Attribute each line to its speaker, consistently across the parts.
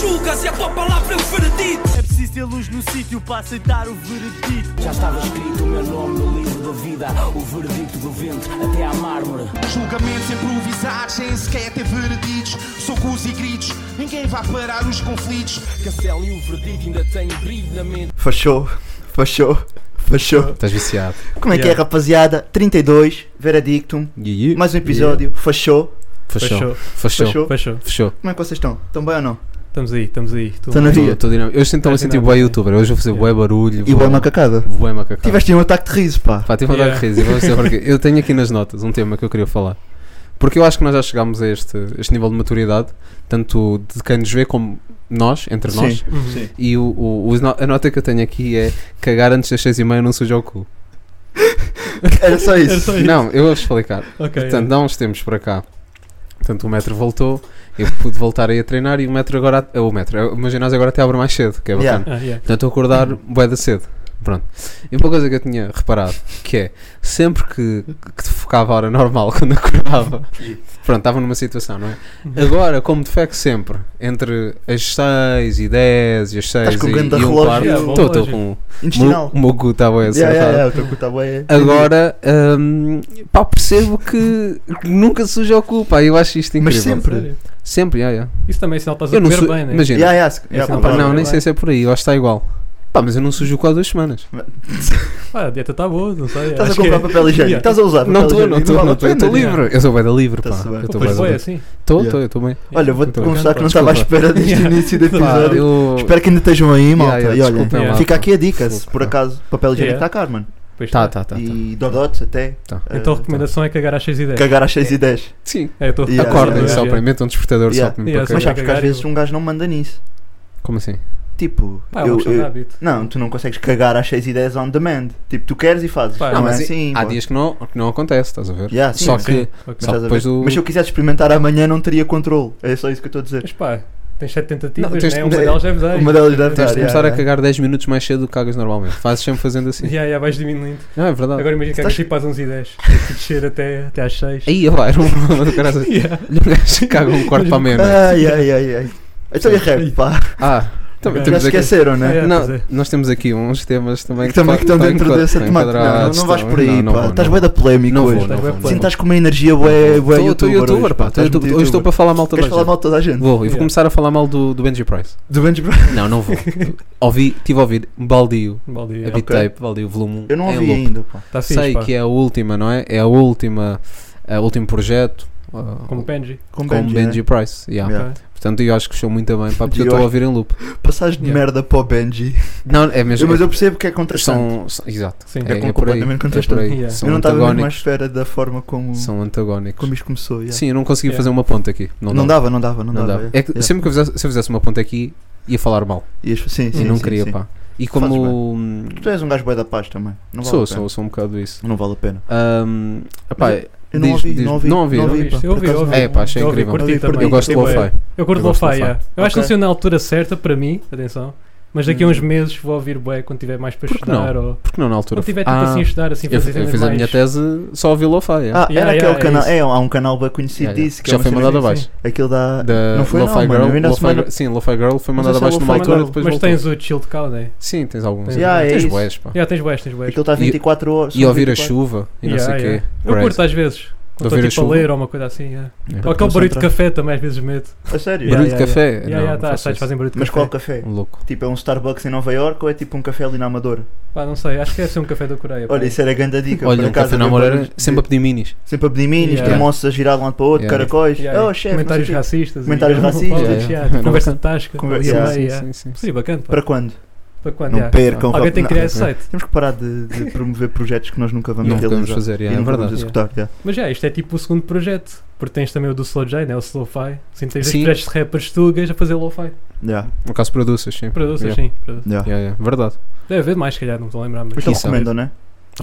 Speaker 1: julgas e a tua palavra é o veredito.
Speaker 2: É preciso ter luz no sítio para aceitar o veredito.
Speaker 3: Já estava escrito o meu nome no livro da vida, o veredito do vento até à mármore.
Speaker 4: Julgamentos improvisados, sem sequer ter vereditos. Socos e gritos, ninguém vai parar os conflitos.
Speaker 3: Castelo e o veredito ainda têm brilho na mente.
Speaker 5: Fechou, fechou, fechou.
Speaker 6: Estás viciado.
Speaker 5: Como é que é, rapaziada? 32, Veredictum. Mais um episódio, fechou.
Speaker 6: Fechou.
Speaker 7: Fechou.
Speaker 6: Fechou.
Speaker 5: Fechou.
Speaker 7: Fechou.
Speaker 6: Fechou.
Speaker 5: Como é que vocês estão? Estão bem ou não?
Speaker 7: Estamos aí, estamos aí. é? Estou
Speaker 5: Estão na
Speaker 6: Tô-
Speaker 5: via?
Speaker 6: tô dinâmico. Hoje então me senti
Speaker 7: Dinâmico.
Speaker 6: bué youtuber. Hoje vou fazer bué barulho.
Speaker 5: E boa macacada.
Speaker 6: Bué macacado.
Speaker 5: Tiveste um ataque de riso, pá.
Speaker 6: Pá, tive um ataque de riso. e vou dizer porquê. Eu tenho aqui nas notas um tema que eu queria falar. Porque eu acho que nós já chegámos a este, este nível de maturidade, tanto de quem nos vê como nós, entre
Speaker 5: Sim.
Speaker 6: nós.
Speaker 7: Uhum.
Speaker 6: E o, o- os no- a nota que eu tenho aqui é cagar antes das seis e meia não suja o cu.
Speaker 5: Era só
Speaker 7: Era
Speaker 5: isso.
Speaker 7: só isso.
Speaker 6: Não, eu vou explicar.
Speaker 7: Ok.
Speaker 6: Portanto, há uns tempos para cá, portanto, o metro voltou, eu pude voltar aí a treinar e o metro agora, eh, o metro, o meu ginásio agora até abre mais cedo, que é bacana.
Speaker 5: Yeah.
Speaker 7: Ah, yeah.
Speaker 6: Portanto, estou a acordar bué da cedo. Pronto. E uma coisa que eu tinha reparado, que é, sempre que, que te focava a hora normal, quando acordava, pronto, estava numa situação, não é?
Speaker 5: Uhum.
Speaker 6: Agora, como te defeco sempre, entre as 6 e 10 e as 6
Speaker 5: com um
Speaker 6: e,
Speaker 5: grande
Speaker 6: e um
Speaker 5: relógio.
Speaker 6: quarto,
Speaker 7: Yeah, bom
Speaker 6: estou estou
Speaker 7: relógio.
Speaker 6: com
Speaker 5: Intestinal.
Speaker 6: o meu cu está bué
Speaker 5: Yeah, yeah,
Speaker 6: acertado.
Speaker 5: yeah, o teu cu tá bué-
Speaker 6: Agora, hum, pá, percebo que nunca suja o cu, pá, eu acho isto
Speaker 5: Mas
Speaker 6: incrível.
Speaker 5: sempre.
Speaker 7: Sério.
Speaker 6: Sempre, yeah, yeah.
Speaker 7: Isso também é sinal que estás a
Speaker 6: Eu não
Speaker 7: comer
Speaker 6: sou,
Speaker 7: bem, né?
Speaker 6: imagina,
Speaker 5: Yeah, yeah, se- yeah,
Speaker 7: Essa
Speaker 6: Ah,
Speaker 7: não
Speaker 6: pá,
Speaker 5: concordo.
Speaker 6: não, nem
Speaker 7: bem.
Speaker 6: sei se é por aí, eu acho que está igual. Pá, mas eu não sujo o cu há duas semanas.
Speaker 7: Ah, a dieta está boa, não sei.
Speaker 5: Estás a
Speaker 7: acho que
Speaker 5: comprar
Speaker 7: é-
Speaker 5: papel higiênico. Então-
Speaker 7: Yeah.
Speaker 5: Estás a usar
Speaker 6: Não
Speaker 5: papel
Speaker 6: estou, não
Speaker 5: higiênico,
Speaker 6: estou,
Speaker 5: vale
Speaker 6: não
Speaker 5: a
Speaker 6: estou. Eu estou
Speaker 5: pena.
Speaker 6: livre, eu sou bem da livre, pá.
Speaker 5: Tá-se bem.
Speaker 6: Eu estou bem
Speaker 7: Pois
Speaker 6: da
Speaker 7: foi,
Speaker 6: livre.
Speaker 7: assim.
Speaker 6: Estou,
Speaker 5: Tá Yeah.
Speaker 6: estou, eu estou bem.
Speaker 5: Olha, vou-te
Speaker 6: Tô
Speaker 5: confessar que não estava à
Speaker 6: Desculpa.
Speaker 5: espera deste
Speaker 7: Yeah.
Speaker 5: início do
Speaker 6: Pá,
Speaker 5: episódio.
Speaker 6: eu.
Speaker 5: Espero que ainda estejam aí, malta.
Speaker 6: Yeah, yeah,
Speaker 5: e olha,
Speaker 6: desculpem
Speaker 7: yeah.
Speaker 6: lá,
Speaker 5: fica
Speaker 6: pá.
Speaker 5: aqui a dica, se
Speaker 6: Desculpa.
Speaker 5: por acaso papel higiênico
Speaker 7: Yeah.
Speaker 5: está a caro, mano.
Speaker 7: Pois
Speaker 6: Tá,
Speaker 7: tá.
Speaker 6: tá, tá. tá.
Speaker 5: E Dodotes até.
Speaker 6: Tá.
Speaker 5: Eh,
Speaker 7: Então a recomendação é cagar às 6 e 10.
Speaker 5: cagar às 6 e 10
Speaker 6: Sim.
Speaker 7: É, eu estou a
Speaker 5: Yeah.
Speaker 6: Acordem
Speaker 5: Yeah.
Speaker 6: só para metam um despertador só
Speaker 5: Yeah.
Speaker 6: para mim.
Speaker 7: Yeah,
Speaker 6: para
Speaker 5: Mas
Speaker 7: só-
Speaker 6: cagar.
Speaker 5: sabes que às
Speaker 7: cagar
Speaker 5: vezes
Speaker 7: eu-
Speaker 5: um gajo não manda nisso.
Speaker 6: Como assim?
Speaker 5: Tipo,
Speaker 7: Pá, é uma
Speaker 5: eu,
Speaker 7: questão de
Speaker 5: eu-
Speaker 7: hábito.
Speaker 5: não, tu não consegues cagar às 6 e 10 on demand. Tipo, tu queres e fazes.
Speaker 7: Pá,
Speaker 5: não,
Speaker 6: Não, mas
Speaker 5: é
Speaker 6: e-
Speaker 5: assim.
Speaker 6: Há
Speaker 5: pô.
Speaker 6: dias que não, que não acontece, estás a ver?
Speaker 5: Yeah, sim,
Speaker 6: Só
Speaker 5: sim.
Speaker 6: que.
Speaker 5: Mas,
Speaker 6: Só
Speaker 5: estás a
Speaker 6: depois
Speaker 5: ver?
Speaker 6: do.
Speaker 5: Mas se eu quisesse experimentar amanhã, não teria controle. É só isso que eu estou a dizer.
Speaker 7: Mas pá, tens 7 tentativas,
Speaker 6: Não, tens-
Speaker 7: né? Uma delas deve dar.
Speaker 5: Uma delas deve
Speaker 6: Tens
Speaker 5: dar.
Speaker 6: de
Speaker 5: yeah,
Speaker 6: começar a
Speaker 5: yeah.
Speaker 6: cagar 10 minutos mais cedo do que cagas normalmente. Fazes sempre fazendo assim.
Speaker 7: Yeah, yeah, vais diminuindo.
Speaker 6: Não, é verdade.
Speaker 7: Agora imagina que
Speaker 5: Estás-
Speaker 7: cagas tipo às 11 e 10. Tens que descer até, até às 6.
Speaker 6: Aí, vai, era um problema do caralho.
Speaker 7: Yeah.
Speaker 6: Olha, o gajo caga um quarto para a meia.
Speaker 5: Ai, ai, ai, ai. Então e rap, pá.
Speaker 6: Ah, também
Speaker 5: Já
Speaker 6: temos aqui.
Speaker 5: esqueceram, né?
Speaker 7: É,
Speaker 6: Não,
Speaker 7: pois é.
Speaker 6: nós temos aqui uns temas também
Speaker 5: Que também que estão
Speaker 6: podem-
Speaker 5: dentro
Speaker 6: podem
Speaker 5: dessa
Speaker 6: enquadrar-
Speaker 5: temática. Não, não vais
Speaker 6: estão-
Speaker 5: por aí,
Speaker 6: não, não
Speaker 5: pá.
Speaker 6: vou,
Speaker 5: Estás
Speaker 6: não
Speaker 5: bem da polémica
Speaker 6: Não vou,
Speaker 5: hoje.
Speaker 6: não vou, não
Speaker 5: Sim,
Speaker 6: vou.
Speaker 5: estás com uma energia bué, bué
Speaker 6: Estou-
Speaker 5: youtuber
Speaker 6: Estou
Speaker 5: hoje,
Speaker 6: youtuber, pá. Estou
Speaker 5: Estás
Speaker 6: youtuber.
Speaker 5: muito
Speaker 6: Hoje estou para falar mal toda
Speaker 5: Queres
Speaker 6: a
Speaker 5: falar
Speaker 6: gente.
Speaker 5: mal de toda a gente?
Speaker 6: Vou, e vou
Speaker 7: Yeah.
Speaker 6: começar a falar mal do, do Benji Price.
Speaker 5: Do Benji Bra-
Speaker 6: Não, não vou. Ouvi, tive a ouvir Baldio,
Speaker 7: Baldia.
Speaker 6: a beat
Speaker 5: Ok.
Speaker 6: tape, Baldio volume 1.
Speaker 5: Eu não
Speaker 6: em
Speaker 5: ouvi
Speaker 6: loop.
Speaker 5: ainda, pá.
Speaker 7: Está Tá fixe,
Speaker 6: Sei
Speaker 7: pá.
Speaker 6: que é a última, não é? É a última, é o último projeto. ah,
Speaker 7: Como Benji.
Speaker 5: Com
Speaker 6: com Benji, Price. yeah.
Speaker 5: Yeah.
Speaker 7: Ok.
Speaker 6: Portanto, eu acho que show muito bem, pá,
Speaker 5: E
Speaker 6: porque eu estou a
Speaker 5: eu-
Speaker 6: ouvir em loop.
Speaker 5: Passaste de
Speaker 7: Yeah.
Speaker 5: merda para o Benji.
Speaker 6: Não, é mesmo.
Speaker 5: Mas eu percebo que é contrastante.
Speaker 6: são, são- exato.
Speaker 7: Sim.
Speaker 5: É
Speaker 6: É, é por aí.
Speaker 5: completamente
Speaker 6: É por aí.
Speaker 7: contrastante.
Speaker 6: São
Speaker 5: Eu não estava mesmo à
Speaker 6: antagónicos.
Speaker 5: esfera da forma como,
Speaker 6: São antagónicos.
Speaker 5: como isto começou. yeah.
Speaker 6: Sim, eu não consegui
Speaker 7: Yeah.
Speaker 6: fazer uma ponta aqui. Não,
Speaker 5: Não
Speaker 6: dá.
Speaker 5: dava, não dava, não
Speaker 6: Não
Speaker 5: dava.
Speaker 6: dá. É que
Speaker 5: yeah.
Speaker 6: sempre que eu fizesse, se eu fizesse uma ponta aqui, ia falar mal.
Speaker 5: E as- Sim,
Speaker 6: e
Speaker 5: sim,
Speaker 6: não
Speaker 5: sim,
Speaker 6: queria,
Speaker 5: sim.
Speaker 6: pá. E
Speaker 5: Fazes bem.
Speaker 6: como. hum,
Speaker 5: Tu és um gajo boi da paz também. Não vale
Speaker 6: sou,
Speaker 5: a pena.
Speaker 6: sou, sou um bocado isso.
Speaker 5: Não vale a pena.
Speaker 6: Hum, epá,
Speaker 5: Mas Eu não
Speaker 6: Diz-
Speaker 5: ouvi,
Speaker 6: diz-
Speaker 5: não ouvi.
Speaker 6: não ouvi, não
Speaker 5: pá.
Speaker 7: ouviste? Eu
Speaker 5: Por
Speaker 7: ouvi,
Speaker 5: acaso
Speaker 7: eu
Speaker 5: não
Speaker 7: ouvi.
Speaker 6: é, pá, achei
Speaker 7: Eu ouvi,
Speaker 6: incrível.
Speaker 7: curti
Speaker 5: Eu
Speaker 7: também.
Speaker 6: eu gosto de
Speaker 7: Curti
Speaker 6: lo-fi.
Speaker 7: Eu curto
Speaker 6: Eu gosto de
Speaker 7: lo-fi, yeah. Eu acho que não
Speaker 5: Ok.
Speaker 7: saiu na altura certa para mim, atenção. Mas daqui a uns meses vou ouvir bué quando tiver mais para
Speaker 6: Porque
Speaker 7: estudar ou
Speaker 6: Porque Hum. não na altura.
Speaker 7: quando tiver tipo
Speaker 6: Ah,
Speaker 7: assim a estudar, assim
Speaker 6: eu,
Speaker 7: fazer
Speaker 6: eu
Speaker 7: cenas
Speaker 6: fiz a minha
Speaker 7: mais-
Speaker 6: tese só ouvi lo-fi. é.
Speaker 5: Ah,
Speaker 7: Yeah,
Speaker 5: era
Speaker 7: yeah,
Speaker 5: aquele
Speaker 7: é
Speaker 5: canal.
Speaker 7: isso.
Speaker 5: É, há um canal bem conhecido
Speaker 6: Yeah, yeah.
Speaker 5: disso. que é
Speaker 6: já
Speaker 5: uma
Speaker 6: foi
Speaker 5: cena-
Speaker 6: mandado
Speaker 7: sim,
Speaker 6: abaixo.
Speaker 5: Aquilo da.
Speaker 6: Da
Speaker 5: Não foi,
Speaker 6: Lo-Fi
Speaker 5: não, mano. Eu
Speaker 6: Girl,
Speaker 5: ainda
Speaker 6: Lo-Fi
Speaker 5: semana-
Speaker 6: Girl- Sim, Lo-Fi Girl foi
Speaker 5: Mas
Speaker 6: mandado
Speaker 5: essa
Speaker 6: abaixo numa
Speaker 5: Lo-Fi
Speaker 6: altura,
Speaker 5: Girl-
Speaker 6: depois
Speaker 7: Mas
Speaker 6: voltou.
Speaker 7: tens o Child Cow, né?
Speaker 6: Sim, tens alguns.
Speaker 7: Yeah,
Speaker 5: é
Speaker 6: tens
Speaker 5: isso.
Speaker 6: bués, pá.
Speaker 7: Já tens bués, tens bués.
Speaker 5: Aquilo está
Speaker 6: E-
Speaker 5: 24 horas.
Speaker 6: E ouvir a
Speaker 5: 24.
Speaker 6: chuva e não
Speaker 7: Yeah,
Speaker 6: sei o quê.
Speaker 7: yeah. Eu
Speaker 6: Crazy.
Speaker 7: curto às vezes.
Speaker 6: De
Speaker 7: Quando
Speaker 6: ouvir a
Speaker 7: estou tipo a
Speaker 6: chuva.
Speaker 7: ler ou uma coisa assim. yeah.
Speaker 6: Yeah.
Speaker 7: Ou aquele
Speaker 5: te
Speaker 7: barulho de
Speaker 5: concentrar.
Speaker 7: café também às vezes medo.
Speaker 5: A sério?
Speaker 7: Yeah,
Speaker 6: Barulho de
Speaker 7: yeah,
Speaker 6: café?
Speaker 7: Já,
Speaker 6: É, Não,
Speaker 7: já,
Speaker 6: não
Speaker 7: tá,
Speaker 6: faço
Speaker 7: sites
Speaker 6: isso.
Speaker 7: fazem barulho de
Speaker 5: Mas
Speaker 7: café.
Speaker 5: qual café?
Speaker 6: Um louco.
Speaker 5: Tipo, é um Starbucks em Nova York ou é tipo um café ali na Amadora?
Speaker 7: Pá, não sei, acho que deve ser um café da Coreia. pá.
Speaker 5: Olha, isso é- era a grande dica.
Speaker 6: Olha,
Speaker 5: por
Speaker 6: um
Speaker 5: acaso,
Speaker 6: café na
Speaker 5: havia
Speaker 6: Moreira
Speaker 5: vários-
Speaker 6: sempre a pedir minis.
Speaker 5: sempre a pedir minis,
Speaker 7: Yeah.
Speaker 5: termoços a girar de um lado para o outro,
Speaker 6: Yeah.
Speaker 5: caracóis.
Speaker 7: Yeah, yeah.
Speaker 5: Oh, chefe, não sei
Speaker 7: Comentários
Speaker 5: o quê.
Speaker 7: racistas. e-
Speaker 5: Comentários racistas.
Speaker 7: Olha,
Speaker 6: Yeah,
Speaker 7: já,
Speaker 6: yeah.
Speaker 7: Conversa de tasca. ali
Speaker 5: Conversa-
Speaker 7: a
Speaker 5: Yeah,
Speaker 7: meio, já.
Speaker 6: sim, sim, sim.
Speaker 7: Seria bacana, pá.
Speaker 5: Para quando?
Speaker 7: Para quando,
Speaker 5: Não
Speaker 7: já.
Speaker 5: percam,
Speaker 7: Alguém tem
Speaker 5: rap-
Speaker 7: que
Speaker 5: não. é?
Speaker 7: criar esse site.
Speaker 5: Temos que parar de, de promover projetos que nós nunca vamos
Speaker 6: Não podemos
Speaker 5: realizar.
Speaker 6: fazer,
Speaker 5: e
Speaker 6: yeah, é
Speaker 5: nunca
Speaker 6: verdade.
Speaker 5: vamos executar. yeah.
Speaker 7: Mas já, isto é tipo o segundo projeto. Porque tens também o do Slow J, né? O Slow Fi. Sim, tens os
Speaker 6: Sim.
Speaker 7: projetos de rappers tugas a fazer lo-fi.
Speaker 5: Yeah,
Speaker 6: No caso, produças, sim.
Speaker 7: Produças,
Speaker 6: Yeah.
Speaker 7: sim. produzas.
Speaker 5: yeah.
Speaker 6: Yeah, yeah. Verdade.
Speaker 7: Deve haver mais, se calhar, não estou a lembrar. Mas
Speaker 5: Mas ele
Speaker 6: Isso. é
Speaker 5: recomenda, né?
Speaker 7: Yeah.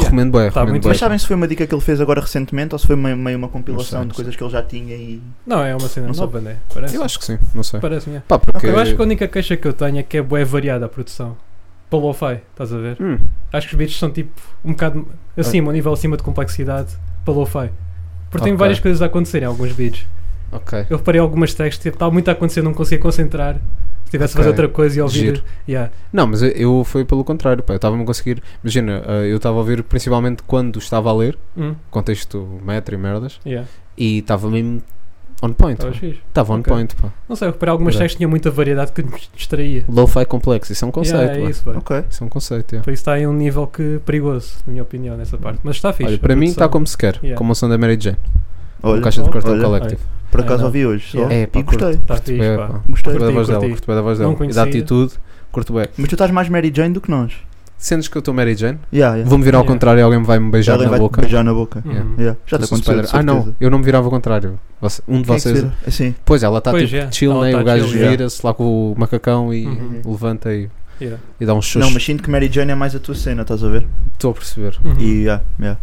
Speaker 6: Recomendo bué,
Speaker 7: Tá
Speaker 6: recomendo
Speaker 7: muito
Speaker 6: bué.
Speaker 5: Mas sabem se foi uma dica que ele fez agora recentemente ou se foi meio, meio uma compilação
Speaker 6: Não sei,
Speaker 5: de
Speaker 6: não
Speaker 5: coisas que ele já tinha e.
Speaker 7: Não, é uma cena
Speaker 5: Não sei.
Speaker 7: nova, né? Parece.
Speaker 6: Eu acho que sim, não sei.
Speaker 7: Parece-me, é.
Speaker 6: Pá, porque...
Speaker 7: Eu acho que a única queixa que eu tenho é que é bué variada a produção. Para lo-fi, estás a ver?
Speaker 6: Hum,
Speaker 7: Acho que os beats são tipo um bocado acima, um nível acima de complexidade para lo-fi. Porque tem
Speaker 6: Ah. Ok.
Speaker 7: várias coisas a acontecer em alguns beats.
Speaker 6: ok.
Speaker 7: Eu reparei algumas tracks, tipo, estava muito a acontecer, não me conseguia concentrar. estivesse a
Speaker 6: Ok.
Speaker 7: fazer outra coisa e a ouvir.
Speaker 6: Giro.
Speaker 7: Yeah.
Speaker 6: Não, mas eu, eu foi pelo contrário, pá. Eu estava-me a conseguir. Imagina, ah, eu estava a ouvir principalmente quando estava a ler,
Speaker 7: Hum,
Speaker 6: contexto metro e merdas,
Speaker 7: yeah.
Speaker 6: e estava mesmo on point.
Speaker 7: Estavas
Speaker 6: pá.
Speaker 7: fixe.
Speaker 6: Estava on
Speaker 7: Ok.
Speaker 6: point, pá.
Speaker 7: Não sei, eu reparei algumas
Speaker 6: Verdade.
Speaker 7: séries que tinham muita variedade que nos distraía.
Speaker 6: Lo-fi complexo, isso é um conceito,
Speaker 7: Yeah, é
Speaker 6: pá.
Speaker 7: isso, pá.
Speaker 5: Ok.
Speaker 6: Isso é um conceito, yeah.
Speaker 7: Por isso está em um nível que perigoso, na minha opinião, nessa parte. Mas está fixe.
Speaker 6: Olha,
Speaker 7: a
Speaker 6: para mim
Speaker 7: produção.
Speaker 6: está como se quer,
Speaker 7: Yeah.
Speaker 6: como o som da Mary Jane,
Speaker 5: Olha,
Speaker 6: um caixa de cartão
Speaker 5: olha.
Speaker 6: collective.
Speaker 5: por acaso
Speaker 7: não.
Speaker 5: ouvi hoje só.
Speaker 7: Yeah.
Speaker 6: É, pá,
Speaker 5: e gostei.
Speaker 7: Está
Speaker 6: Curto
Speaker 7: fixe,
Speaker 6: bué,
Speaker 7: pá.
Speaker 6: pá.
Speaker 5: Gostei.
Speaker 6: Curto bué da
Speaker 7: Curti,
Speaker 6: voz dela,
Speaker 7: curti.
Speaker 6: curto bué da voz
Speaker 7: Não
Speaker 6: dela, e da
Speaker 7: conhecia.
Speaker 6: atitude, curto bem.
Speaker 5: Mas tu estás mais Mary Jane do que nós.
Speaker 6: Sentes que eu estou Mary Jane?
Speaker 5: Yeah, yeah.
Speaker 6: Vou-me virar ao
Speaker 7: Yeah.
Speaker 6: contrário e alguém vai me beijar
Speaker 5: Alguém
Speaker 6: na
Speaker 5: vai te
Speaker 6: boca.
Speaker 5: beijar tá na boca.
Speaker 7: Uhum.
Speaker 6: Yeah.
Speaker 5: Yeah. Já
Speaker 6: Eu
Speaker 5: te
Speaker 6: sou
Speaker 5: aconteceu.
Speaker 6: Spider- Ah não, eu não me virava ao contrário. Você- um de vocês.
Speaker 5: Assim.
Speaker 6: Pois, ela está
Speaker 7: Pois,
Speaker 6: tipo
Speaker 7: é.
Speaker 6: chill,
Speaker 7: Ela
Speaker 6: né?
Speaker 7: tá
Speaker 6: o gajo
Speaker 7: chill,
Speaker 5: yeah.
Speaker 6: vira-se lá com o macacão e
Speaker 7: Uhum.
Speaker 6: levanta e,
Speaker 7: Yeah.
Speaker 6: e dá um
Speaker 5: Não,
Speaker 6: xuxo.
Speaker 5: mas sinto que Mary Jane é mais a tua cena, estás a ver?
Speaker 6: Estou a perceber.
Speaker 7: Uhum.
Speaker 5: E yeah, yeah.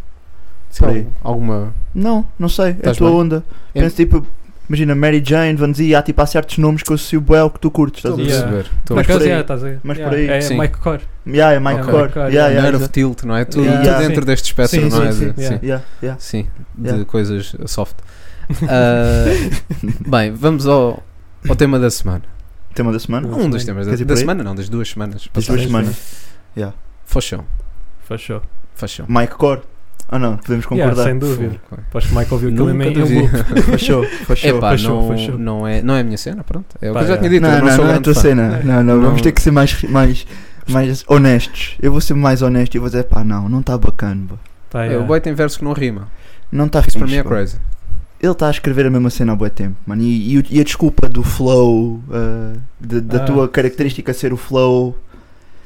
Speaker 6: Sei lá,
Speaker 5: Por aí.
Speaker 6: alguma.
Speaker 5: Não, não sei. É a
Speaker 6: Estás
Speaker 5: tua
Speaker 6: bem?
Speaker 5: onda.
Speaker 6: É-
Speaker 5: Penso tipo, imagina, Mary Jane, Van Zee, há tipo há certos nomes que eu associo bué ao que tu curtes, estás
Speaker 6: Estou
Speaker 5: a
Speaker 6: a
Speaker 5: ver?
Speaker 7: Yeah.
Speaker 6: perceber. Estou a
Speaker 7: Mas
Speaker 5: Mas
Speaker 7: por
Speaker 5: por aí-
Speaker 6: perceber.
Speaker 7: aí, estás a ver?
Speaker 5: mas por
Speaker 7: Yeah,
Speaker 5: aí-
Speaker 7: É
Speaker 6: Sim.
Speaker 7: Mike Core.
Speaker 5: Yeah, é Mike
Speaker 6: Ok.
Speaker 5: Core.
Speaker 7: Core,
Speaker 5: Yeah, yeah,
Speaker 6: Nerve
Speaker 5: exato.
Speaker 6: tilt, não é? Tudo,
Speaker 5: Yeah.
Speaker 6: tudo
Speaker 5: Sim,
Speaker 6: dentro
Speaker 7: sim.
Speaker 6: deste espectro,
Speaker 7: Sim,
Speaker 6: não é?
Speaker 7: sim, sim,
Speaker 6: De-
Speaker 7: yeah.
Speaker 6: sim.
Speaker 5: Yeah, yeah.
Speaker 6: Sim, de
Speaker 5: Yeah.
Speaker 6: coisas soft. Ah, bem, vamos ao, ao tema da semana.
Speaker 5: Tema da semana?
Speaker 6: Um dos temas da,
Speaker 5: Quer dizer,
Speaker 6: da
Speaker 5: por aí?
Speaker 6: semana, não, das duas semanas.
Speaker 5: Das
Speaker 6: passadas.
Speaker 5: duas semanas.
Speaker 6: Fachão,
Speaker 7: Fechou.
Speaker 6: fachão. é.
Speaker 5: Mike Core. Ah não, podemos
Speaker 7: Yeah,
Speaker 5: concordar.
Speaker 7: sem dúvida. Acho que o Mike é um ouviu aquilo em
Speaker 6: Nunca
Speaker 7: meio.
Speaker 6: duvidei.
Speaker 5: Fechou,
Speaker 6: É
Speaker 5: fechou.
Speaker 6: pá,
Speaker 7: fechou,
Speaker 6: não,
Speaker 7: fechou.
Speaker 6: não, é, não é a minha cena, pronto. É o que
Speaker 7: Pá,
Speaker 6: eu já
Speaker 7: é.
Speaker 6: tinha dito,
Speaker 5: não,
Speaker 6: eu não,
Speaker 5: não,
Speaker 6: sou
Speaker 5: não é a
Speaker 6: grande
Speaker 5: tua
Speaker 6: fã.
Speaker 5: cena. Não, não, vamos
Speaker 6: Não.
Speaker 5: ter que ser mais, mais, mais honestos. Eu vou ser mais honesto e vou dizer, pá, não, não está bacana, bro.
Speaker 7: Tá,
Speaker 6: É,
Speaker 7: yeah.
Speaker 6: o boy tem verso que não rima.
Speaker 5: Não está
Speaker 6: Isso
Speaker 5: Ah, fixe.
Speaker 6: para mim é
Speaker 5: bro.
Speaker 6: crazy.
Speaker 5: Ele está a escrever a mesma cena há bué tempo, mano. E, e o- e a desculpa do flow, ah, de- da
Speaker 7: Ah.
Speaker 5: tua característica ser o flow.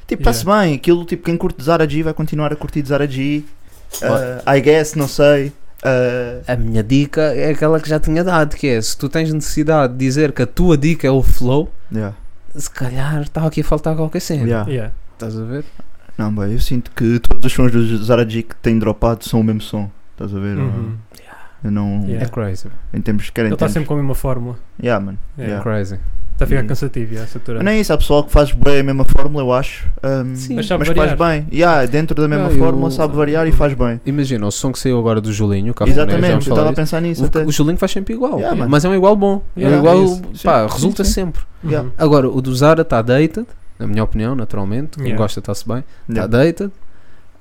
Speaker 5: Tipo, está-se bem. Aquilo, tipo, quem curte Zara G vai continuar a curtir Zara G. Ah, I guess, não sei. Ah,
Speaker 6: A minha dica é aquela que já tinha dado, que é se tu tens necessidade de dizer que a tua dica é o flow,
Speaker 5: yeah,
Speaker 6: se calhar está aqui a faltar qualquer
Speaker 7: É.
Speaker 6: cena.
Speaker 5: yeah.
Speaker 7: Ah. Yeah.
Speaker 6: Estás a ver?
Speaker 5: Não, bem, eu sinto que todos os sons do Zara G que têm dropado são o mesmo som. Estás a ver?
Speaker 7: Uhum.
Speaker 5: Eu não.
Speaker 7: Yeah.
Speaker 6: É crazy.
Speaker 5: Em termos querem.
Speaker 7: Ele
Speaker 5: em
Speaker 7: está
Speaker 5: termos-
Speaker 7: sempre com a mesma fórmula.
Speaker 5: Yeah, mano.
Speaker 7: É.
Speaker 5: Yeah.
Speaker 6: Crazy.
Speaker 7: Está a ficar
Speaker 6: Uhum.
Speaker 5: Hum.
Speaker 7: cansativo, yeah, saturado.
Speaker 5: Não é isso, há pessoal que faz bem a mesma fórmula, eu acho. ahm,
Speaker 6: Sim.
Speaker 7: Mas
Speaker 5: mas
Speaker 7: sabe
Speaker 5: faz
Speaker 7: variar.
Speaker 5: bem. Yeah, dentro da mesma
Speaker 6: Não, eu-
Speaker 5: fórmula, sabe variar e faz bem.
Speaker 6: Imagina, o som que saiu agora do Julinho, o Cafuné, né, já
Speaker 5: Exatamente,
Speaker 6: vamos
Speaker 5: eu
Speaker 6: falar
Speaker 5: estava a
Speaker 6: disso.
Speaker 5: pensar nisso
Speaker 6: O-
Speaker 5: até.
Speaker 6: O Julinho faz sempre igual,
Speaker 5: Yeah, mano.
Speaker 6: mas é um igual bom. É um
Speaker 5: Yeah,
Speaker 6: igual,
Speaker 5: é isso.
Speaker 6: pá,
Speaker 5: Sim,
Speaker 6: resulta
Speaker 5: sim, sim.
Speaker 6: sempre.
Speaker 5: Yeah.
Speaker 6: Agora, o do Zara está dated, na minha opinião, naturalmente. Quem
Speaker 7: Yeah.
Speaker 6: gosta está-se bem. Está
Speaker 5: Yeah.
Speaker 6: dated.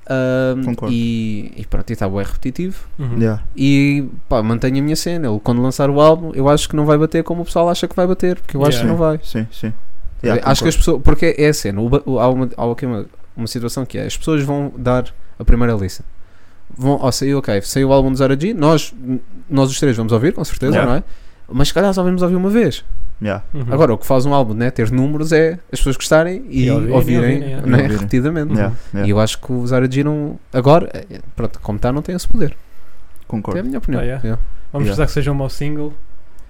Speaker 6: Ahm,
Speaker 5: Concordo.
Speaker 6: e, e pronto, e está bem repetitivo.
Speaker 7: Uhum.
Speaker 5: Yeah.
Speaker 6: E pá, mantenho a minha cena. Ele, quando lançar o álbum, eu acho que não vai bater como o pessoal acha que vai bater, porque eu acho que
Speaker 7: Yeah.
Speaker 6: não vai.
Speaker 5: Sim, sim. Yeah,
Speaker 6: acho que as
Speaker 5: concordo.
Speaker 6: pessoas. Porque é a cena. o ba- o- há uma, há aqui uma, uma situação que é: as pessoas vão dar a primeira lista. Vão, ó, saiu, ok, saiu o álbum do Zara G. Nós, nós os três vamos ouvir, com certeza,
Speaker 7: Yeah.
Speaker 6: não é? Mas se calhar só vamos ouvir uma vez.
Speaker 5: Yeah.
Speaker 7: Uhum.
Speaker 6: Agora, o que faz um álbum, né, ter números, é as pessoas gostarem e,
Speaker 7: E ouvirem,
Speaker 6: ouvirem,
Speaker 7: ouvirem, é.
Speaker 6: né,
Speaker 5: E ouvirem.
Speaker 6: repetidamente.
Speaker 5: Yeah, yeah,
Speaker 6: E eu acho que o Zara G não. Agora, eh, pronto, como está, não tem esse poder. É a
Speaker 5: Concordo.
Speaker 6: minha opinião.
Speaker 7: Ah, yeah. Vamos
Speaker 5: Yeah.
Speaker 7: precisar que seja um mau single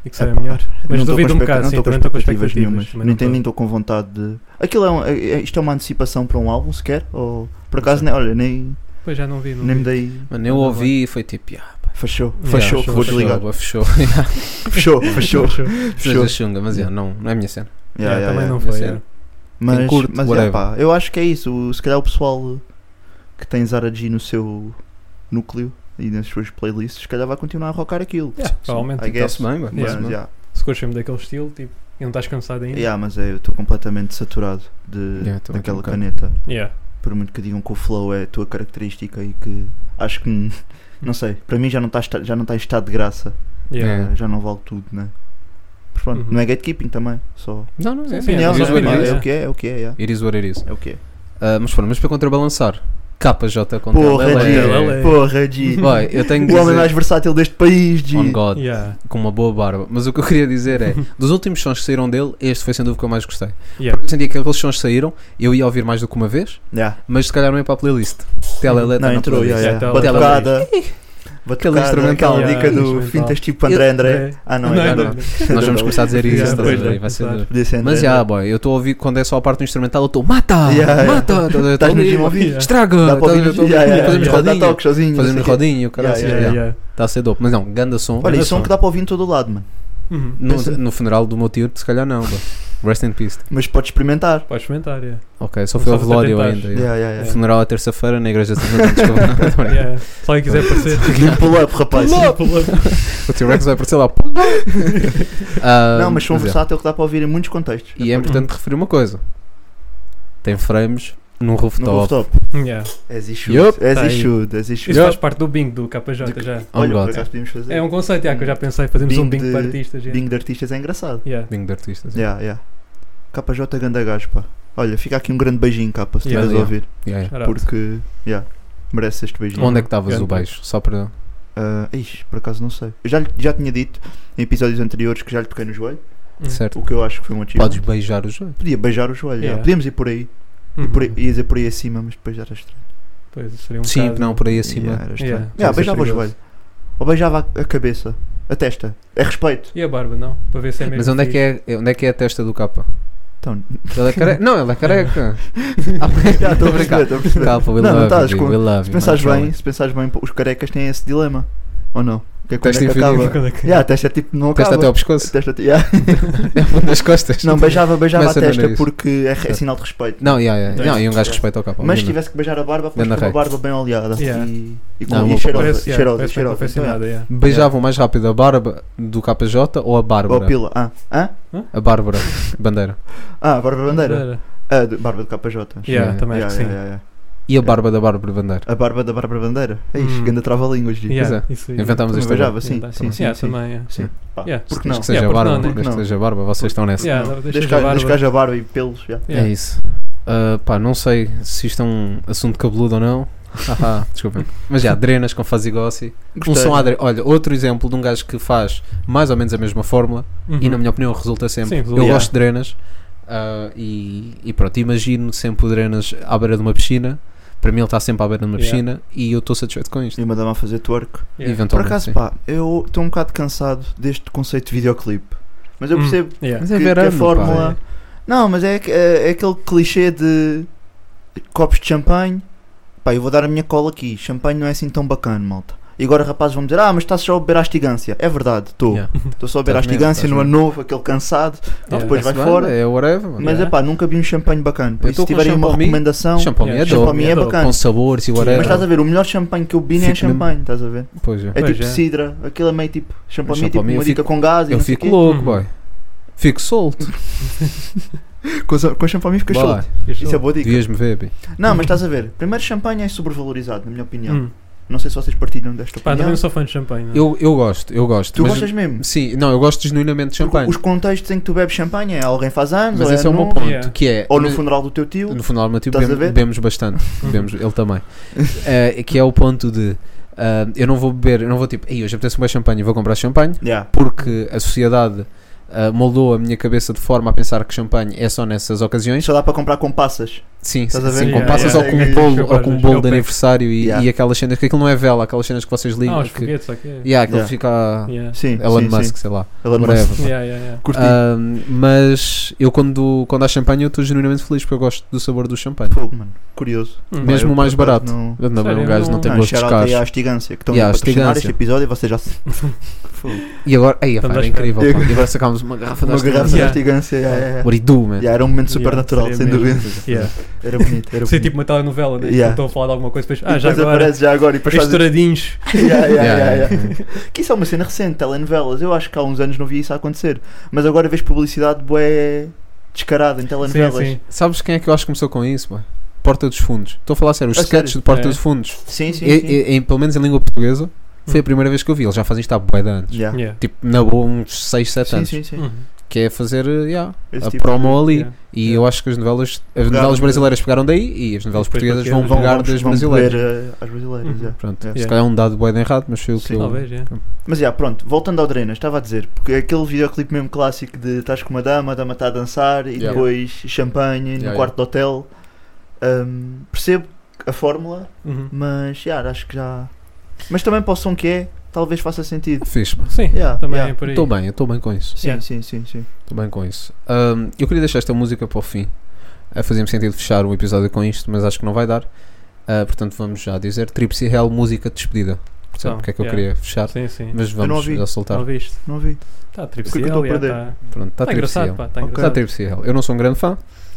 Speaker 7: e que seja
Speaker 5: Epá,
Speaker 7: melhor. Mas
Speaker 5: Não tô
Speaker 7: duvido
Speaker 5: com
Speaker 7: um
Speaker 5: expecta-
Speaker 7: bocado,
Speaker 5: não
Speaker 7: sim,
Speaker 5: tô com
Speaker 7: também não tô com
Speaker 5: expectativas
Speaker 7: expectativas,
Speaker 5: nenhumas.
Speaker 7: também
Speaker 5: Nem
Speaker 7: não tô.
Speaker 5: tenho- Nem estou com vontade de. Aquilo é, um, é- é- isto é uma antecipação para um álbum sequer? Ou por acaso, nem, olha, nem,
Speaker 7: Pois já não vi. Não
Speaker 5: nem
Speaker 7: vi.
Speaker 5: me dei.
Speaker 6: Mano, eu
Speaker 7: Não
Speaker 6: ouvi e foi tipo, yeah, pá,
Speaker 5: Fechou,
Speaker 7: Yeah,
Speaker 5: fechou,
Speaker 7: fechou,
Speaker 5: vou
Speaker 7: fechou.
Speaker 5: desligar.
Speaker 6: pá, fechou. Yeah,
Speaker 5: Fechou,
Speaker 7: Fechou.
Speaker 5: fechou, fechou.
Speaker 6: seja chunga, mas yeah, não, não é a minha cena.
Speaker 5: Yeah,
Speaker 7: Yeah,
Speaker 5: yeah,
Speaker 7: também
Speaker 5: yeah.
Speaker 7: não
Speaker 6: yeah.
Speaker 7: foi.
Speaker 6: Sim.
Speaker 7: yeah.
Speaker 5: Mas,
Speaker 6: curte,
Speaker 5: mas
Speaker 6: whatever.
Speaker 5: é, pá, eu acho que é isso. o- Se calhar o pessoal que tem Zara G no seu núcleo e nas suas playlists, se calhar vai continuar a rockar aquilo.
Speaker 7: Yeah, Provavelmente. então.
Speaker 5: I guess.
Speaker 6: Está-se bem, mano.
Speaker 5: Mas,
Speaker 6: está-se bem.
Speaker 5: yeah.
Speaker 7: Se curtes mesmo daquele estilo, tipo, e não estás cansado ainda.
Speaker 5: Yeah, mas é, eu estou completamente saturado de,
Speaker 6: Yeah, também
Speaker 5: daquela
Speaker 6: tô um
Speaker 5: caneta.
Speaker 7: Yeah.
Speaker 5: Por muito que digam que o flow é a tua característica e que acho que, n- não sei, para mim já não está esta- já não está em estado de graça.
Speaker 7: Yeah.
Speaker 6: É.
Speaker 5: Eh, Já não vale tudo, né? Mas pronto,
Speaker 7: Uhum.
Speaker 5: não é gatekeeping também, só.
Speaker 6: Não, não, é.
Speaker 7: Sim, sim,
Speaker 5: Opinião,
Speaker 6: it is
Speaker 7: é,
Speaker 6: what
Speaker 5: pá,
Speaker 6: it
Speaker 5: é,
Speaker 6: is.
Speaker 5: o que é, é o que é, yeah.
Speaker 6: It is what it is.
Speaker 5: é o que é.
Speaker 6: Ah, mas foram, mas para contrabalançar, KJ contra
Speaker 5: Porra,
Speaker 6: LL.
Speaker 5: G,
Speaker 7: Lele.
Speaker 5: porra, G.
Speaker 6: é. Vai, eu tenho que
Speaker 5: O homem mais
Speaker 6: dizer,
Speaker 5: versátil deste país, G.
Speaker 6: on God,
Speaker 7: Yeah.
Speaker 6: com uma boa barba. Mas o que eu queria dizer é, dos últimos sons que saíram dele, este foi sem dúvida o que eu mais gostei.
Speaker 7: Yeah.
Speaker 6: Eu sentia que aqueles sons saíram, eu ia ouvir mais do que uma vez,
Speaker 5: Yeah.
Speaker 6: mas se calhar não é para a playlist. Telelé
Speaker 5: Não,
Speaker 6: tá na
Speaker 5: entrou,
Speaker 6: playlist.
Speaker 5: yeah, yeah.
Speaker 7: Então,
Speaker 5: batucada.
Speaker 6: Aquele
Speaker 5: Batucada,
Speaker 6: instrumental.
Speaker 5: aquela
Speaker 7: Yeah,
Speaker 5: dica do
Speaker 7: instrumental.
Speaker 5: fintas tipo André André.
Speaker 7: É.
Speaker 5: Ah, não,
Speaker 7: Não,
Speaker 5: é
Speaker 6: não,
Speaker 5: não.
Speaker 6: Nós vamos começar a dizer isso,
Speaker 7: Yeah,
Speaker 6: estás a
Speaker 7: pois
Speaker 6: ver?
Speaker 7: é,
Speaker 6: vai ser
Speaker 7: exato.
Speaker 6: duro.
Speaker 5: Podia ser né? André
Speaker 6: Mas já,
Speaker 5: André.
Speaker 6: boy, eu estou a ouvir quando é só a parte do instrumental, eu estou mata!
Speaker 5: Yeah, yeah.
Speaker 6: mata! Estás a ver?
Speaker 5: Estás no
Speaker 6: Tô
Speaker 5: gym
Speaker 6: ali,
Speaker 5: ao vivo.
Speaker 6: Estraga!
Speaker 5: Dá para
Speaker 6: estás a ver?
Speaker 5: ouvir.
Speaker 6: Tô ali,
Speaker 5: Yeah, yeah,
Speaker 6: Fazemos
Speaker 5: yeah. Dá
Speaker 6: rodinho,
Speaker 5: toque sozinho. não sei
Speaker 6: fazemos
Speaker 5: o quê.
Speaker 6: rodinho, o cara
Speaker 5: Yeah,
Speaker 6: assim,
Speaker 5: yeah,
Speaker 6: yeah.
Speaker 7: Yeah.
Speaker 6: Está a ser dope. Mas não, ganda som.
Speaker 5: Olha,
Speaker 6: ganda
Speaker 5: isso é um que dá para ouvir em todo o lado, mano.
Speaker 7: Uhum.
Speaker 6: No,
Speaker 5: Pensa-
Speaker 6: no funeral do meu tio, se calhar não. But. Rest in peace.
Speaker 5: Mas podes experimentar.
Speaker 7: Podes experimentar, yeah.
Speaker 6: Ok, só
Speaker 7: Não
Speaker 6: foi ao
Speaker 7: sabes
Speaker 6: velório
Speaker 7: até
Speaker 6: ainda.
Speaker 7: estás.
Speaker 6: yeah.
Speaker 5: Yeah, yeah,
Speaker 6: O
Speaker 5: yeah.
Speaker 6: Funeral é terça-feira na igreja de São João, desculpa, não, tô brincando.
Speaker 7: Yeah. Se alguém quiser aparecer, tipo,
Speaker 5: Aquele pull-up, rapaz.
Speaker 7: pull up.
Speaker 6: O T-Rex vai aparecer lá. Ah,
Speaker 5: Não, mas são
Speaker 6: é.
Speaker 5: versátil que dá para ouvir em muitos contextos.
Speaker 6: E é importante referir uma coisa: tem frames num
Speaker 5: No
Speaker 6: rooftop.
Speaker 5: rooftop.
Speaker 7: Yeah.
Speaker 5: As it should.
Speaker 6: Yup.
Speaker 5: As
Speaker 7: Tá
Speaker 5: it
Speaker 7: aí.
Speaker 5: should. As it should.
Speaker 7: Isso faz parte do Bing do KJ já.
Speaker 6: Oh
Speaker 5: Olha,
Speaker 6: God.
Speaker 5: por acaso podíamos fazer.
Speaker 7: É um conceito yeah, que eu já pensei, fazemos
Speaker 5: Bing
Speaker 7: um Bing
Speaker 5: de-
Speaker 7: para artistas. Yeah.
Speaker 5: Bingo de artistas é engraçado.
Speaker 7: Yeah.
Speaker 6: Bingo de artistas.
Speaker 5: Yeah, yeah. KJ Ganda Gajo, pá. Olha, fica aqui um grande beijinho, capa, se
Speaker 7: Yeah,
Speaker 5: estiveres a
Speaker 6: yeah.
Speaker 5: ouvir.
Speaker 6: Yeah,
Speaker 7: Shout
Speaker 6: yeah.
Speaker 7: out.
Speaker 5: Porque, yeah, merece este
Speaker 7: Uhum.
Speaker 5: beijinho.
Speaker 6: Onde é que estavas o
Speaker 7: Grande.
Speaker 6: beijo? Só para.
Speaker 5: Ah, ixi, por acaso não sei. Eu já, lhe- já tinha dito em episódios anteriores que já lhe toquei no joelho,
Speaker 7: Hum.
Speaker 6: Certo.
Speaker 5: o que eu acho que foi um motivo.
Speaker 6: Podes beijar o joelho.
Speaker 5: Podia beijar o joelho, yeah.
Speaker 7: Yeah.
Speaker 5: podíamos ir por aí.
Speaker 7: Uhum.
Speaker 5: Por aí- Ia dizer por aí acima, mas depois já era estranho.
Speaker 7: Pois, seria um
Speaker 6: Sim,
Speaker 7: bocado-
Speaker 6: não, por aí acima.
Speaker 5: Yeah, era estranho.
Speaker 7: Yeah.
Speaker 5: Yeah,
Speaker 7: Sim,
Speaker 5: beijava o
Speaker 7: perigoso.
Speaker 5: joelho. Ou beijava a- a cabeça, a testa. É respeito.
Speaker 7: E a barba, não? Para ver se é mesmo.
Speaker 6: Mas onde é, que é, onde é que é a testa do capa?
Speaker 5: Então,
Speaker 6: Ele é careca. não, ele é careca.
Speaker 5: Ah, Já, estou a
Speaker 6: Tô
Speaker 5: perceber,
Speaker 6: brincar.
Speaker 5: estou a perceber.
Speaker 6: Capa, we
Speaker 5: Não, não
Speaker 6: love
Speaker 5: estás
Speaker 6: you,
Speaker 5: com-
Speaker 6: we love
Speaker 5: Se
Speaker 6: you,
Speaker 5: pensares
Speaker 6: my
Speaker 5: bem,
Speaker 6: darling.
Speaker 5: se pensares bem, pô, os carecas têm esse dilema. Ou não? Que é quando
Speaker 6: Teste
Speaker 5: é que
Speaker 6: infinito.
Speaker 5: acaba?
Speaker 7: Quando é que-
Speaker 5: Yeah, a testa é tipo, não acaba.
Speaker 6: Testa até ao pescoço.
Speaker 5: Testa até- yeah.
Speaker 6: Nas costas.
Speaker 5: Não, beijava, beijava a
Speaker 6: Começa no
Speaker 5: testa
Speaker 6: nariz.
Speaker 5: porque é, é sinal de respeito.
Speaker 6: Não, yeah, yeah. não, e um gajo
Speaker 5: Yeah.
Speaker 6: respeita o capa.
Speaker 5: Mas se
Speaker 6: obviamente.
Speaker 5: tivesse que beijar a barba, fosse
Speaker 6: Ganda
Speaker 5: com uma
Speaker 6: rei.
Speaker 5: barba bem oleada
Speaker 7: Yeah.
Speaker 5: e, e com um
Speaker 6: Não,
Speaker 5: e
Speaker 6: uma-
Speaker 5: cheirosa,
Speaker 7: Parece, yeah,
Speaker 5: cheirosa,
Speaker 7: parece bem
Speaker 5: cheirosa. Então, yeah.
Speaker 7: confeccionada, yeah.
Speaker 6: Beijavam mais rápido a barba do KJ ou a
Speaker 5: Ou a
Speaker 6: Bárbara?
Speaker 5: pila. Ah, Hã?
Speaker 6: A Bárbara Bandeira.
Speaker 5: ah, a Bárbara Bandeira.
Speaker 7: Era.
Speaker 5: Ah, de- barba do KJ.
Speaker 7: Yeah,
Speaker 6: Yeah,
Speaker 7: também
Speaker 5: Yeah,
Speaker 7: acho que sim.
Speaker 5: yeah, yeah, yeah.
Speaker 6: E a barba da Bárbara Bandeira.
Speaker 5: A barba da Bárbara Bandeira. É isso,
Speaker 7: Hum.
Speaker 5: ganda trava-línguas. digo.
Speaker 7: Yeah,
Speaker 6: Pois
Speaker 7: isso aí.
Speaker 6: Inventámos
Speaker 5: Também
Speaker 6: este
Speaker 5: beijava, sim,
Speaker 7: Também.
Speaker 5: sim, sim,
Speaker 7: Yeah,
Speaker 5: sim.
Speaker 7: também, yeah.
Speaker 5: Sim. Pá,
Speaker 7: Yeah.
Speaker 5: Porque não?
Speaker 6: Que seja
Speaker 7: Yeah,
Speaker 6: a
Speaker 7: porque
Speaker 6: barba,
Speaker 7: não, né?
Speaker 6: desde que
Speaker 5: Não.
Speaker 6: seja a barba, vocês estão nessa.
Speaker 7: Yeah,
Speaker 5: Não.
Speaker 7: deixa
Speaker 5: Desde
Speaker 7: a barba.
Speaker 5: que haja barba e pelos, já.
Speaker 7: Yeah.
Speaker 6: É isso. Ah, pá, não sei se isto é um assunto cabeludo ou não. Haha, Desculpem. Mas já, drenas com fazigossi. Um
Speaker 5: Gostei.
Speaker 6: som à dre- Olha, outro exemplo de um gajo que faz mais ou menos a mesma fórmula
Speaker 7: Uhum.
Speaker 6: e, na minha opinião, resulta sempre.
Speaker 7: Sim,
Speaker 6: Eu
Speaker 7: resulta.
Speaker 5: Yeah.
Speaker 6: gosto de drenas ah, e, e pronto, imagino sempre o drenas à beira de uma piscina. Para mim, ele está sempre à beira de uma
Speaker 7: Yeah.
Speaker 6: piscina e eu estou satisfeito com isto.
Speaker 5: E mandava a fazer twerk.
Speaker 7: Yeah.
Speaker 5: Por
Speaker 6: Eventualmente.
Speaker 5: acaso,
Speaker 6: sim.
Speaker 5: pá, eu estou um bocado cansado deste conceito de videoclipe. Mas eu
Speaker 7: Hum.
Speaker 5: percebo
Speaker 7: Yeah.
Speaker 6: Mas
Speaker 5: que,
Speaker 6: é
Speaker 5: que
Speaker 6: verano,
Speaker 5: a
Speaker 6: pá.
Speaker 5: fórmula. Não, mas é, que- é, é aquele clichê de copos de champanhe. Pá, eu vou dar a minha cola aqui. Champanhe não é assim tão bacana, malta. E agora rapazes vão dizer, ah, mas estás só a beber à estigância. É verdade, estou.
Speaker 6: Yeah.
Speaker 5: Estou só a beber à
Speaker 6: Estás mesmo,
Speaker 5: estigância,
Speaker 6: estás
Speaker 5: não é
Speaker 6: mesmo.
Speaker 5: novo, aquele cansado.
Speaker 7: Não,
Speaker 5: depois vai
Speaker 6: Está-se bem,
Speaker 5: fora.
Speaker 6: É whatever. mano.
Speaker 5: Mas é
Speaker 7: Yeah.
Speaker 5: pá, nunca vi um champanhe bacana. Por
Speaker 6: Eu
Speaker 5: isso,
Speaker 6: estou
Speaker 5: se
Speaker 6: com
Speaker 5: tiverem uma
Speaker 6: champanhe.
Speaker 5: recomendação,
Speaker 6: Champanhe
Speaker 7: Yeah,
Speaker 6: é
Speaker 7: champanhe
Speaker 6: dope.
Speaker 5: champanhe é
Speaker 7: dope.
Speaker 5: bacana.
Speaker 6: Com sabores e
Speaker 5: Mas
Speaker 6: whatever.
Speaker 5: estás a ver, o melhor champanhe que eu vi nem é
Speaker 6: Fico mesmo-
Speaker 5: champanhe, estás a ver?
Speaker 6: Pois é.
Speaker 5: É
Speaker 7: Pois
Speaker 5: tipo
Speaker 7: é.
Speaker 5: cidra, aquilo é meio tipo champanhe, é tipo
Speaker 6: champanhe, eu
Speaker 5: uma
Speaker 6: fico-
Speaker 5: dica com gás e
Speaker 6: Eu
Speaker 5: não sei
Speaker 6: fico
Speaker 5: quê.
Speaker 6: louco,
Speaker 7: Uhum.
Speaker 6: boy. Fico solto.
Speaker 5: Com, sa- com champanhe ficas
Speaker 6: Boy,
Speaker 5: solto. Isso é boa dica.
Speaker 6: Devias-me ver, bi.
Speaker 5: Não, mas estás a ver, primeiro champanhe é sobrevalorizado, na minha opinião.
Speaker 7: Hum.
Speaker 5: Não sei se vocês partilham desta
Speaker 7: Pá, também
Speaker 5: opinião.
Speaker 7: não sou fã de champanhe. não.
Speaker 6: Eu, eu gosto, eu gosto.
Speaker 5: tu
Speaker 6: mas-
Speaker 5: gostas mesmo?
Speaker 6: Sim, não, eu gosto genuinamente de
Speaker 5: Porque
Speaker 6: champanhe.
Speaker 5: Os contextos em que tu bebes champanhe é alguém faz anos,
Speaker 6: Mas
Speaker 5: ou
Speaker 6: esse é o meu
Speaker 5: novo,
Speaker 6: ponto,
Speaker 7: Yeah.
Speaker 6: que é...
Speaker 5: ou no
Speaker 6: mas-
Speaker 5: funeral do teu tio.
Speaker 6: No funeral do meu tio
Speaker 5: Estás a
Speaker 6: bebemos,
Speaker 5: ver?
Speaker 6: bebemos bastante. Bebemos, ele também. Eh, que é o ponto de... ah, eu não vou beber, eu não vou tipo... Ei, hoje apetece um bom champanhe, vou comprar champanhe.
Speaker 5: Yeah.
Speaker 6: Porque a sociedade ah, moldou a minha cabeça de forma a pensar que champanhe é só nessas ocasiões.
Speaker 5: Só dá para comprar com passas.
Speaker 6: Sim,
Speaker 5: Estás a ver?
Speaker 6: sim, com
Speaker 7: Yeah,
Speaker 6: passas
Speaker 7: yeah,
Speaker 6: ou com
Speaker 5: yeah,
Speaker 6: um
Speaker 5: yeah.
Speaker 6: bolo,
Speaker 7: Desculpa,
Speaker 6: ou com um bolo de
Speaker 7: desculpa.
Speaker 6: aniversário e,
Speaker 5: Yeah.
Speaker 6: e aquelas cenas que aquilo não é vela, aquelas cenas que vocês ligam.
Speaker 7: Ah, os
Speaker 6: que,
Speaker 7: foguetes, ok.
Speaker 6: yeah, aquele
Speaker 5: Yeah.
Speaker 6: fica a
Speaker 7: Yeah.
Speaker 5: Sim,
Speaker 6: Elon
Speaker 5: sim,
Speaker 6: Musk,
Speaker 5: Sim.
Speaker 6: sei lá.
Speaker 5: Elon
Speaker 6: whatever. Ah,
Speaker 5: Musk.
Speaker 7: Yeah, yeah, yeah.
Speaker 5: Curti.
Speaker 6: Ahm, mas eu quando, quando há champanhe eu estou genuinamente feliz porque eu gosto do sabor do champanhe.
Speaker 5: Fogo, mano. Curioso.
Speaker 7: Hum.
Speaker 6: Mesmo
Speaker 5: eu,
Speaker 6: mais
Speaker 5: por acaso,
Speaker 6: barato.
Speaker 5: Não...
Speaker 6: Eu também
Speaker 7: Sério,
Speaker 6: um gajo
Speaker 7: eu
Speaker 6: não
Speaker 7: não-
Speaker 6: tem
Speaker 5: Não,
Speaker 6: gostos
Speaker 5: shout out aí à
Speaker 6: caros.
Speaker 5: Estigância, que estão
Speaker 6: Yeah,
Speaker 5: a patrocinar
Speaker 6: Estigância.
Speaker 5: este episódio e vocês já se... Fogo.
Speaker 6: E agora, aí, pá,
Speaker 7: Estamos à
Speaker 6: era é incrível.
Speaker 5: espera.
Speaker 6: pá. E agora sacámos uma garrafa da
Speaker 5: Uma garrafa
Speaker 6: Estigância.
Speaker 5: da
Speaker 7: Yeah.
Speaker 5: Estigância, yeah, yeah, yeah.
Speaker 6: What do you do, man?
Speaker 5: Yeah, era um momento super
Speaker 7: Yeah,
Speaker 5: natural,
Speaker 7: seria
Speaker 5: sem
Speaker 7: mesmo.
Speaker 5: dúvida.
Speaker 7: Yeah.
Speaker 5: Era bonito, era
Speaker 7: Isso é
Speaker 5: bonito.
Speaker 7: tipo uma telenovela, né?
Speaker 5: Yeah.
Speaker 7: Estão a falar de alguma coisa, depois.
Speaker 5: E
Speaker 7: Ah, já
Speaker 5: depois
Speaker 7: agora.
Speaker 5: aparece já agora e depois faz.
Speaker 7: Estouradinhos.
Speaker 5: Yeah, yeah,
Speaker 6: Yeah,
Speaker 5: yeah,
Speaker 6: yeah.
Speaker 5: yeah. Que isso é uma cena recente, telenovelas. Eu acho que há uns anos não via isso acontecer. Mas agora vês publicidade bué descarada em
Speaker 7: Sim,
Speaker 5: telenovelas.
Speaker 7: sim.
Speaker 6: Sabes quem é que eu acho que começou com isso, boy? Porta dos Fundos. Estou a falar sério, os
Speaker 5: A
Speaker 6: sketches
Speaker 5: sério?
Speaker 6: de Porta
Speaker 7: É.
Speaker 6: dos Fundos.
Speaker 5: sim, sim.
Speaker 6: E-
Speaker 5: sim. Hum.
Speaker 6: e- em- pelo menos em língua portuguesa, foi a primeira vez que eu vi. Eles já fazem isto há bué de anos.
Speaker 5: Yeah. Hum.
Speaker 7: Yeah.
Speaker 6: Tipo, na boa, uns 6, 7
Speaker 5: Sim,
Speaker 6: anos.
Speaker 5: sim, sim.
Speaker 7: Uhum.
Speaker 6: Que é fazer, eh, yeah,
Speaker 5: Esse
Speaker 6: a
Speaker 5: tipo
Speaker 6: promo ali.
Speaker 7: Yeah.
Speaker 6: E eu acho que as novelas, as novelas
Speaker 5: Pegaram-
Speaker 6: brasileiras pegaram daí e as
Speaker 7: Depois
Speaker 6: novelas portuguesas
Speaker 7: portuguesas
Speaker 6: vão
Speaker 5: de-
Speaker 7: vão-
Speaker 6: pegar
Speaker 5: vamos-
Speaker 6: das
Speaker 5: vamos
Speaker 6: brasileiras.
Speaker 5: ver, eh, às brasileiras,
Speaker 7: Uhum.
Speaker 5: yeah.
Speaker 6: Pronto,
Speaker 7: Yeah.
Speaker 6: se calhar é um dado bem de errado, mas foi o
Speaker 5: Sim.
Speaker 6: que eu.
Speaker 7: Talvez, yeah.
Speaker 5: Mas já, pronto, voltando ao Drenas, estava a dizer, porque é aquele videoclipe mesmo clássico de estás com uma dama, a dama está a dançar e
Speaker 6: Yeah.
Speaker 5: depois champanhe no
Speaker 6: Yeah,
Speaker 5: quarto de hotel. Ahm, percebo a fórmula,
Speaker 7: Uhum.
Speaker 5: mas já, acho que já. Mas também para o som que é, talvez faça sentido.
Speaker 6: Fiz,
Speaker 7: Sim,
Speaker 5: Yeah,
Speaker 7: também
Speaker 5: yeah.
Speaker 7: é por aí.
Speaker 6: Estou bem, eu estou bem com isso.
Speaker 5: Sim,
Speaker 7: Yeah.
Speaker 5: sim, sim, sim.
Speaker 6: Estou bem com isso. Ahm, eu queria deixar esta música para o fim. Ah, Fazia-me sentido fechar o episódio com isto, mas acho que não vai dar. Ah, portanto, vamos já dizer: Tripsy Hell, música de despedida. Percebe
Speaker 7: Não,
Speaker 6: porque é que eu
Speaker 7: Então, yeah.
Speaker 6: queria fechar?
Speaker 7: Sim, sim.
Speaker 6: Mas vamos
Speaker 5: ouvi.
Speaker 6: a soltar.
Speaker 7: Não viste?
Speaker 5: Não vi.
Speaker 7: Está
Speaker 5: O que é que eu
Speaker 7: tripsiel,
Speaker 5: estou a perder?
Speaker 7: está
Speaker 6: Pronto, está
Speaker 7: tá engraçado,
Speaker 6: trivial.
Speaker 7: pá, está
Speaker 6: Está
Speaker 7: engraçado.
Speaker 6: trivial. Eu não sou um grande fã.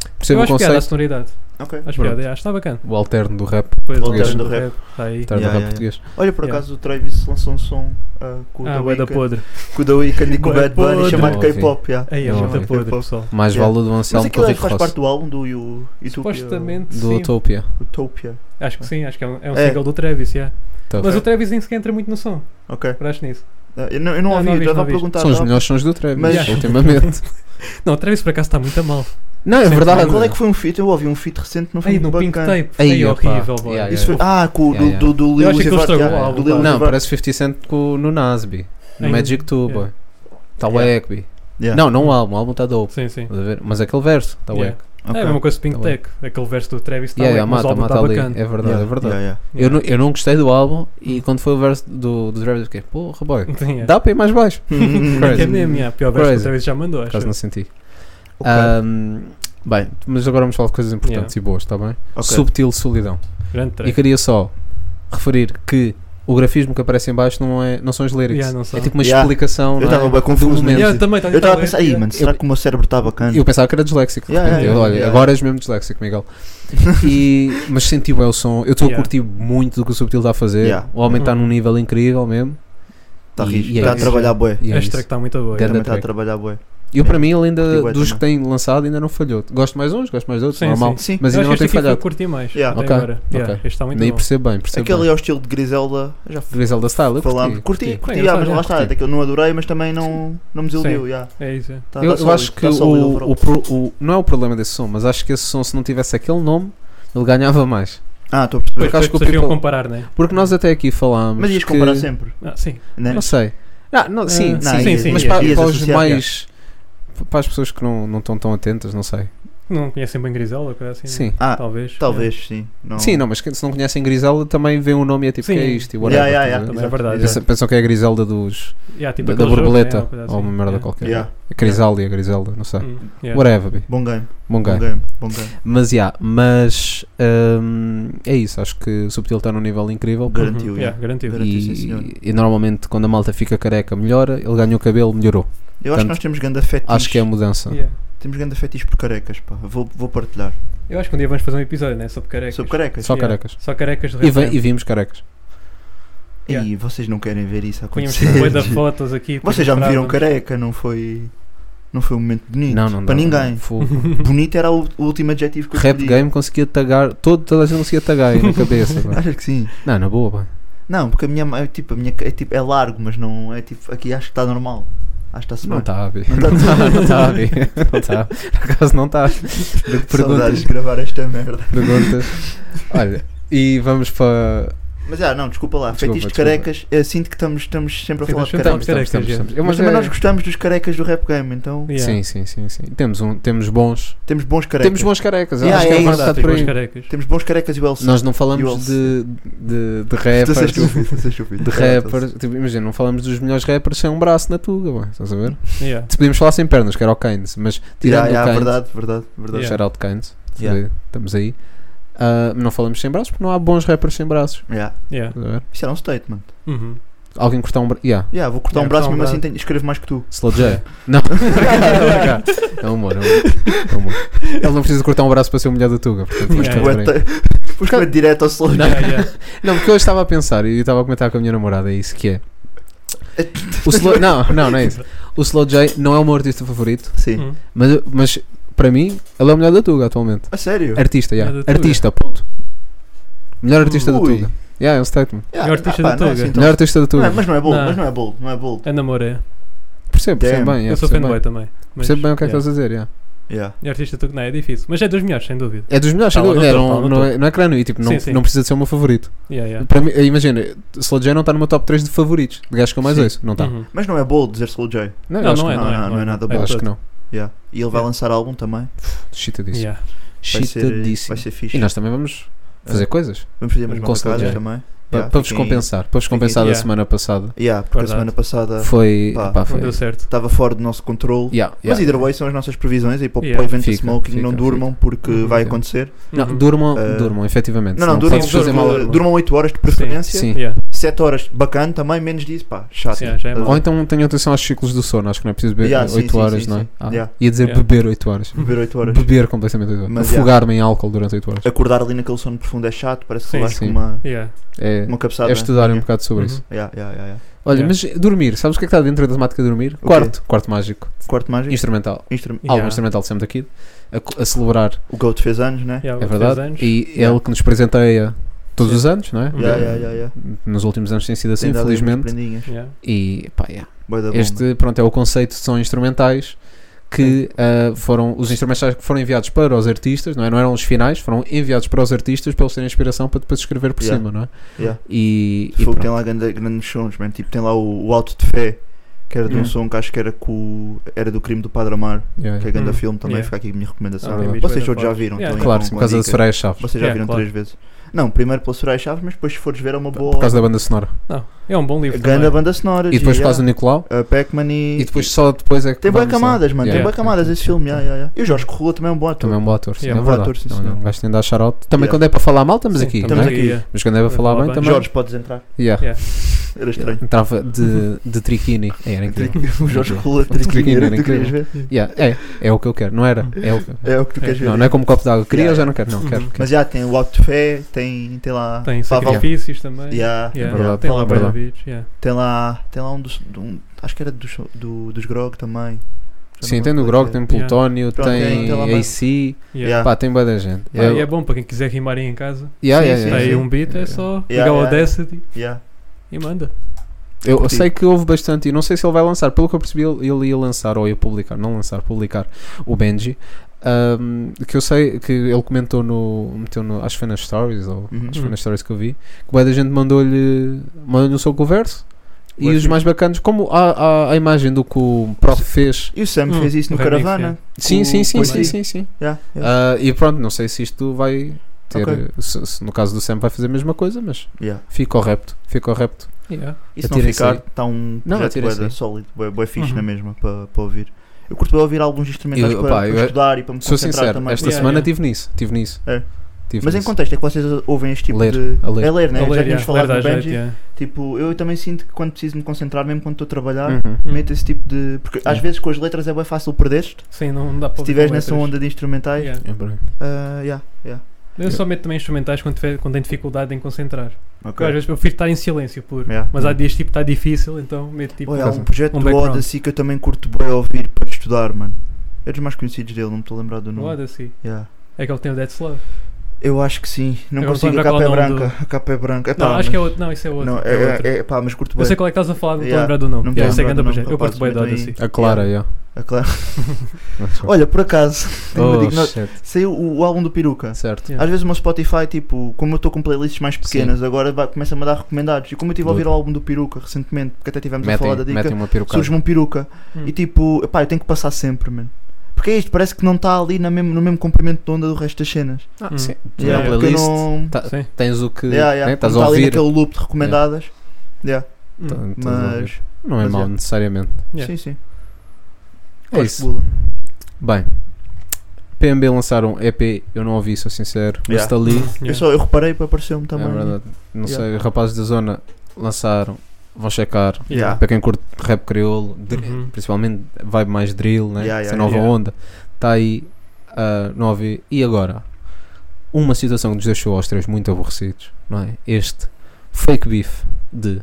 Speaker 7: Eu
Speaker 6: Percebo o
Speaker 7: acho piada a
Speaker 6: conceito.
Speaker 7: sonoridade.
Speaker 5: Ok.
Speaker 7: Acho
Speaker 6: Pronto.
Speaker 7: piada, é, acho que está bacana.
Speaker 6: O alterno do rap.
Speaker 7: Depois
Speaker 5: Voltando
Speaker 7: voltamos
Speaker 5: do
Speaker 7: no
Speaker 5: rap.
Speaker 7: Está aí.
Speaker 6: Alterno
Speaker 5: Yeah,
Speaker 6: do rap
Speaker 5: yeah,
Speaker 6: português.
Speaker 5: Olha, por
Speaker 7: Yeah.
Speaker 5: acaso o Travis lançou um som ah, com o
Speaker 7: Ah,
Speaker 5: The
Speaker 7: bué da
Speaker 5: Weeknd-
Speaker 7: podre.
Speaker 5: com o The Weeknd e com o
Speaker 7: Bué
Speaker 5: Bad Bunny
Speaker 7: podre.
Speaker 5: chamado
Speaker 6: Não ouvi.
Speaker 5: K-pop. yeah.
Speaker 7: Aí é
Speaker 6: Não,
Speaker 7: muita
Speaker 6: é
Speaker 7: podre,
Speaker 5: pop.
Speaker 7: pessoal.
Speaker 6: Mais
Speaker 5: Yeah.
Speaker 6: vale o do
Speaker 5: Mas
Speaker 6: Anselmo que
Speaker 5: aquilo
Speaker 6: o
Speaker 5: é que
Speaker 6: Rick
Speaker 5: faz parte
Speaker 6: Ross.
Speaker 5: do álbum do U- Utopia.
Speaker 7: Supostamente
Speaker 6: Do
Speaker 7: sim.
Speaker 6: Utopia.
Speaker 5: Utopia.
Speaker 7: Acho que sim, acho que é um, é um
Speaker 5: É.
Speaker 7: single do Travis, yeah.
Speaker 6: Tá.
Speaker 7: Mas o Travis nem sequer entra muito no som,
Speaker 5: Ok.
Speaker 7: paraste nisso.
Speaker 5: Ah, Eu não, eu não
Speaker 7: Ah, não
Speaker 5: ouvi,
Speaker 7: ouviste,
Speaker 5: estava
Speaker 7: não
Speaker 5: a
Speaker 7: ouviste.
Speaker 5: perguntar.
Speaker 6: São os
Speaker 5: tava-
Speaker 6: melhores sons do Travis
Speaker 5: Mas-
Speaker 6: ultimamente.
Speaker 7: Não, o Travis por acaso está muito a mal.
Speaker 6: Não, é
Speaker 7: Sim,
Speaker 6: verdade.
Speaker 5: Qual é que foi um feat? Eu ouvi um feat recente, não foi
Speaker 7: Aí no
Speaker 5: muito
Speaker 7: Pink
Speaker 5: bacana.
Speaker 7: Tape,
Speaker 6: Aí,
Speaker 7: aí é
Speaker 6: opa.
Speaker 7: horrível, boy.
Speaker 6: Yeah,
Speaker 5: Isso foi- ah, com o
Speaker 6: Yeah, yeah.
Speaker 5: do, do, do
Speaker 7: Eu
Speaker 5: Lil
Speaker 7: acho que
Speaker 5: Uzi
Speaker 7: ele
Speaker 5: Vert.
Speaker 7: estragou
Speaker 5: yeah,
Speaker 7: o álbum,
Speaker 5: É, do Lil
Speaker 7: pá.
Speaker 5: Uzi
Speaker 6: Não,
Speaker 5: Vert.
Speaker 6: parece 50 Cent com- no Nasby. No
Speaker 7: Aí,
Speaker 6: Magic 2,
Speaker 7: yeah.
Speaker 6: boy. Está
Speaker 5: Yeah.
Speaker 6: wack, bi.
Speaker 5: Yeah.
Speaker 6: Não, não o álbum. O álbum está dope.
Speaker 7: Sim, sim.
Speaker 6: Estás a ver? Mas aquele verso está
Speaker 7: Yeah.
Speaker 6: wack.
Speaker 5: Ok.
Speaker 7: É a mesma coisa do Pink
Speaker 6: Tá bem.
Speaker 7: Tech, aquele verso do Travis está
Speaker 6: Yeah,
Speaker 7: yeah,
Speaker 6: yeah,
Speaker 7: mas o
Speaker 6: mata,
Speaker 7: álbum
Speaker 6: mata
Speaker 7: está
Speaker 6: ali.
Speaker 7: bacana.
Speaker 6: É verdade,
Speaker 5: Yeah,
Speaker 6: é verdade.
Speaker 5: yeah, yeah.
Speaker 6: Eu não, eu não gostei do álbum e quando foi o verso do, do Travis, eu fiquei, porra, boy,
Speaker 7: Sim, é.
Speaker 6: dá para ir mais baixo.
Speaker 5: Hum,
Speaker 6: Crazy.
Speaker 7: Que é mesmo, yeah, pior verso que o
Speaker 6: Crazy.
Speaker 7: Travis já mandou,
Speaker 6: Por
Speaker 7: acho.
Speaker 6: acaso não senti.
Speaker 5: Ok,
Speaker 6: Ah, Ahm, bem, mas agora vamos falar de coisas importantes e boas, está bem?
Speaker 5: ok.
Speaker 6: Subtil solidão.
Speaker 7: Grande
Speaker 6: E
Speaker 7: track.
Speaker 6: queria só referir que o grafismo que aparece em baixo não, é, não são os lyrics.
Speaker 7: Yeah, não são.
Speaker 6: É tipo uma
Speaker 5: Yeah.
Speaker 6: explicação.
Speaker 5: Eu
Speaker 6: não é?
Speaker 5: estava bem confuso
Speaker 6: momento.
Speaker 5: mesmo.
Speaker 7: Yeah, também, tá-
Speaker 5: Eu estava a
Speaker 7: tá-
Speaker 5: pensar, aí,
Speaker 7: yeah.
Speaker 5: mano, será que o meu cérebro está bacana?
Speaker 6: Eu pensava que era disléxico. de
Speaker 5: Yeah,
Speaker 6: repente.
Speaker 5: yeah,
Speaker 6: Eu, olha,
Speaker 5: yeah,
Speaker 6: agora és mesmo disléxico, Miguel. E- mas senti bem o som. Eu estou
Speaker 7: Yeah.
Speaker 6: a curtir muito do que o Subtil está a fazer.
Speaker 5: Yeah.
Speaker 6: O homem está
Speaker 7: Uhum.
Speaker 6: num nível incrível mesmo.
Speaker 5: Está
Speaker 6: E-
Speaker 5: rijo.
Speaker 6: e é
Speaker 5: Está Tá a
Speaker 6: isso.
Speaker 5: trabalhar bué.
Speaker 6: E é
Speaker 7: Esta
Speaker 6: isso.
Speaker 7: track está muito boa.
Speaker 6: Dead-
Speaker 5: Também está a
Speaker 6: track.
Speaker 5: trabalhar bué.
Speaker 6: Eu, para mim, ele ainda
Speaker 5: Curti bué
Speaker 6: dos
Speaker 5: também.
Speaker 6: que têm lançado, ainda não falhou. Gosto mais de uns, gosto mais de outros,
Speaker 7: Sim,
Speaker 6: normal.
Speaker 5: sim. Sim.
Speaker 6: Mas
Speaker 7: Eu
Speaker 6: ainda não
Speaker 7: acho que este
Speaker 6: tem
Speaker 7: aqui foi o que
Speaker 6: falhado.
Speaker 7: curti mais.
Speaker 5: Yeah.
Speaker 7: até
Speaker 6: Ok,
Speaker 7: agora. Yeah,
Speaker 6: ok.
Speaker 7: Este está muito
Speaker 6: Nem
Speaker 7: bom.
Speaker 6: percebo bem, percebo
Speaker 5: Aquele
Speaker 6: bem.
Speaker 5: é o estilo de Griselda. eu Já
Speaker 6: Griselda Style, eu
Speaker 5: falámos. Curti,
Speaker 6: curti. curti.
Speaker 5: curti.
Speaker 7: Bem,
Speaker 5: yeah,
Speaker 7: eu
Speaker 5: Mas
Speaker 7: já
Speaker 5: lá está,
Speaker 6: curti.
Speaker 5: é que eu não adorei, mas também não não me desiludiu. yeah.
Speaker 7: É isso, é.
Speaker 5: Tá- tá
Speaker 6: Eu, eu
Speaker 5: sólido,
Speaker 6: acho que
Speaker 5: tá sólido
Speaker 6: o,
Speaker 5: overall.
Speaker 6: o pro- o- não é o problema desse som, mas acho que esse som, se não tivesse aquele nome, ele ganhava mais.
Speaker 5: Ah, estou a perceber.
Speaker 7: Depois
Speaker 6: Porque acho
Speaker 7: as
Speaker 6: que o
Speaker 7: pessoas iam
Speaker 6: people-
Speaker 7: comparar, né?
Speaker 6: Porque nós até aqui falámos.
Speaker 5: Mas ias comparar
Speaker 6: que,
Speaker 5: sempre,
Speaker 7: Ah, sim.
Speaker 5: né?
Speaker 6: Não sei. Ah, não, sim,
Speaker 7: Ah,
Speaker 6: sim,
Speaker 5: não,
Speaker 6: sim,
Speaker 5: ias-
Speaker 7: sim,
Speaker 6: mas
Speaker 7: ias-
Speaker 6: para,
Speaker 5: ias
Speaker 6: para os
Speaker 5: associar,
Speaker 6: mais. Para as pessoas que não, não estão tão atentas, não sei.
Speaker 7: Não conhecem bem Griselda, coisa assim. né?
Speaker 6: Sim.
Speaker 5: Ah,
Speaker 7: Talvez.
Speaker 5: talvez, sim.
Speaker 6: Sim, não, mas que- se não conhecem Griselda também vê o nome e é tipo,
Speaker 7: Sim.
Speaker 6: que é isto? E
Speaker 5: Yeah,
Speaker 6: whatever,
Speaker 5: yeah,
Speaker 6: estás a
Speaker 5: yeah,
Speaker 6: ver?
Speaker 7: Também é
Speaker 5: exato,
Speaker 7: verdade,
Speaker 5: exato.
Speaker 6: Pensam- Pensam que é a Griselda dos,
Speaker 7: Yeah, tipo
Speaker 6: da, da
Speaker 7: aquele jogo,
Speaker 6: borboleta
Speaker 7: né? Uma coisa assim.
Speaker 6: ou uma merda
Speaker 7: Yeah.
Speaker 6: qualquer.
Speaker 5: Yeah.
Speaker 6: A Crisálida, a Griselda, não sei.
Speaker 7: Hum, yeah.
Speaker 6: Whatever, bi.
Speaker 5: Bom game,
Speaker 6: Bom
Speaker 5: bom
Speaker 6: guy.
Speaker 5: game, bom game.
Speaker 6: Mas, yeah, mas hum, é isso. Acho que o Subtil está num nível incrível.
Speaker 5: Good. Garantiu,
Speaker 7: Uhum,
Speaker 5: yeah.
Speaker 7: yeah, garantiu.
Speaker 5: Garantiu. sim, senhor.
Speaker 6: E, e normalmente quando a malta fica careca melhora, ele ganhou cabelo, melhorou.
Speaker 5: Eu acho que
Speaker 6: Portanto,
Speaker 5: nós temos grande fetiche.
Speaker 6: Acho que é a mudança.
Speaker 7: Yeah.
Speaker 5: Temos grande fetiche por carecas, pá. Vou, vou partilhar.
Speaker 7: Eu acho que um dia vamos fazer um episódio, né? Sobre carecas.
Speaker 5: Sobre carecas.
Speaker 6: Só
Speaker 7: Yeah.
Speaker 6: carecas.
Speaker 7: Só carecas de
Speaker 6: E, vem- e
Speaker 7: repente.
Speaker 6: vimos carecas.
Speaker 7: Yeah.
Speaker 5: E vocês não querem ver isso
Speaker 7: Punhamos
Speaker 5: acontecer.
Speaker 7: tipo bué de fotos aqui.
Speaker 5: Vocês já me viram
Speaker 7: mostravam.
Speaker 5: careca, não foi. Não foi um momento bonito.
Speaker 6: Não, não
Speaker 5: Para
Speaker 6: dá,
Speaker 5: ninguém.
Speaker 6: não. Fogo.
Speaker 5: Bonito era o, o último adjetivo que eu
Speaker 6: Rap
Speaker 5: podia.
Speaker 6: Game conseguia tagar, todo, toda a gente conseguia tagar aí na cabeça. pá.
Speaker 5: Achas que sim?
Speaker 6: não, na boa, pá.
Speaker 5: Não, porque a minha mãe, tipo, a minha é, tipo, é largo, mas não é tipo, aqui acho que está normal. Acho que está-se
Speaker 6: Não
Speaker 5: bem.
Speaker 6: está a ver.
Speaker 5: Não tá-
Speaker 6: Não está a ver. Não está. Por acaso não está.
Speaker 5: Saudades
Speaker 6: Perguntas.
Speaker 5: de gravar esta merda.
Speaker 6: Perguntas. Olha, e vamos para.
Speaker 5: Mas já, não, desculpa lá,
Speaker 6: Desculpa,
Speaker 5: feitiço de
Speaker 6: desculpa.
Speaker 5: carecas, eu sinto que estamos, estamos sempre a
Speaker 7: Sim,
Speaker 5: falar
Speaker 7: nós
Speaker 5: de
Speaker 7: sempre
Speaker 5: Então, carecas.
Speaker 7: Estamos,
Speaker 6: Estamos, estamos,
Speaker 7: carecas,
Speaker 6: estamos. Eu
Speaker 5: Mas
Speaker 6: acho-
Speaker 5: também nós gostamos dos carecas do rap game, então
Speaker 7: Yeah.
Speaker 6: Sim, sim, sim, sim. Temos, um, temos bons.
Speaker 5: temos bons carecas.
Speaker 6: Temos bons carecas.
Speaker 5: Yeah,
Speaker 6: acho
Speaker 5: é
Speaker 6: que é um
Speaker 5: isso.
Speaker 6: bocado
Speaker 7: Tem
Speaker 6: por
Speaker 7: boas
Speaker 6: aí.
Speaker 7: carecas.
Speaker 5: Temos bons carecas e o LC.
Speaker 6: Nós não
Speaker 5: E o
Speaker 6: falamos
Speaker 5: Elcio.
Speaker 6: de, de, de
Speaker 5: Tu
Speaker 6: rappers.
Speaker 5: sejas estúpido, tu sejas estúpido.
Speaker 6: De
Speaker 5: É, tu-
Speaker 6: rappers. Tipo, imagina, não falamos dos melhores rappers sem um braço na tuga, ué, estás a ver?
Speaker 7: Yeah.
Speaker 6: Se podíamos falar sem pernas, que era o Keynes, mas
Speaker 5: Yeah,
Speaker 6: tirando
Speaker 5: yeah,
Speaker 6: o Keynes,
Speaker 5: verdade, verdade, verdade.
Speaker 7: Yeah.
Speaker 6: shout out Keynes,
Speaker 5: Yeah.
Speaker 6: estamos aí. Ah, não falamos sem braços porque não há bons rappers sem braços.
Speaker 5: Yeah.
Speaker 7: Yeah.
Speaker 6: estás a ver?
Speaker 5: Isso era um statement.
Speaker 7: Uhum.
Speaker 6: Alguém cortar um braço. Yeah, então,
Speaker 5: Yeah, vou cortar
Speaker 7: Yeah,
Speaker 5: um
Speaker 7: cortar
Speaker 5: braço,
Speaker 7: um
Speaker 5: mesmo assim
Speaker 7: braço.
Speaker 5: tenho, escrevo mais que tu.
Speaker 6: Slow J. Não, é humor, é humor. É humor. Ele não precisa cortar um braço para ser o melhor da tuga. Portanto,
Speaker 7: Yeah,
Speaker 6: acho que é
Speaker 5: Vou
Speaker 6: por
Speaker 5: até-
Speaker 6: aí.
Speaker 5: Vou escrever tá- direto ao slow.
Speaker 7: Yeah, yeah.
Speaker 6: Não, porque eu hoje estava a pensar e eu estava a comentar com a minha namorada isso que é. O slow, não, não, não é isso. O Slow J não é o meu artista favorito,
Speaker 5: Sim.
Speaker 7: Hum.
Speaker 6: mas, mas para mim ele é o melhor da Tuga atualmente.
Speaker 5: A sério?
Speaker 7: É
Speaker 6: Artista, yeah.
Speaker 7: Melhor da Tuga.
Speaker 6: artista, ponto. Melhor artista da
Speaker 5: Ui.
Speaker 6: Tuga. Yeah, é um statement.
Speaker 5: Yeah,
Speaker 7: Melhor artista
Speaker 5: pá,
Speaker 7: da
Speaker 5: não é
Speaker 7: Tuga.
Speaker 5: assim tão-
Speaker 6: Melhor artista da
Speaker 5: Não é,
Speaker 6: Tuga.
Speaker 5: mas não é bold,
Speaker 7: Não.
Speaker 5: mas não é bold, não é bold.
Speaker 7: Ana Moreira.
Speaker 6: Percebo, percebo
Speaker 5: Damn.
Speaker 6: bem. yeah,
Speaker 7: Eu sou
Speaker 6: percebo bem.
Speaker 7: fanboy também. mas-
Speaker 6: Percebo bem o que é que
Speaker 7: yeah.
Speaker 6: estás a dizer. yeah.
Speaker 5: Yeah.
Speaker 7: E artista tu... Não, é difícil. Mas é dos melhores, sem dúvida.
Speaker 6: É dos melhores,
Speaker 7: Tá
Speaker 6: sem
Speaker 7: lá no
Speaker 6: dúvida.
Speaker 7: topo,
Speaker 6: Não-
Speaker 7: tá lá no
Speaker 6: não, é, não é crânio. E tipo, não,
Speaker 7: Sim, sim.
Speaker 6: não precisa de ser o meu favorito.
Speaker 7: Yeah, yeah.
Speaker 6: Para mim, imagina, Slow J não está no meu top 3 de favoritos, de gajos que eu mais
Speaker 5: Sim.
Speaker 6: ouço. Não está.
Speaker 7: Uhum.
Speaker 5: Mas não é bold dizer Slow J.
Speaker 6: eu
Speaker 7: Não,
Speaker 6: acho
Speaker 7: não é,
Speaker 6: que
Speaker 7: não é.
Speaker 5: não é nada
Speaker 6: Eu
Speaker 5: bom.
Speaker 6: acho que não.
Speaker 5: Yeah. E ele vai
Speaker 7: Yeah.
Speaker 5: lançar álbum também.
Speaker 6: Chita disso.
Speaker 7: Yeah.
Speaker 5: Vai ser, vai
Speaker 6: Chitadíssimo.
Speaker 5: ser
Speaker 6: E
Speaker 5: fixe.
Speaker 6: nós também vamos fazer coisas.
Speaker 5: Vamos fazer mais
Speaker 6: Com
Speaker 5: uma
Speaker 6: Slow
Speaker 5: casa
Speaker 6: J.
Speaker 5: também.
Speaker 6: Pa-
Speaker 5: Yeah,
Speaker 6: para vos
Speaker 5: fiquem-
Speaker 6: compensar, para vos compensar da
Speaker 7: yeah.
Speaker 6: semana passada.
Speaker 5: Yeah, porque
Speaker 7: Verdade.
Speaker 5: a semana passada
Speaker 6: Foi.
Speaker 5: Pá,
Speaker 6: pá, foi-
Speaker 7: Não deu certo.
Speaker 5: estava fora do nosso controle.
Speaker 6: yeah,
Speaker 5: Mas
Speaker 6: yeah.
Speaker 5: either way são as nossas previsões e para o
Speaker 7: Yeah.
Speaker 5: evento de
Speaker 6: Fica,
Speaker 5: smoking
Speaker 6: fica,
Speaker 5: não
Speaker 6: fica.
Speaker 5: durmam porque
Speaker 7: Uhum.
Speaker 5: vai
Speaker 6: Fica.
Speaker 5: acontecer.
Speaker 6: Não,
Speaker 7: Uhum.
Speaker 6: durmam,
Speaker 5: Eh,
Speaker 6: durmam, efetivamente.
Speaker 5: Não, não, durmam,
Speaker 6: pode-vos fazer mal.
Speaker 5: durmam, durmam 8 horas de preferência.
Speaker 6: Sim.
Speaker 7: Yeah.
Speaker 5: 7 horas bacana também, menos disso, pá, chato.
Speaker 7: Sim, já é mau.
Speaker 6: Ou então tenham atenção aos ciclos do sono, acho que não é preciso beber
Speaker 5: Yeah, sim,
Speaker 6: 8
Speaker 5: sim,
Speaker 6: horas,
Speaker 5: sim,
Speaker 6: não é?
Speaker 5: sim.
Speaker 6: Ah,
Speaker 5: Yeah.
Speaker 6: Ia dizer
Speaker 7: Yeah.
Speaker 6: beber 8 horas.
Speaker 5: Beber 8 horas.
Speaker 6: Beber completamente 8 horas.
Speaker 5: Mas,
Speaker 6: Afogar-me em álcool durante 8 horas.
Speaker 5: Acordar ali naquele sono profundo é chato, parece que
Speaker 7: Sim,
Speaker 5: vais com
Speaker 6: sim.
Speaker 5: uma,
Speaker 7: Yeah.
Speaker 6: É,
Speaker 5: uma né? cabeçada.
Speaker 6: é estudar um
Speaker 5: Yeah.
Speaker 6: bocado sobre
Speaker 7: Uhum.
Speaker 6: isso.
Speaker 5: Yeah, yeah, yeah, yeah.
Speaker 6: Olha,
Speaker 7: Yeah.
Speaker 6: mas dormir, sabes o que é que está dentro da temática de dormir?
Speaker 5: quê?
Speaker 6: Quarto, quarto mágico,
Speaker 5: Quarto mágico.
Speaker 6: instrumental.
Speaker 5: Instrum-
Speaker 7: Yeah.
Speaker 6: Álbum instrumental de Sam da Kid, a, co- a celebrar,
Speaker 5: O Goat fez anos, né?
Speaker 7: Yeah,
Speaker 6: é
Speaker 7: houve
Speaker 6: verdade.
Speaker 7: 10 anos.
Speaker 6: E é ele que nos presenteia todos os anos, não é?
Speaker 5: Yeah, yeah, yeah, yeah.
Speaker 6: Nos últimos anos tem sido assim,
Speaker 5: Tem dado Tá ali umas
Speaker 6: felizmente.
Speaker 5: prendinhas.
Speaker 7: Yeah.
Speaker 6: E pá, yeah.
Speaker 5: Bué da bomba.
Speaker 6: Este pronto, é o conceito de sons instrumentais que ah, foram os instrumentais que foram enviados para os artistas, não é? Não eram os finais, foram enviados para os artistas para eles terem inspiração para depois escrever por
Speaker 5: Yeah.
Speaker 6: cima, não é?
Speaker 5: Yeah.
Speaker 6: E, e
Speaker 5: Fogo,
Speaker 6: pronto.
Speaker 5: tem lá grande- grandes sons, man. Tipo, tem lá o, o Alto de Fé, que era de um
Speaker 6: Hum.
Speaker 7: Yeah.
Speaker 5: som que acho que era, com, era do crime do Padre Amar,
Speaker 6: Yeah,
Speaker 5: que é
Speaker 6: yeah.
Speaker 5: grande
Speaker 7: Hum.
Speaker 5: filme também,
Speaker 7: Yeah.
Speaker 5: fica aqui a minha recomendação.
Speaker 6: Ah, tem
Speaker 5: Vocês
Speaker 7: vídeo
Speaker 5: todos já
Speaker 7: bem
Speaker 5: viram
Speaker 7: forte.
Speaker 5: também.
Speaker 6: Claro,
Speaker 5: com-
Speaker 6: sim,
Speaker 5: com
Speaker 6: por
Speaker 5: a
Speaker 6: causa da
Speaker 5: dica.
Speaker 6: Soraya Chaves,
Speaker 5: Vocês já
Speaker 7: Yeah,
Speaker 5: viram
Speaker 7: claro.
Speaker 5: três vezes. Não, primeiro pela Soraya Chaves, mas depois se fores ver é uma boa.
Speaker 6: por causa da banda sonora.
Speaker 7: Não, é um bom livro.
Speaker 5: Ganda
Speaker 7: também.
Speaker 5: banda sonora.
Speaker 6: E depois por
Speaker 5: yeah.
Speaker 6: causa do Nicolau.
Speaker 5: A Pac-Man e.
Speaker 6: E depois só depois é que.
Speaker 5: Tem boas
Speaker 6: vamos lá.
Speaker 5: camadas, mano.
Speaker 6: Yeah.
Speaker 5: Tem boas camadas esse filme. Yeah, yeah, yeah. E o Jorge Corrua também é um bom ator.
Speaker 6: Também é um bom ator, sim,
Speaker 7: Yeah,
Speaker 6: é
Speaker 5: um bom
Speaker 6: verdade.
Speaker 5: ator, sim,
Speaker 6: Não,
Speaker 5: senhor.
Speaker 6: não, Vais tentar achar alto. Também
Speaker 5: Yeah.
Speaker 6: quando é para falar mal, estamos
Speaker 7: Sim,
Speaker 6: aqui,
Speaker 7: estamos
Speaker 6: não é?
Speaker 5: aqui.
Speaker 7: yeah.
Speaker 6: Mas quando é para falar bem, também.
Speaker 5: Jorge, podes entrar.
Speaker 6: Yeah.
Speaker 7: Yeah.
Speaker 5: Era estranho.
Speaker 6: Entrava de, de triquini. É, era incrível.
Speaker 5: O Jorge Corrua, triquinho, era o que tu querias ver.
Speaker 6: Yeah, É, é o que eu quero. Não era. É o que eu quero.
Speaker 5: É o que tu queres ver.
Speaker 6: Não, não é como copo d'água. Queria
Speaker 5: Yeah,
Speaker 6: ou já não quero? Não, quero. quero.
Speaker 5: Mas já tem o Alto de Fé, tem, tem lá.
Speaker 7: Tem
Speaker 5: Pavel-
Speaker 7: sacrifícios também. Yeah,
Speaker 5: Yeah, yeah.
Speaker 6: É verdade.
Speaker 7: Tem lá
Speaker 6: Verdade.
Speaker 7: para vídeos. yeah.
Speaker 5: Tem lá, tem lá um dos. de um- acho que era dos, do- dos Grog também. Já
Speaker 6: Sim,
Speaker 5: não
Speaker 6: tem do
Speaker 5: lembro
Speaker 6: Grog,
Speaker 5: qual é
Speaker 6: tem
Speaker 5: que
Speaker 7: Yeah.
Speaker 6: Plutónio,
Speaker 5: Pronto, tem-
Speaker 6: tem
Speaker 5: tem lá mais-
Speaker 6: AC.
Speaker 7: Yeah.
Speaker 5: Yeah.
Speaker 6: Pá, tem boa da gente.
Speaker 5: Yeah.
Speaker 6: É-
Speaker 7: E é bom para quem quiser rimar aí em casa.
Speaker 6: Yeah,
Speaker 5: Sim,
Speaker 6: yeah,
Speaker 5: sim,
Speaker 7: Está
Speaker 6: yeah.
Speaker 7: aí
Speaker 5: sim.
Speaker 7: um beat, é
Speaker 6: Yeah.
Speaker 7: só
Speaker 5: Yeah,
Speaker 7: ligar o
Speaker 5: yeah.
Speaker 7: Audacity
Speaker 5: é. Yeah.
Speaker 7: e manda.
Speaker 6: Eu, eu
Speaker 5: Sim.
Speaker 6: sei que houve bastante, e não sei se ele vai lançar, pelo que eu percebi, ele, ele ia lançar, ou ia publicar, não lançar, publicar o Benji. ahm, que eu sei que ele comentou no. meteu no. Acho que foi nas stories, ou
Speaker 5: Uhum.
Speaker 6: acho que foi nas stories que eu vi, que o da gente mandou-lhe mandou o seu converso. E
Speaker 5: Ué,
Speaker 6: os
Speaker 5: sim.
Speaker 6: mais bacanas, como a, a, a imagem do que o prof fez.
Speaker 5: E o Sam
Speaker 7: Hum,
Speaker 5: fez isso no
Speaker 7: o remix,
Speaker 5: Caravana.
Speaker 6: Sim,
Speaker 5: Com-
Speaker 6: sim, sim,
Speaker 5: com
Speaker 6: sim,
Speaker 5: esse-
Speaker 6: sim, sim.
Speaker 5: Yeah, yeah,
Speaker 6: Ah, e pronto, não sei se isto vai ter.
Speaker 5: Ok.
Speaker 6: se- se no caso do Sam vai fazer a mesma coisa, mas
Speaker 5: yeah.
Speaker 6: fica o repto. Fica o repto.
Speaker 7: Yeah.
Speaker 5: E se não
Speaker 6: Atirem-se
Speaker 5: ficar,
Speaker 6: aí.
Speaker 5: está um
Speaker 6: Não,
Speaker 5: projeto
Speaker 6: atirem-se
Speaker 5: bué
Speaker 6: aí.
Speaker 5: sólido, bué, bué fixe
Speaker 7: Uhum.
Speaker 5: na mesma para para ouvir. Eu curto bem ouvir alguns instrumentais
Speaker 6: Eu,
Speaker 5: para,
Speaker 6: pá,
Speaker 5: para
Speaker 6: eu-
Speaker 5: estudar e para me
Speaker 6: Sou
Speaker 5: concentrar
Speaker 6: sincero,
Speaker 5: também.
Speaker 6: esta
Speaker 7: Yeah,
Speaker 6: semana
Speaker 7: yeah.
Speaker 6: tive nisso, tive nisso.
Speaker 5: É.
Speaker 6: Tive
Speaker 5: Mas em
Speaker 6: nisso.
Speaker 5: contexto é que vocês ouvem este tipo
Speaker 6: Ler,
Speaker 5: de.
Speaker 6: a ler.
Speaker 5: É ler, né?
Speaker 7: A
Speaker 5: Já
Speaker 7: ler,
Speaker 5: tínhamos
Speaker 7: Tá yeah, ler
Speaker 5: falado
Speaker 7: dá
Speaker 5: do
Speaker 7: jeito,
Speaker 5: Benji.
Speaker 7: yeah.
Speaker 5: Tipo, eu também sinto que quando preciso me concentrar, mesmo quando estou a trabalhar,
Speaker 6: Uhum.
Speaker 5: meto esse tipo de. Porque às
Speaker 6: Yeah.
Speaker 5: vezes com as letras é bem fácil perder-te.
Speaker 7: Hum. Sim, não dá para
Speaker 5: Se
Speaker 7: ouvir
Speaker 5: estiveres
Speaker 7: com
Speaker 5: nessa
Speaker 7: letras.
Speaker 5: onda de instrumentais.
Speaker 7: Yeah.
Speaker 6: É por aí.
Speaker 5: ah, yeah, yeah.
Speaker 7: Eu só meto também instrumentais quando, tiver, quando tenho dificuldade em concentrar. Porque às
Speaker 5: Ok.
Speaker 7: vezes eu prefiro estar em silêncio puro.
Speaker 5: Yeah.
Speaker 7: Mas há dias tipo está difícil, então meto tipo.
Speaker 5: Olha, há
Speaker 6: casa.
Speaker 5: um projeto
Speaker 7: Um
Speaker 5: do
Speaker 7: background.
Speaker 5: Odyssey que eu também curto bem ouvir para estudar, mano. É dos mais conhecidos dele, não me estou a lembrar do
Speaker 7: No
Speaker 5: nome.
Speaker 7: Odyssey.
Speaker 5: Yeah.
Speaker 7: É que ele tem o Dead Slave.
Speaker 5: Eu acho que sim, não
Speaker 7: Agora
Speaker 5: consigo,
Speaker 7: estou
Speaker 5: a
Speaker 7: a lembrar
Speaker 5: capa é
Speaker 7: qual é o nome
Speaker 5: branca. A capa é branca.
Speaker 7: Não,
Speaker 5: Epá,
Speaker 7: acho que é
Speaker 5: mas-
Speaker 7: outro. Não, isso é outro. é
Speaker 5: Não, é,
Speaker 7: outro.
Speaker 5: é, é, pá, mas curto
Speaker 7: Eu
Speaker 5: bem.
Speaker 7: sei qual é que estás a falar, não estou a
Speaker 5: Yeah.
Speaker 7: lembrar do nome.
Speaker 5: Não me
Speaker 7: Yeah,
Speaker 5: estou
Speaker 7: Esse é
Speaker 5: a
Speaker 7: grande
Speaker 5: lembrar
Speaker 7: projeto.
Speaker 5: do nome,
Speaker 7: Eu curto bem
Speaker 5: rapaz,
Speaker 7: do
Speaker 5: mas
Speaker 7: Odyssey.
Speaker 6: A Clara, yeah.
Speaker 5: Ah, claro. Olha, por acaso, tenho uma
Speaker 6: oh,
Speaker 5: digno-
Speaker 6: shit.
Speaker 5: saiu o, o álbum do Peruca.
Speaker 6: Certo.
Speaker 7: Yeah.
Speaker 5: Às vezes o meu Spotify, tipo, como eu estou com playlists mais pequenas, agora vai- começa-me a dar recomendados. E como eu estive a ouvir o álbum do Peruca recentemente, porque até tivemos a falar da
Speaker 6: Metem,
Speaker 5: dica,
Speaker 6: metem uma peruca.
Speaker 5: surge-me um Peruca.
Speaker 7: Hum.
Speaker 5: E tipo, epá, eu tenho que passar sempre, mano. Porque é isto, parece que não está ali na mesmo- no mesmo comprimento de onda do resto das cenas.
Speaker 6: Ah,
Speaker 7: Hum.
Speaker 6: sim.
Speaker 5: Yeah,
Speaker 6: Na
Speaker 5: porque
Speaker 6: playlist,
Speaker 5: não.
Speaker 6: tá-
Speaker 7: Sim.
Speaker 6: tens o que.
Speaker 5: Yeah, yeah,
Speaker 6: né, Estás
Speaker 5: não
Speaker 6: a
Speaker 5: tá ali
Speaker 6: ouvir.
Speaker 5: naquele loop de recomendadas. Yeah,
Speaker 7: Hum.
Speaker 6: Tá- estás a ouvir.
Speaker 5: mas.
Speaker 6: Não é
Speaker 5: mas,
Speaker 6: mau,
Speaker 5: yeah.
Speaker 6: necessariamente.
Speaker 7: Yeah.
Speaker 5: Sim, sim.
Speaker 6: É
Speaker 5: Gosto de
Speaker 6: isso.
Speaker 5: Bula.
Speaker 6: Bem. PMB lançaram um EP, eu não ouvi, sou sincero.
Speaker 5: Yeah.
Speaker 6: Mas está ali.
Speaker 5: Eu,
Speaker 7: Yeah.
Speaker 5: só, eu reparei para aparecer-me também.
Speaker 6: É verdade. Não
Speaker 5: Yeah.
Speaker 6: sei, rapazes da zona lançaram. Vão checar.
Speaker 5: Yeah.
Speaker 6: Para quem curte rap crioulo, dr-
Speaker 7: Uhum.
Speaker 6: principalmente vibe mais drill, né?
Speaker 5: Yeah, yeah,
Speaker 6: essa nova
Speaker 7: yeah.
Speaker 6: onda, está aí a 9. E agora? Uma situação que nos deixou aos três muito aborrecidos, não é? Este fake beef de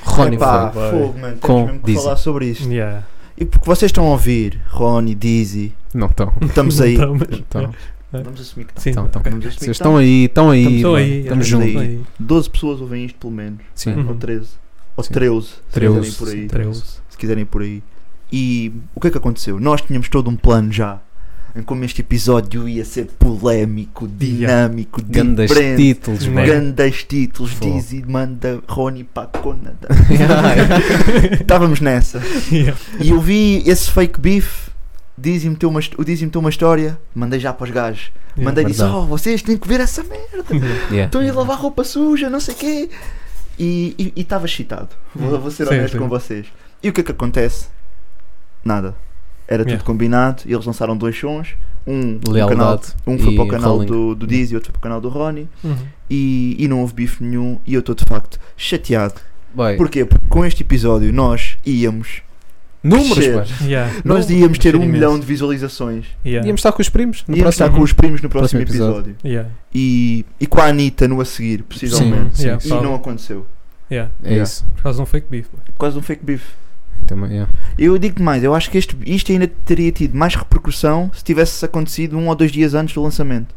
Speaker 6: Ronnie
Speaker 5: Epá,
Speaker 6: Ford.
Speaker 7: Ford.
Speaker 5: fogo, mano.
Speaker 6: Com
Speaker 5: Temos mesmo que
Speaker 6: Dizzy.
Speaker 5: falar sobre isto.
Speaker 7: Yeah.
Speaker 5: E porque vocês estão a ouvir, Ronnie, Dizzy,
Speaker 6: Não estão.
Speaker 5: estamos aí.
Speaker 7: Então, mas-
Speaker 6: Estão.
Speaker 5: Vamos assumir que estão.
Speaker 7: Sim,
Speaker 6: Então, então.
Speaker 7: ok.
Speaker 5: Vamos assumir que tá
Speaker 6: Vocês estão aí, estão aí.
Speaker 7: Estamos
Speaker 6: mano.
Speaker 7: aí,
Speaker 6: Estamos
Speaker 5: estamos
Speaker 6: juntos.
Speaker 5: aí.
Speaker 7: aí.
Speaker 5: 12 pessoas ouvem isto, pelo menos.
Speaker 6: Sim.
Speaker 7: Uhum.
Speaker 5: Ou 13. Ou
Speaker 6: Sim.
Speaker 5: 13. se quiserem por aí.
Speaker 6: 13.
Speaker 7: Treus.
Speaker 5: se quiserem por aí. E o que é que aconteceu? Nós tínhamos todo um plano já em como este episódio ia ser polémico, dinâmico,
Speaker 6: Grandes
Speaker 5: diferente.
Speaker 6: títulos,
Speaker 7: Né?
Speaker 6: mano.
Speaker 5: Grandes títulos,
Speaker 6: Fogo.
Speaker 5: Dizzy manda Rony para a Conada. Estávamos nessa.
Speaker 7: Yeah.
Speaker 5: E eu vi esse fake beef Dizzy meteu uma, hist- o Dizzy meteu uma história, mandei já para os gajos.
Speaker 7: Yeah.
Speaker 5: mandei disse,
Speaker 6: É, verdade.
Speaker 5: oh, vocês têm que ver essa merda.
Speaker 6: Yeah.
Speaker 5: Estão a ir lavar roupa suja, não sei o quê. E e- e estava excitado.
Speaker 6: Uhum.
Speaker 5: Vou, vou ser
Speaker 7: Sim,
Speaker 5: honesto
Speaker 7: sim.
Speaker 5: com vocês. E o que é que acontece? Nada. Era tudo
Speaker 7: Yeah.
Speaker 5: combinado e eles lançaram dois sons. Um, um canal,
Speaker 6: Lealdade.
Speaker 5: um foi
Speaker 6: e
Speaker 5: para o canal
Speaker 6: Rolling.
Speaker 5: do, do Dizzy, outro foi para o canal do Ronnie.
Speaker 7: Uhum.
Speaker 5: E, e não houve bife nenhum. E eu estou de facto chateado.
Speaker 6: Bem,
Speaker 5: Porquê? Porque com este episódio nós íamos.
Speaker 6: números,
Speaker 5: Shit.
Speaker 6: pá.
Speaker 7: Yeah,
Speaker 5: Nós
Speaker 7: Não-
Speaker 5: íamos ter
Speaker 7: Mexer
Speaker 5: um
Speaker 7: imenso.
Speaker 5: milhão de visualizações.
Speaker 7: Yeah.
Speaker 6: Íamos estar com os primos no
Speaker 5: Íamos
Speaker 6: próximo.
Speaker 5: estar com os primos no próximo,
Speaker 6: Próximo episódio.
Speaker 5: episódio.
Speaker 7: Yeah.
Speaker 5: E, e com a Anitta no a seguir,
Speaker 7: Sim,
Speaker 5: possivelmente.
Speaker 7: yeah,
Speaker 5: E
Speaker 7: sabe.
Speaker 5: não aconteceu.
Speaker 7: Yeah.
Speaker 6: É
Speaker 5: Yeah.
Speaker 6: isso.
Speaker 7: Por causa de um fake beef.
Speaker 5: Por causa de um fake beef.
Speaker 6: Também, yeah.
Speaker 5: Eu digo-te mais, eu acho que este, isto ainda teria tido mais repercussão se tivesse acontecido um ou dois dias antes do lançamento.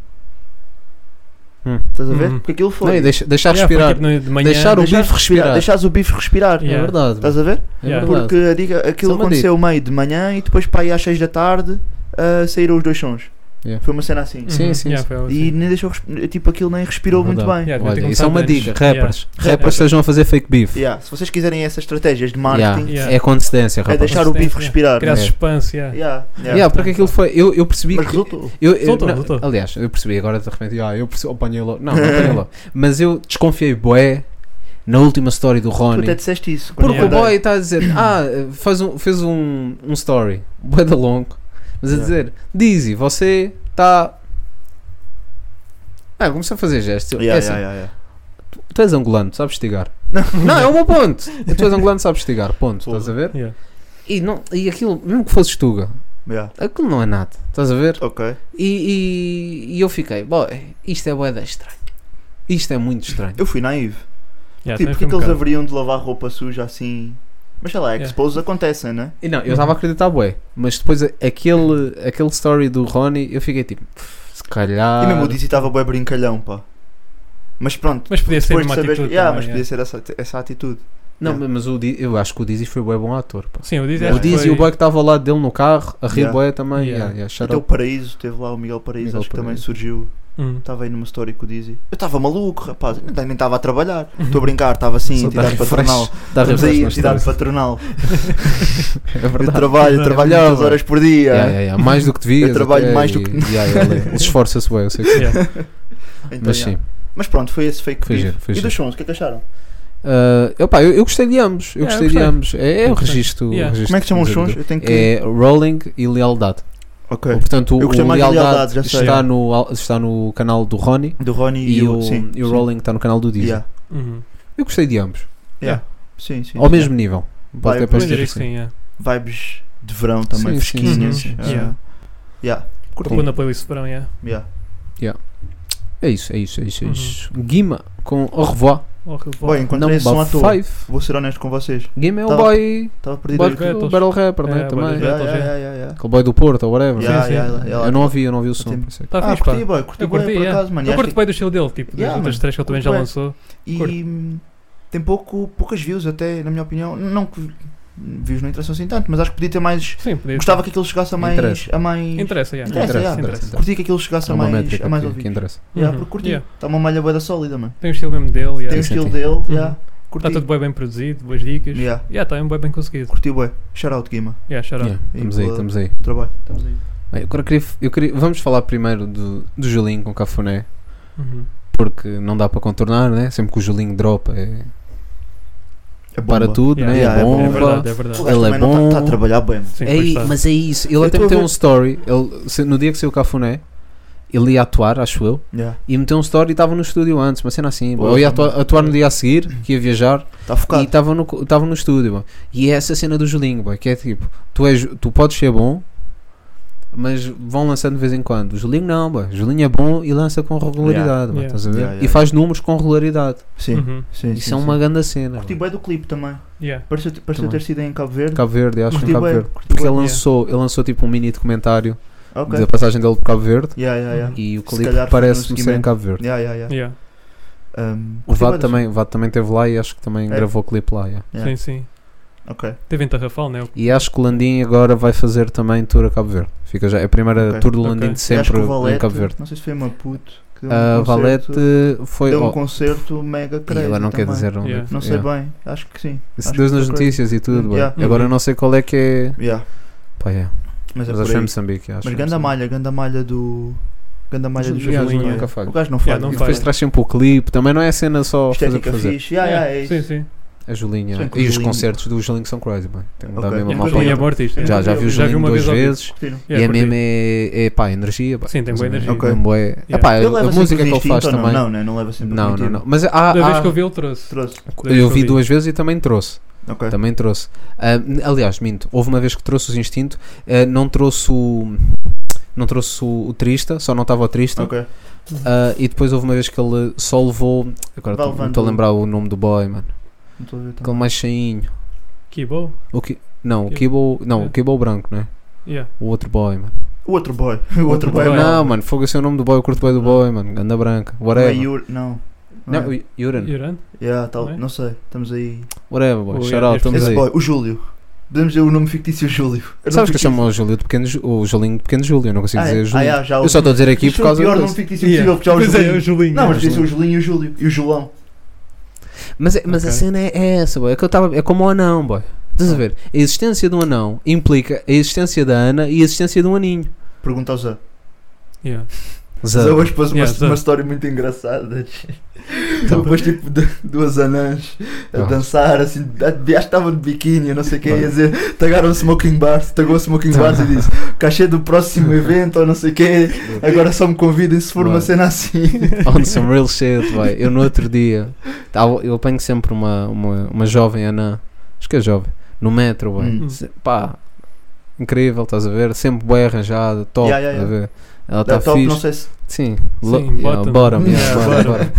Speaker 6: Hum.
Speaker 5: Estás a ver?
Speaker 7: Uhum.
Speaker 5: Porque aquilo
Speaker 6: Não,
Speaker 5: foi.
Speaker 6: e deixa- deixar
Speaker 7: Yeah, foi
Speaker 6: respirar.
Speaker 7: tipo no- de manhã,
Speaker 6: Deixar o
Speaker 5: Deixares
Speaker 6: bife respirar.
Speaker 5: deixares o bife respirar.
Speaker 6: É
Speaker 7: Yeah.
Speaker 6: verdade.
Speaker 5: Estás a ver?
Speaker 6: É
Speaker 7: Yeah.
Speaker 6: verdade.
Speaker 5: Porque a diga, aquilo
Speaker 6: Só uma
Speaker 5: aconteceu meio de manhã e depois para aí às 6 da tarde ah, saíram os dois sons.
Speaker 6: Yeah.
Speaker 5: Foi uma cena assim.
Speaker 6: Sim,
Speaker 7: Uhum,
Speaker 6: sim,
Speaker 7: yeah,
Speaker 6: sim.
Speaker 7: foi algo
Speaker 5: E
Speaker 7: assim.
Speaker 5: nem deixou, resp- tipo, aquilo nem respirou
Speaker 6: É
Speaker 5: muito
Speaker 6: verdade.
Speaker 5: bem.
Speaker 7: Yeah, devia ter
Speaker 6: Olha, isso é
Speaker 7: começado
Speaker 6: uma
Speaker 7: antes.
Speaker 6: diga. Rappers.
Speaker 7: Yeah.
Speaker 6: Rappers estejam a fazer fake beef.
Speaker 5: Yeah, se vocês quiserem essas estratégias de
Speaker 6: Yeah.
Speaker 5: marketing,
Speaker 7: Yeah.
Speaker 6: É consistência,
Speaker 5: é
Speaker 6: rapaz.
Speaker 5: deixar o bife
Speaker 7: Yeah.
Speaker 5: respirar.
Speaker 7: Criar
Speaker 6: Yeah.
Speaker 7: suspense, yeah.
Speaker 5: Yeah, yeah.
Speaker 6: Yeah, porque aquilo foi. Eu, eu percebi
Speaker 5: Mas
Speaker 6: que.
Speaker 5: resultou.
Speaker 6: Eu, eu-
Speaker 7: Resultou,
Speaker 6: não,
Speaker 7: resultou.
Speaker 6: Aliás, eu percebi agora de repente. Ah, eu percebi, apanhei logo. Não, não apanhei logo. Mas eu desconfiei, boé, na última story do
Speaker 5: Tu até
Speaker 6: Ronnie.
Speaker 5: disseste isso. quando
Speaker 6: Porque
Speaker 5: eu
Speaker 6: o
Speaker 5: mandei.
Speaker 6: boy está a dizer. Ah, faz um, fez um, um story. Boé da longo. Mas a
Speaker 5: Yeah.
Speaker 6: dizer. Dizzy, você está. Ah, começou a fazer gestos. Eu,
Speaker 5: Yeah,
Speaker 6: é assim,
Speaker 5: yeah, yeah, yeah.
Speaker 6: Tu és angolano, tu sabes estigar. não, é o meu ponto. Tu és angolano, sabes estigar. Ponto. Estás a ver?
Speaker 7: Yeah.
Speaker 6: E, não, e aquilo, mesmo que fosse Tuga,
Speaker 5: Yeah.
Speaker 6: aquilo não é nada. Estás a ver?
Speaker 5: Ok.
Speaker 6: E, e- e eu fiquei, boy, isto é boeda estranho. Isto é muito estranho.
Speaker 5: Eu fui naivo.
Speaker 7: Yeah,
Speaker 5: tipo,
Speaker 7: também
Speaker 5: porque
Speaker 7: foi
Speaker 5: é
Speaker 7: um
Speaker 5: que eles
Speaker 7: bocado.
Speaker 5: haveriam de lavar roupa suja assim? Mas sei lá, é que
Speaker 7: Yeah.
Speaker 5: exposes acontecem, né?
Speaker 6: E não, eu estava a acreditar, bué, mas depois a- aquele, aquele story do Ronnie, eu fiquei tipo, "Pff, se calhar.
Speaker 5: E mesmo o Dizzy estava bué brincalhão, pá. Mas pronto,
Speaker 7: Mas podia ser
Speaker 5: depois
Speaker 7: uma
Speaker 5: de saber.
Speaker 7: atitude.
Speaker 5: Yeah, mas
Speaker 7: também,
Speaker 5: podia
Speaker 7: yeah.
Speaker 5: ser essa, essa atitude.
Speaker 6: Não,
Speaker 5: Yeah.
Speaker 6: mas o, Di- eu acho que o Dizzy foi bué bom ator. pá.
Speaker 7: Sim, o Diz
Speaker 5: Yeah.
Speaker 6: O Dizzy e o boy que estava ao lado dele no carro, a
Speaker 5: É,
Speaker 6: rir
Speaker 5: Yeah. Então,
Speaker 6: bué também.
Speaker 7: Yeah.
Speaker 6: yeah, yeah, shout
Speaker 5: Até o
Speaker 6: out.
Speaker 5: Paraíso, teve lá o Miguel Paraíso,
Speaker 6: Miguel
Speaker 5: acho que também
Speaker 6: Paraíso.
Speaker 5: surgiu. Estava aí numa story com o Dizzy. Eu estava maluco, rapaz. eu Nem estava a trabalhar. Estou a brincar, estava assim,
Speaker 6: Só dá
Speaker 5: entidade
Speaker 6: refresh-
Speaker 5: patronal.
Speaker 6: dá
Speaker 5: Estamos
Speaker 6: refresh
Speaker 5: aí,
Speaker 6: nas
Speaker 5: entidade
Speaker 6: stories.
Speaker 5: patronal.
Speaker 6: É
Speaker 5: Eu trabalho, eu
Speaker 6: verdade.
Speaker 5: trabalho muitas
Speaker 6: Trabalhava.
Speaker 5: horas por dia.
Speaker 6: Yeah, yeah, yeah. Mais do que devias.
Speaker 5: Eu trabalho
Speaker 6: até,
Speaker 5: mais do
Speaker 6: e-
Speaker 5: que-
Speaker 6: yeah, yeah, ele- ele Esforça-se bem, eu sei que sim.
Speaker 7: Yeah.
Speaker 5: Então,
Speaker 6: Mas
Speaker 5: yeah.
Speaker 6: sim.
Speaker 5: Mas pronto, foi esse fake
Speaker 6: Foi
Speaker 5: beef.
Speaker 6: giro, foi
Speaker 5: E
Speaker 6: giro.
Speaker 5: dos sons, o que é que acharam?
Speaker 6: Ah, opá, eu, eu gostei de ambos. Eu
Speaker 7: Yeah,
Speaker 6: gostei
Speaker 7: eu
Speaker 6: de
Speaker 7: gostei.
Speaker 6: ambos. É, é
Speaker 7: Eu
Speaker 6: o
Speaker 7: gostei.
Speaker 6: registro,
Speaker 7: Yeah.
Speaker 6: registro
Speaker 5: Como é que chamam os sons?
Speaker 6: do-
Speaker 5: Eu tenho que.
Speaker 6: É Rolling e Lealdade.
Speaker 5: Ok.
Speaker 6: Portanto,
Speaker 5: Eu
Speaker 6: o
Speaker 5: gostei mais do Lealdade,
Speaker 6: Lealdade
Speaker 5: já sei.
Speaker 6: está no, al- está no canal do Ronnie
Speaker 5: Do Ronnie
Speaker 6: e, o,
Speaker 5: Sim.
Speaker 6: e o
Speaker 5: sim.
Speaker 6: Rolling está no canal do Dizzy.
Speaker 5: Yeah.
Speaker 7: Uhum.
Speaker 6: Eu gostei de ambos.
Speaker 5: Sim, sim.
Speaker 6: Ao mesmo nível.
Speaker 5: Vai-
Speaker 6: Pode
Speaker 7: Também
Speaker 6: até
Speaker 5: Pois é,
Speaker 6: dizer
Speaker 7: diria que
Speaker 6: assim.
Speaker 7: sim, yeah.
Speaker 5: Vibes de verão também,
Speaker 6: Sim, sim,
Speaker 5: fresquinhas.
Speaker 7: sim, sim,
Speaker 5: ah,
Speaker 7: sim. Yeah.
Speaker 5: yeah,
Speaker 7: Vou pôr na playlist de verão, yeah.
Speaker 5: yeah.
Speaker 6: É isso, é isso, é isso. É
Speaker 7: Uhum.
Speaker 6: isso. Guima com Au revoir.
Speaker 7: Oh, que bom.
Speaker 5: Bom, encontrei esse som à
Speaker 6: Number
Speaker 5: toa.
Speaker 6: 5.
Speaker 5: Vou ser honesto com vocês.
Speaker 6: Guima é o
Speaker 5: Tá.
Speaker 6: boy.
Speaker 5: Estava perdido.
Speaker 6: boy
Speaker 5: aí.
Speaker 7: Bora-
Speaker 6: que- o
Speaker 7: Beatles.
Speaker 6: Battle Rapper, né?
Speaker 7: É,
Speaker 6: Também.
Speaker 7: Battle-
Speaker 5: Yeah,
Speaker 7: Beatles,
Speaker 5: yeah,
Speaker 7: é.
Speaker 5: yeah, yeah, yeah.
Speaker 6: Aquele boy do Porto, ou whatever.
Speaker 5: Yeah,
Speaker 7: sim,
Speaker 5: yeah,
Speaker 7: sim.
Speaker 5: yeah.
Speaker 6: Eu não ouvi, eu não ouvi o som.
Speaker 5: Sim.
Speaker 6: por isso é que-
Speaker 7: Tá
Speaker 5: Ah,
Speaker 7: fixe, pá.
Speaker 5: curti, boy, curti
Speaker 7: Eu
Speaker 5: bué,
Speaker 7: curti,
Speaker 5: por
Speaker 7: yeah.
Speaker 5: acaso, mano. e
Speaker 7: Eu
Speaker 5: acho
Speaker 7: curto bem do estilo dele, tipo, das
Speaker 5: Yeah,
Speaker 7: outras
Speaker 5: mano.
Speaker 7: três que ele também já
Speaker 5: Curto bué.
Speaker 7: lançou.
Speaker 5: que- E hum, tem pouco, poucas views, até, na minha opinião. Não que views não interessam assim tanto, mas acho que podia ter mais.
Speaker 7: Sim, podia.
Speaker 5: Gostava que aquilo chegasse a mais.
Speaker 6: Interessa.
Speaker 5: A mais...
Speaker 7: Interessa, yeah.
Speaker 5: Interessa, yeah.
Speaker 6: interessa.
Speaker 5: Curti que aquilo chegasse
Speaker 6: É
Speaker 5: a
Speaker 6: uma
Speaker 5: mais,
Speaker 6: métrica
Speaker 5: a mais
Speaker 6: que- que
Speaker 5: ouvidos.
Speaker 6: interessa.
Speaker 5: Yeah,
Speaker 7: Uhum.
Speaker 5: porque curti.
Speaker 7: Yeah.
Speaker 5: Está uma malha boa da sólida, mano.
Speaker 7: Tem o estilo mesmo dele,
Speaker 5: Tem o
Speaker 7: yeah.
Speaker 6: sim,
Speaker 5: estilo
Speaker 6: sim.
Speaker 5: dele, yeah.
Speaker 7: Está
Speaker 5: curti.
Speaker 7: Tá tudo bem bem produzido, boas dicas.
Speaker 5: Yeah.
Speaker 7: Yeah, está bem bem conseguido.
Speaker 5: Curti bué. Shout out, Guima.
Speaker 7: Yeah, shout out.
Speaker 6: Yeah, Estamos aí, estamos aí.
Speaker 5: Trabalho. Estamos aí.
Speaker 6: Bem, eu agora queria, eu queria- vamos falar primeiro do, do Julinho com Cafuné,
Speaker 7: Uhum.
Speaker 6: porque não dá para contornar, né? Sempre que o Julinho dropa é
Speaker 5: É
Speaker 6: para tudo,
Speaker 7: Yeah,
Speaker 6: né?
Speaker 5: yeah,
Speaker 6: é
Speaker 5: é bom,
Speaker 7: É
Speaker 6: bomba.
Speaker 7: verdade, é
Speaker 5: O
Speaker 7: verdade.
Speaker 5: gajo
Speaker 6: Ele é
Speaker 5: também não
Speaker 6: bom.
Speaker 5: Está a trabalhar bem. mano.
Speaker 7: Sim,
Speaker 6: É
Speaker 7: pois tá.
Speaker 6: aí-
Speaker 7: está.
Speaker 6: mas é isso. Ele
Speaker 5: Eu tô
Speaker 6: até
Speaker 5: a
Speaker 6: meteu
Speaker 5: ver-
Speaker 6: um story. Ele, se- no dia que saiu o Cafuné, ele ia atuar, acho eu,
Speaker 5: Yeah.
Speaker 6: e meteu um story e estava no estúdio antes, uma cena assim.
Speaker 5: Boa,
Speaker 6: Ou ia
Speaker 5: também.
Speaker 6: atua- atuar no dia a seguir, que ia viajar,
Speaker 5: Está Tá focado.
Speaker 6: E tá- estava no, co- tava no estúdio, bom. E é essa cena do Julinho, bom, que é tipo, tu, és, tu podes ser bom, mas vão lançando de vez em quando. O Julinho não, bom. O Julinho é bom e lança com regularidade, bom,
Speaker 7: Yeah.
Speaker 6: estás a ver?
Speaker 5: Yeah, yeah,
Speaker 6: e faz números com regularidade.
Speaker 5: Sim.
Speaker 7: Uhum.
Speaker 5: sim,
Speaker 6: Isso
Speaker 5: sim,
Speaker 6: é
Speaker 5: sim.
Speaker 6: uma grande cena.
Speaker 5: Curti
Speaker 6: bom.
Speaker 5: bué do clipe também.
Speaker 7: Yeah.
Speaker 5: Pareceu, pareceu
Speaker 6: Também.
Speaker 5: ter sido em Cabo Verde.
Speaker 6: Cabo Verde, acho
Speaker 5: Curti
Speaker 6: que em Cabo
Speaker 5: bué,
Speaker 6: Verde.
Speaker 5: curti
Speaker 6: Porque ele
Speaker 5: bué.
Speaker 6: lançou, ele lançou tipo um mini documentário
Speaker 5: Ok.
Speaker 6: da passagem dele por Cabo Verde
Speaker 5: Yeah, yeah, yeah.
Speaker 6: e o
Speaker 5: Se
Speaker 6: clipe
Speaker 5: calhar foi
Speaker 6: parece-me
Speaker 5: no
Speaker 6: ser em
Speaker 5: seguimento.
Speaker 6: Cabo Verde.
Speaker 5: Yeah, yeah, yeah.
Speaker 7: Yeah.
Speaker 5: Um,
Speaker 6: O
Speaker 5: curti bué
Speaker 6: Vado
Speaker 5: do
Speaker 6: também, o Vado também esteve lá e acho que também
Speaker 5: É.
Speaker 6: gravou o clipe lá. yeah.
Speaker 5: Yeah.
Speaker 7: Sim, sim.
Speaker 5: som. Ok.
Speaker 7: Teve em Tarrafal, né?
Speaker 6: E acho que o Landim agora vai fazer também tour a Cabo Verde. Fica já, é a primeira
Speaker 5: Ok.
Speaker 6: tour do
Speaker 7: Ok.
Speaker 6: Landim de
Speaker 5: E acho que
Speaker 6: sempre
Speaker 5: o Valete,
Speaker 6: em Cabo Verde.
Speaker 5: Não sei se foi Maputo. Que deu
Speaker 6: A
Speaker 5: um concerto-
Speaker 6: Valete foi.
Speaker 5: Deu um
Speaker 6: oh,
Speaker 5: concerto mega
Speaker 6: e
Speaker 5: creio.
Speaker 6: agora não quer
Speaker 5: também.
Speaker 6: dizer onde.
Speaker 7: Yeah.
Speaker 5: Não sei bem. Acho que sim.
Speaker 6: Se
Speaker 5: acho
Speaker 6: deu
Speaker 5: que
Speaker 6: nas
Speaker 5: foi creio.
Speaker 6: notícias e tudo, bué.
Speaker 5: Yeah.
Speaker 6: agora
Speaker 7: Uhum.
Speaker 6: não sei qual é que é.
Speaker 5: Yeah.
Speaker 6: Pá,
Speaker 5: Mas
Speaker 6: é.
Speaker 5: é
Speaker 6: Mas
Speaker 5: por
Speaker 6: acho que é
Speaker 5: aí.
Speaker 6: Moçambique. Acho
Speaker 5: Mas
Speaker 6: que é
Speaker 5: ganda
Speaker 6: Moçambique.
Speaker 5: malha, ganda malha do. Ganda malha do
Speaker 7: Mas o
Speaker 5: Jesus
Speaker 7: gajo
Speaker 5: Mourinho.
Speaker 6: nunca falha.
Speaker 5: O gajo não
Speaker 7: Yeah,
Speaker 5: falha.
Speaker 7: não
Speaker 5: E
Speaker 6: E depois
Speaker 7: falha.
Speaker 6: traz sempre o clipe. Também não é cena só fazer
Speaker 5: Estética
Speaker 6: por fazer.
Speaker 5: fixe. Yeah, yeah, é isso.
Speaker 7: Sim, sim.
Speaker 6: A Julinha.
Speaker 5: Sim, com
Speaker 6: E os
Speaker 5: Julinho.
Speaker 6: concertos do Julinho que são crazy, bem. Tem que dar
Speaker 5: Ok.
Speaker 6: mesmo
Speaker 5: E
Speaker 6: a mão
Speaker 5: depois
Speaker 6: para
Speaker 7: Julinho é
Speaker 5: outra.
Speaker 7: bom artista.
Speaker 6: Já, já vi o
Speaker 7: Já vi
Speaker 6: Julinho
Speaker 7: uma
Speaker 6: duas
Speaker 7: vez ao vivo.
Speaker 6: vezes.
Speaker 5: Curtiram.
Speaker 6: E a
Speaker 7: curti.
Speaker 6: mesma é, é pá, energia. Pá.
Speaker 7: Sim, tem boa energia.
Speaker 5: Ok.
Speaker 6: Tem bué- é pá,
Speaker 5: Ele
Speaker 6: a
Speaker 5: leva sempre
Speaker 6: música
Speaker 5: os
Speaker 6: que ele faz
Speaker 5: instintos ou
Speaker 6: também.
Speaker 5: Não, não, né? não leva sempre
Speaker 6: Não,
Speaker 5: os
Speaker 6: não,
Speaker 5: instintos.
Speaker 6: não. Mas há,
Speaker 7: Da vez
Speaker 6: há-
Speaker 7: que eu vi, ele trouxe.
Speaker 5: Trouxe.
Speaker 7: Da vez
Speaker 6: eu
Speaker 7: que
Speaker 6: vi duas vezes e também trouxe.
Speaker 5: Ok.
Speaker 6: Também trouxe. Ah, n- aliás, minto, houve uma vez que trouxe os instinto, ah, não trouxe o. Não trouxe o, o Trista, só não estava o Trista.
Speaker 5: Ok.
Speaker 6: Ah, e depois houve uma vez que ele só levou. Agora
Speaker 5: Val
Speaker 6: tô- não
Speaker 5: Van
Speaker 6: estou a
Speaker 5: Doel.
Speaker 6: lembrar o nome do boy, mano.
Speaker 7: Tá
Speaker 5: Não estou a ver. tá.
Speaker 6: Aquele mais cheinho.
Speaker 7: Kibo.
Speaker 6: O que, não, o
Speaker 7: Kibo.
Speaker 6: Kibo. Não,
Speaker 7: É.
Speaker 6: o Kibo branco, não é?
Speaker 7: Yeah.
Speaker 6: O outro boy, mano.
Speaker 5: O outro boy. O outro boy. Ah.
Speaker 7: boy.
Speaker 6: Não, mano, fogo esse é o nome do boy, eu curto bem do boy, mano. Ganda branca.
Speaker 5: Não é
Speaker 6: Whatever.
Speaker 5: Yuri. Não. Não,
Speaker 6: Não,
Speaker 5: é.
Speaker 6: o Yuran.
Speaker 7: Iran.
Speaker 5: Yeah, tal,
Speaker 7: não é?
Speaker 5: não sei. Estamos aí.
Speaker 6: Whatever, boy.
Speaker 7: O
Speaker 6: Shout
Speaker 7: Yuran,
Speaker 6: out,
Speaker 7: este-
Speaker 6: estamos
Speaker 5: Esse
Speaker 6: aí.
Speaker 5: boy, o Júlio. Podemos dizer o nome fictício Júlio. Era um
Speaker 6: Sabes que eu
Speaker 5: fictício.
Speaker 6: chamo o Júlio de pequeno. Ju- O Julinho de pequeno Júlio, eu não consigo
Speaker 5: Ah, é?
Speaker 6: dizer Júlio.
Speaker 5: Ah, yeah, já
Speaker 6: eu
Speaker 5: ouvi.
Speaker 6: só estou a dizer aqui
Speaker 5: Isto
Speaker 6: por
Speaker 5: é o
Speaker 6: causa
Speaker 5: pior nome
Speaker 6: disso.
Speaker 5: fictício possível, porque já o
Speaker 7: Pois é, o
Speaker 5: Julinho.
Speaker 7: Julinho.
Speaker 5: Não, mas
Speaker 6: o
Speaker 5: podia ser o Julinho e o Júlio. E o João.
Speaker 6: Mas, é- mas a
Speaker 7: Ok.
Speaker 6: cena é é essa, boy. É, que eu tava, é como o anão, boy. Estás a ver? A existência de um anão implica a existência da Ana e a existência de um aninho.
Speaker 5: Pergunta ao Zé.
Speaker 7: Yeah.
Speaker 6: Zé.
Speaker 5: Zé hoje pôs uma,
Speaker 7: Yeah, Zé.
Speaker 5: uma história muito engraçada.
Speaker 6: Tá
Speaker 5: Depois, tipo, de- duas anãs a
Speaker 6: Não.
Speaker 5: dançar, assim, a- acho que estavam de biquíni, eu não sei quem, ia dizer, tagaram o Smoking Bars,
Speaker 6: Tá
Speaker 5: tagau o Smoking Bars e disse, cachê do próximo evento ou não sei quem, agora só me convidem se for uma
Speaker 6: Mano.
Speaker 5: cena assim.
Speaker 6: On some real shit, boy. Eu no outro dia, tava- eu apanho sempre uma, uma, uma jovem anã, acho que é jovem, no metro, boy.
Speaker 5: Hum.
Speaker 6: Se- Pá, incrível, estás a ver? Sempre bem arranjada, top,
Speaker 5: Yeah, yeah,
Speaker 6: estás a ver? Ela
Speaker 5: Da
Speaker 6: está
Speaker 5: top, não
Speaker 6: fixe.
Speaker 5: sei se.
Speaker 6: Sim,
Speaker 7: Sim, bottom.
Speaker 6: bora,
Speaker 5: Yeah,
Speaker 6: bora,
Speaker 5: bottom.
Speaker 6: bora.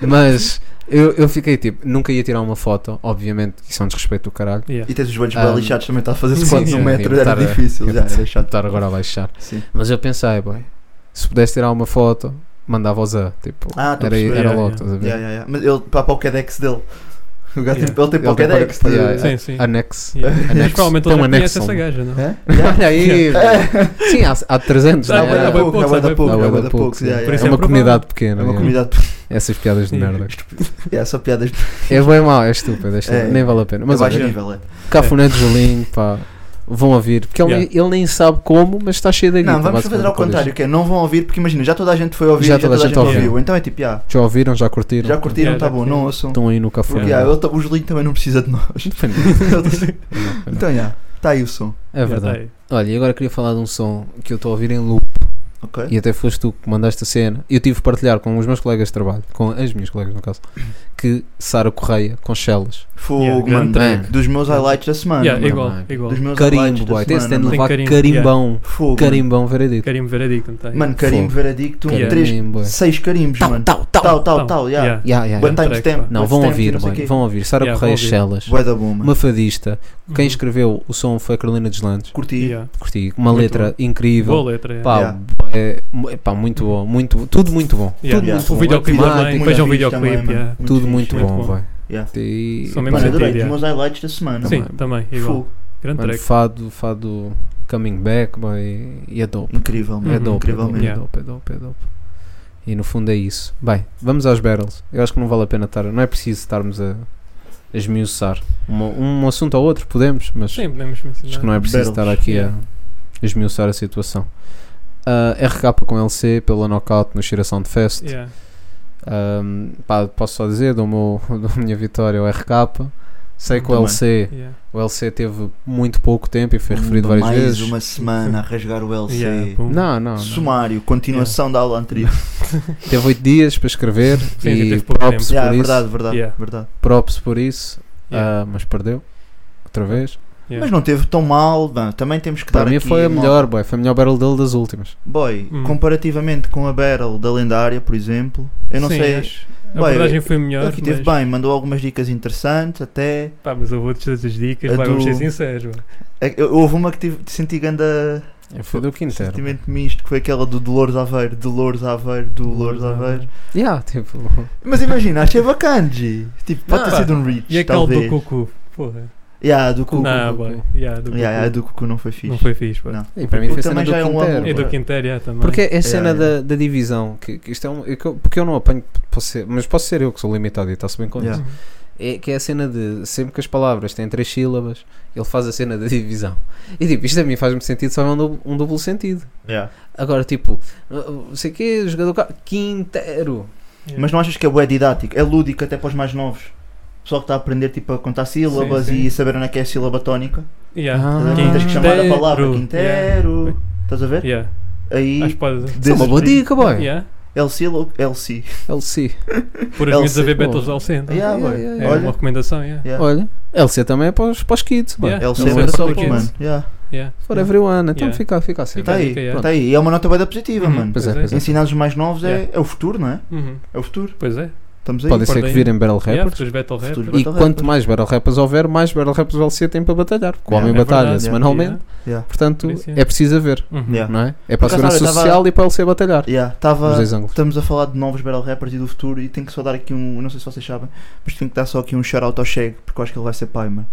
Speaker 6: Mas eu, eu fiquei tipo, nunca ia tirar uma foto, obviamente, isso é um desrespeito do caralho.
Speaker 7: Yeah.
Speaker 5: E tens os joelhos
Speaker 6: Ah,
Speaker 5: bem lixados também, está a fazer
Speaker 7: sim,
Speaker 5: squat no
Speaker 7: sim,
Speaker 5: metro,
Speaker 6: sim,
Speaker 5: era
Speaker 6: tá, é.
Speaker 5: difícil, já, era chato.
Speaker 6: Estar agora a baixar.
Speaker 5: Sim.
Speaker 6: Mas eu pensei, boy, se pudesse tirar uma foto, mandava ao Zé. Tipo,
Speaker 5: Ah, estou a
Speaker 6: era,
Speaker 5: perceber.
Speaker 6: era
Speaker 7: yeah,
Speaker 6: logo,
Speaker 7: yeah.
Speaker 6: estás a ver?
Speaker 5: Yeah, yeah, yeah. Mas ele, pá, para o Kedex dele. O gato
Speaker 7: Yeah.
Speaker 5: tem, ele tem para o
Speaker 6: Ele tem
Speaker 5: Kedex.
Speaker 6: para-
Speaker 5: de-
Speaker 6: yeah, yeah.
Speaker 7: Sim, sim.
Speaker 6: Anexo.
Speaker 7: Yeah. Mas
Speaker 6: Anexo.
Speaker 7: provavelmente
Speaker 6: Tem
Speaker 7: ele
Speaker 6: um
Speaker 7: já conhece
Speaker 6: anexo.
Speaker 7: essa gaja, não?
Speaker 5: Hã?
Speaker 6: Olha aí. velho. Sim, há, há 300,
Speaker 7: Dá
Speaker 5: Não,
Speaker 6: né?
Speaker 7: bué-
Speaker 5: é
Speaker 7: dá bué
Speaker 5: da
Speaker 6: Era-
Speaker 5: pouco,
Speaker 7: poucos,
Speaker 5: não é
Speaker 7: dá bué
Speaker 5: da pouco,
Speaker 6: poucos.
Speaker 5: é da pouco.
Speaker 6: Por
Speaker 5: yeah,
Speaker 7: isso
Speaker 5: yeah.
Speaker 6: É uma
Speaker 7: provável.
Speaker 6: comunidade pequena.
Speaker 5: É uma
Speaker 6: yeah.
Speaker 5: comunidade
Speaker 6: Essas piadas de
Speaker 7: Sim.
Speaker 6: merda.
Speaker 5: É só piadas.
Speaker 6: É bem mau, é estúpido, é estúpido.
Speaker 5: É.
Speaker 6: nem vale a pena.
Speaker 5: Mas
Speaker 6: Mas
Speaker 5: é baixo
Speaker 6: olha,
Speaker 5: nível, é.
Speaker 6: Cafuné de Julinho, pá, vão ouvir. Porque ele,
Speaker 7: Yeah.
Speaker 6: nem, ele nem sabe como, mas está cheio de guita.
Speaker 5: Não, vamos fazer
Speaker 6: basicamente,
Speaker 5: ao
Speaker 6: o que ele diz.
Speaker 5: contrário, que é não vão ouvir, porque imagina, já toda a gente foi ouvir, já, toda, a gente
Speaker 6: ouviu.
Speaker 5: ouviu. Então é tipo, ah,
Speaker 6: Já ouviram, já curtiram?
Speaker 5: já curtiram,
Speaker 7: Yeah,
Speaker 5: tá
Speaker 7: já
Speaker 5: bom, não ouçam.
Speaker 6: Estão aí no Cafuné.
Speaker 5: Porque ah, ele tá- o Julinho também não precisa de nós. Então, já, está aí o som.
Speaker 6: É verdade. Olha, e agora queria falar de um som que eu estou a ouvir em loop
Speaker 5: Ok?
Speaker 6: e até foste tu que mandaste a cena. Eu tive de partilhar com os meus colegas de trabalho, com as minhas colegas no caso, que Sara Correia com Chelas.
Speaker 5: Fogo,
Speaker 7: Yeah, grande
Speaker 5: mano.
Speaker 6: track.
Speaker 5: Dos meus highlights da semana.
Speaker 7: Yeah,
Speaker 5: mano.
Speaker 7: igual,
Speaker 6: mano.
Speaker 7: igual.
Speaker 5: Dos meus highlights
Speaker 6: Carimbo,
Speaker 5: da
Speaker 6: boy. Tem-se
Speaker 5: semana.
Speaker 6: de
Speaker 5: é? mano.
Speaker 6: levar
Speaker 7: Tem carimbo,
Speaker 6: carimbão.
Speaker 5: Fogo. mano.
Speaker 6: Carimbão veredito.
Speaker 7: Carimbo veredicto, não tem?
Speaker 5: Mano, carimbo
Speaker 6: Fogo.
Speaker 5: veredicto,
Speaker 7: Yeah.
Speaker 5: três,
Speaker 6: Carimbo, boy.
Speaker 5: seis carimbos, mano.
Speaker 6: Tal, tal,
Speaker 5: Tal, tal,
Speaker 7: Tal.
Speaker 5: tal, já.
Speaker 7: Yeah.
Speaker 6: Yeah, yeah,
Speaker 5: Bué
Speaker 6: yeah.
Speaker 7: Grande
Speaker 5: timestamp.
Speaker 6: Não, vão ouvir, boy. Vão ouvir. Sara
Speaker 7: Yeah,
Speaker 6: Correia
Speaker 7: vou ouvir.
Speaker 6: Chelas.
Speaker 5: Boa da bom, mano.
Speaker 6: Uma fadista. Quem
Speaker 7: Uhum.
Speaker 6: escreveu o som foi a Carolina Deslandes.
Speaker 5: Curti.
Speaker 7: Yeah.
Speaker 6: Curti. Uma
Speaker 7: Muito
Speaker 6: letra incrível.
Speaker 7: Boa letra. é.
Speaker 6: Pá,
Speaker 5: Yeah.
Speaker 6: é, mu- é pá, muito bom, muito, tudo muito bom.
Speaker 7: Yeah.
Speaker 5: tudo muito
Speaker 7: O
Speaker 5: bom.
Speaker 7: videoclipe
Speaker 6: Temática,
Speaker 7: também.
Speaker 6: muito
Speaker 7: Vejam o
Speaker 5: fixe
Speaker 7: videoclipe.
Speaker 5: também,
Speaker 7: yeah.
Speaker 5: mano.
Speaker 6: tudo
Speaker 5: fixe.
Speaker 6: muito,
Speaker 7: muito
Speaker 6: bom,
Speaker 7: bom.
Speaker 6: vai.
Speaker 5: Yeah.
Speaker 6: E,
Speaker 7: São mesmo
Speaker 5: Mano,
Speaker 7: sentido,
Speaker 5: adorei. Dos
Speaker 7: yeah.
Speaker 5: meus highlights da semana.
Speaker 7: Sim,
Speaker 6: Também.
Speaker 7: também. Igual.
Speaker 5: Fogo.
Speaker 7: Grande
Speaker 6: mano,
Speaker 7: track.
Speaker 6: fado, fado coming back boy, e é dope.
Speaker 5: Incrível, mano.
Speaker 6: É
Speaker 7: Uhum.
Speaker 6: dope,
Speaker 5: Incrivelmente.
Speaker 6: é dope, é dope, é dope. E no fundo é isso. Bem, vamos às barrels. Eu acho que não vale a pena estar, não é preciso estarmos a, a esmiuçar uma- um assunto ao outro, podemos, mas
Speaker 7: Sim, podemos
Speaker 6: acho que
Speaker 7: mencionar.
Speaker 6: não é preciso
Speaker 5: Barrels,
Speaker 6: estar aqui a,
Speaker 7: yeah.
Speaker 6: a esmiuçar a situação. Ah, RK com LC pela Knockout no Cheira Sound Fest.
Speaker 7: Yeah.
Speaker 6: Ahm, pá, posso só dizer, dou, meu, dou a minha vitória ao RK. Sei que o
Speaker 5: Também.
Speaker 6: LC,
Speaker 7: Yeah.
Speaker 6: o LC teve muito pouco tempo e foi referido
Speaker 5: Mais
Speaker 6: várias vezes.
Speaker 5: uma semana a rasgar o LC.
Speaker 7: Yeah, pum.
Speaker 6: Não, não, não.
Speaker 5: Sumário, continuação da aula anterior.
Speaker 6: Teve 8 dias para escrever
Speaker 7: Sim, sim,
Speaker 6: e
Speaker 7: teve pouco
Speaker 6: props por,
Speaker 5: Yeah, é
Speaker 6: isso,
Speaker 5: verdade, verdade,
Speaker 7: Yeah.
Speaker 5: verdade.
Speaker 6: props por isso,
Speaker 7: Yeah.
Speaker 6: ah, mas perdeu outra vez.
Speaker 7: Yeah.
Speaker 5: Mas não teve tão mal, bem, também temos que dar
Speaker 6: Para mim
Speaker 5: aqui
Speaker 6: foi a
Speaker 5: uma-
Speaker 6: melhor, boy, foi a melhor barrel dele das últimas.
Speaker 5: Boy,
Speaker 7: Hum.
Speaker 5: comparativamente com a Battle da lendária, por exemplo, eu não
Speaker 7: Sim,
Speaker 5: sei.
Speaker 7: acho- A
Speaker 5: Bem,
Speaker 7: abordagem foi melhor.
Speaker 5: ele aqui teve
Speaker 7: mas-
Speaker 5: bem, mandou algumas dicas interessantes até.
Speaker 7: Pá, mas eu vou te dar as dicas,
Speaker 5: A
Speaker 7: vai,
Speaker 5: do-
Speaker 7: vamos ser sinceros. mano.
Speaker 5: É, eu- Houve uma que tive, senti ganda
Speaker 6: Foi do Quintero.
Speaker 5: sentimento misto, que foi aquela do Dolores Aveiro, Dolores Aveiro, Dolores Aveiro.
Speaker 6: Yeah, tipo,
Speaker 5: Mas imagina, achei bacana, G. Tipo, pode
Speaker 6: Não,
Speaker 5: ter
Speaker 7: pá.
Speaker 5: sido um reach,
Speaker 7: E aquele do
Speaker 5: talvez.
Speaker 7: Cucu. Porra.
Speaker 5: Yeah, do Cucu.
Speaker 7: Não,
Speaker 6: Cucu.
Speaker 7: boy. Yeah, do
Speaker 5: Yeah, yeah,
Speaker 7: Cucu.
Speaker 5: do Cucu não foi fixe.
Speaker 7: Não foi fixe, pá.
Speaker 5: Não.
Speaker 6: e para mim foi
Speaker 5: Porque
Speaker 6: a cena
Speaker 5: também
Speaker 6: do
Speaker 5: já é um
Speaker 6: Quintero.
Speaker 5: álbum.
Speaker 7: E
Speaker 6: boy.
Speaker 7: do Quintero, yeah, também.
Speaker 6: Porque é a cena
Speaker 5: yeah.
Speaker 6: Da, da divisão, que, que isto é um. é que eu- porque eu não apanho, posso ser- mas posso ser eu que sou limitado e está-se bem com
Speaker 5: Yeah.
Speaker 6: isso. É, que é a cena de sempre que as palavras têm três sílabas, ele faz a cena da divisão. E tipo, isto a mim faz-me sentido, só é um duplo, um duplo sentido.
Speaker 5: Yeah.
Speaker 6: Agora, tipo, não sei o quê, jogador cá, Quintero.
Speaker 5: Mas não achas que é bué didático? É lúdico até para os mais novos. O pessoal que está a aprender tipo, a contar sílabas
Speaker 7: Sim, sim.
Speaker 5: e saber onde é que é a sílaba tónica.
Speaker 7: Yeah.
Speaker 6: Ah.
Speaker 5: Então, Tens que chamar a palavra
Speaker 7: Quintero.
Speaker 5: quintero. Estás a ver?
Speaker 7: Yeah. Às
Speaker 5: Aí.
Speaker 7: padas.
Speaker 6: Isso é uma boa dica, boy.
Speaker 7: Yeah.
Speaker 5: LC, lo- LC.
Speaker 6: LC.
Speaker 7: Por
Speaker 5: LC,
Speaker 7: as miúdas a ver
Speaker 6: boa.
Speaker 7: Battles ao centro.
Speaker 5: Yeah, boy.
Speaker 6: Ah, yeah,
Speaker 7: É uma
Speaker 5: Olha.
Speaker 7: recomendação, yeah.
Speaker 5: Yeah.
Speaker 6: Olha, LC também é para os, para os kids, mano.
Speaker 7: Yeah.
Speaker 5: LC
Speaker 6: Não
Speaker 5: é
Speaker 6: é só
Speaker 5: só
Speaker 6: para
Speaker 5: puto,
Speaker 6: kids.
Speaker 5: mano. Yeah.
Speaker 7: Yeah.
Speaker 6: For everyone. Então
Speaker 7: Yeah.
Speaker 6: fica, fica assim.
Speaker 5: Está aí,
Speaker 7: Dica, yeah.
Speaker 5: tá aí. E é uma nota bué da positiva,
Speaker 7: Uhum.
Speaker 5: mano.
Speaker 6: Pois é,
Speaker 7: Pois é.
Speaker 6: pois é.
Speaker 5: Ensinar os mais novos é,
Speaker 7: Yeah.
Speaker 5: é o futuro, não é?
Speaker 7: Uhum.
Speaker 5: É o futuro.
Speaker 7: Pois é.
Speaker 5: Estamos aí.
Speaker 6: Podem ser
Speaker 7: Recordem.
Speaker 6: que virem Battle Rappers.
Speaker 7: Yeah, porque os Battle Rap.
Speaker 5: Futuros
Speaker 6: E
Speaker 5: battle
Speaker 6: quanto
Speaker 5: rappers.
Speaker 6: mais Battle Rappers houver, mais Battle Rappers o LC tem para batalhar. Porque o
Speaker 5: Yeah.
Speaker 6: homem
Speaker 5: É
Speaker 6: batalha
Speaker 7: verdade, yeah.
Speaker 6: semanalmente, portanto
Speaker 7: Por isso, yeah.
Speaker 6: é preciso haver,
Speaker 7: Yeah. Uhum.
Speaker 5: Yeah.
Speaker 6: não é? É para a
Speaker 5: Por acaso,
Speaker 6: segurança
Speaker 5: olha, tava-
Speaker 6: social e para o LC batalhar.
Speaker 5: Yeah,
Speaker 6: Nos
Speaker 5: tava,
Speaker 6: dois ângulos.
Speaker 5: estamos a falar de novos Battle Rappers e do futuro e tenho que só dar aqui um, não sei se vocês sabem, mas tenho que dar só aqui um shout-out ao Chego, porque eu acho que ele vai ser pai, mano.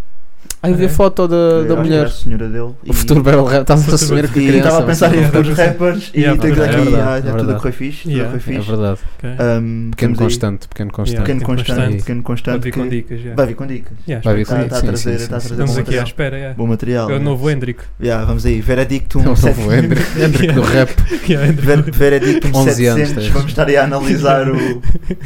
Speaker 6: Aí vi
Speaker 7: É.
Speaker 6: a foto da,
Speaker 5: Eu
Speaker 6: da
Speaker 5: acho que
Speaker 6: mulher.
Speaker 5: era a senhora dele.
Speaker 6: O futuro Battle Rap, estás a
Speaker 7: Futuro-
Speaker 6: assumir que um
Speaker 5: e
Speaker 6: criança.
Speaker 5: estava a pensar em
Speaker 7: mas-
Speaker 5: futuros rappers e
Speaker 7: Yeah,
Speaker 5: tenho que dar
Speaker 7: é
Speaker 5: aqui,
Speaker 6: verdade,
Speaker 5: ah,
Speaker 6: é
Speaker 5: é tudo o
Speaker 6: verdade.
Speaker 5: que foi fixe, tudo o
Speaker 7: Yeah,
Speaker 5: que foi
Speaker 6: É
Speaker 5: fixe.
Speaker 6: verdade.
Speaker 7: Ok.
Speaker 5: Um,
Speaker 6: Pequeno
Speaker 5: temos aí
Speaker 6: constante, pequeno constante.
Speaker 5: Pequeno
Speaker 7: Pequeno
Speaker 5: constante,
Speaker 7: constante.
Speaker 5: pequeno
Speaker 7: Pode
Speaker 5: constante.
Speaker 7: vir com
Speaker 5: que
Speaker 7: dicas, yeah.
Speaker 5: Vai vir com dicas.
Speaker 7: Yeah,
Speaker 6: Vai vir
Speaker 7: espero
Speaker 5: Está
Speaker 6: com
Speaker 7: que
Speaker 5: está a
Speaker 6: sim,
Speaker 5: trazer,
Speaker 6: sim,
Speaker 5: está a
Speaker 6: sim,
Speaker 5: trazer
Speaker 7: Estamos
Speaker 5: bom
Speaker 7: aqui à
Speaker 5: material.
Speaker 7: espera, é.
Speaker 5: Bom material.
Speaker 7: É o
Speaker 5: né?
Speaker 7: novo Hendrick.
Speaker 5: Yeah, vamos aí, Veredictum
Speaker 6: É o novo
Speaker 5: 700.
Speaker 6: Hendrick Hendrick do rap.
Speaker 7: Yeah, Hendrick.
Speaker 5: Ver- Veredictum
Speaker 6: 11 anos
Speaker 5: 700.
Speaker 6: tens.
Speaker 5: Vamos estar aí a analisar o,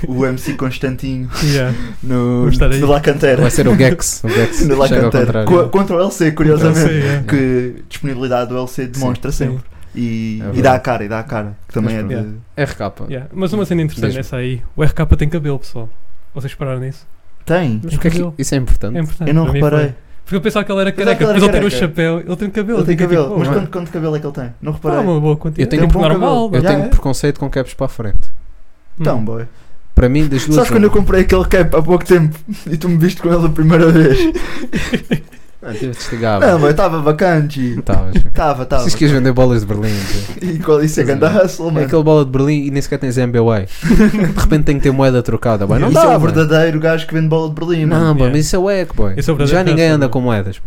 Speaker 5: o MC Constantinho
Speaker 7: Yeah.
Speaker 5: no,
Speaker 7: Vamos estar aí.
Speaker 5: no La Cantera.
Speaker 6: Vai ser o Gex. O Gex.
Speaker 5: No La
Speaker 6: Chega ao
Speaker 5: Cantera.
Speaker 6: contrário.
Speaker 5: Co- Contra o LC, curiosamente.
Speaker 7: Sim, yeah.
Speaker 5: Que disponibilidade do LC demonstra
Speaker 7: Sim.
Speaker 5: sempre. E,
Speaker 6: É
Speaker 5: e
Speaker 6: verdade.
Speaker 5: dá a cara, e dá a cara. Que também é
Speaker 6: Mas
Speaker 5: de.
Speaker 6: RK.
Speaker 7: Yeah. Mas uma cena interessante
Speaker 6: Mesmo.
Speaker 7: nessa aí. O RK tem cabelo, pessoal. Vocês pararam nisso?
Speaker 5: Tem.
Speaker 6: Mas porque é que
Speaker 7: Cabelo.
Speaker 6: isso é importante?
Speaker 7: É importante.
Speaker 5: Eu não
Speaker 7: para mim
Speaker 5: reparei.
Speaker 7: foi. Porque eu pensava que ele era
Speaker 5: Pensava
Speaker 7: careca,
Speaker 5: que ele
Speaker 7: depois
Speaker 5: era
Speaker 7: ele tirou o
Speaker 5: careca.
Speaker 7: chapéu. Ele tem cabelo.
Speaker 5: Ele tem
Speaker 7: fiquei
Speaker 5: cabelo.
Speaker 7: tipo, oh,
Speaker 5: mas
Speaker 7: mano,
Speaker 5: quanto, quanto cabelo é que ele tem? Não
Speaker 7: pá,
Speaker 5: reparei.
Speaker 7: uma Tá, boa quantia.
Speaker 6: Eu tenho
Speaker 7: Tem
Speaker 5: bom
Speaker 7: normal.
Speaker 6: Eu
Speaker 5: Já
Speaker 6: tenho
Speaker 5: é.
Speaker 6: preconceito com caps para a frente.
Speaker 7: Hum.
Speaker 5: Então, boy.
Speaker 6: Para mim, das duas.
Speaker 5: Sabes quando eu
Speaker 6: uma.
Speaker 5: comprei aquele cap há pouco tempo e tu me viste com ele a primeira vez?
Speaker 6: Ah, tive de desligar,
Speaker 5: Não,
Speaker 6: mano.
Speaker 5: mas estava bacante.
Speaker 6: Não estavas.
Speaker 5: Estava, estava.
Speaker 6: Preciso que ias vender bolas de Berlim. tio.
Speaker 5: E qual isso é ganda hustle,
Speaker 6: É
Speaker 5: mano.
Speaker 6: aquele bola de Berlim e nem sequer tens MBWay. De repente tem que ter moeda trocada. Boy. Tá Não
Speaker 5: isso é
Speaker 6: dá.
Speaker 5: o
Speaker 6: boy.
Speaker 5: verdadeiro gajo que vende bola de Berlim, mano.
Speaker 6: Não, boy,
Speaker 7: Yeah.
Speaker 6: mas isso é wack, boy.
Speaker 7: Isso é o verdadeiro
Speaker 6: Já ninguém
Speaker 7: hustle,
Speaker 6: anda
Speaker 7: boy.
Speaker 6: com moedas.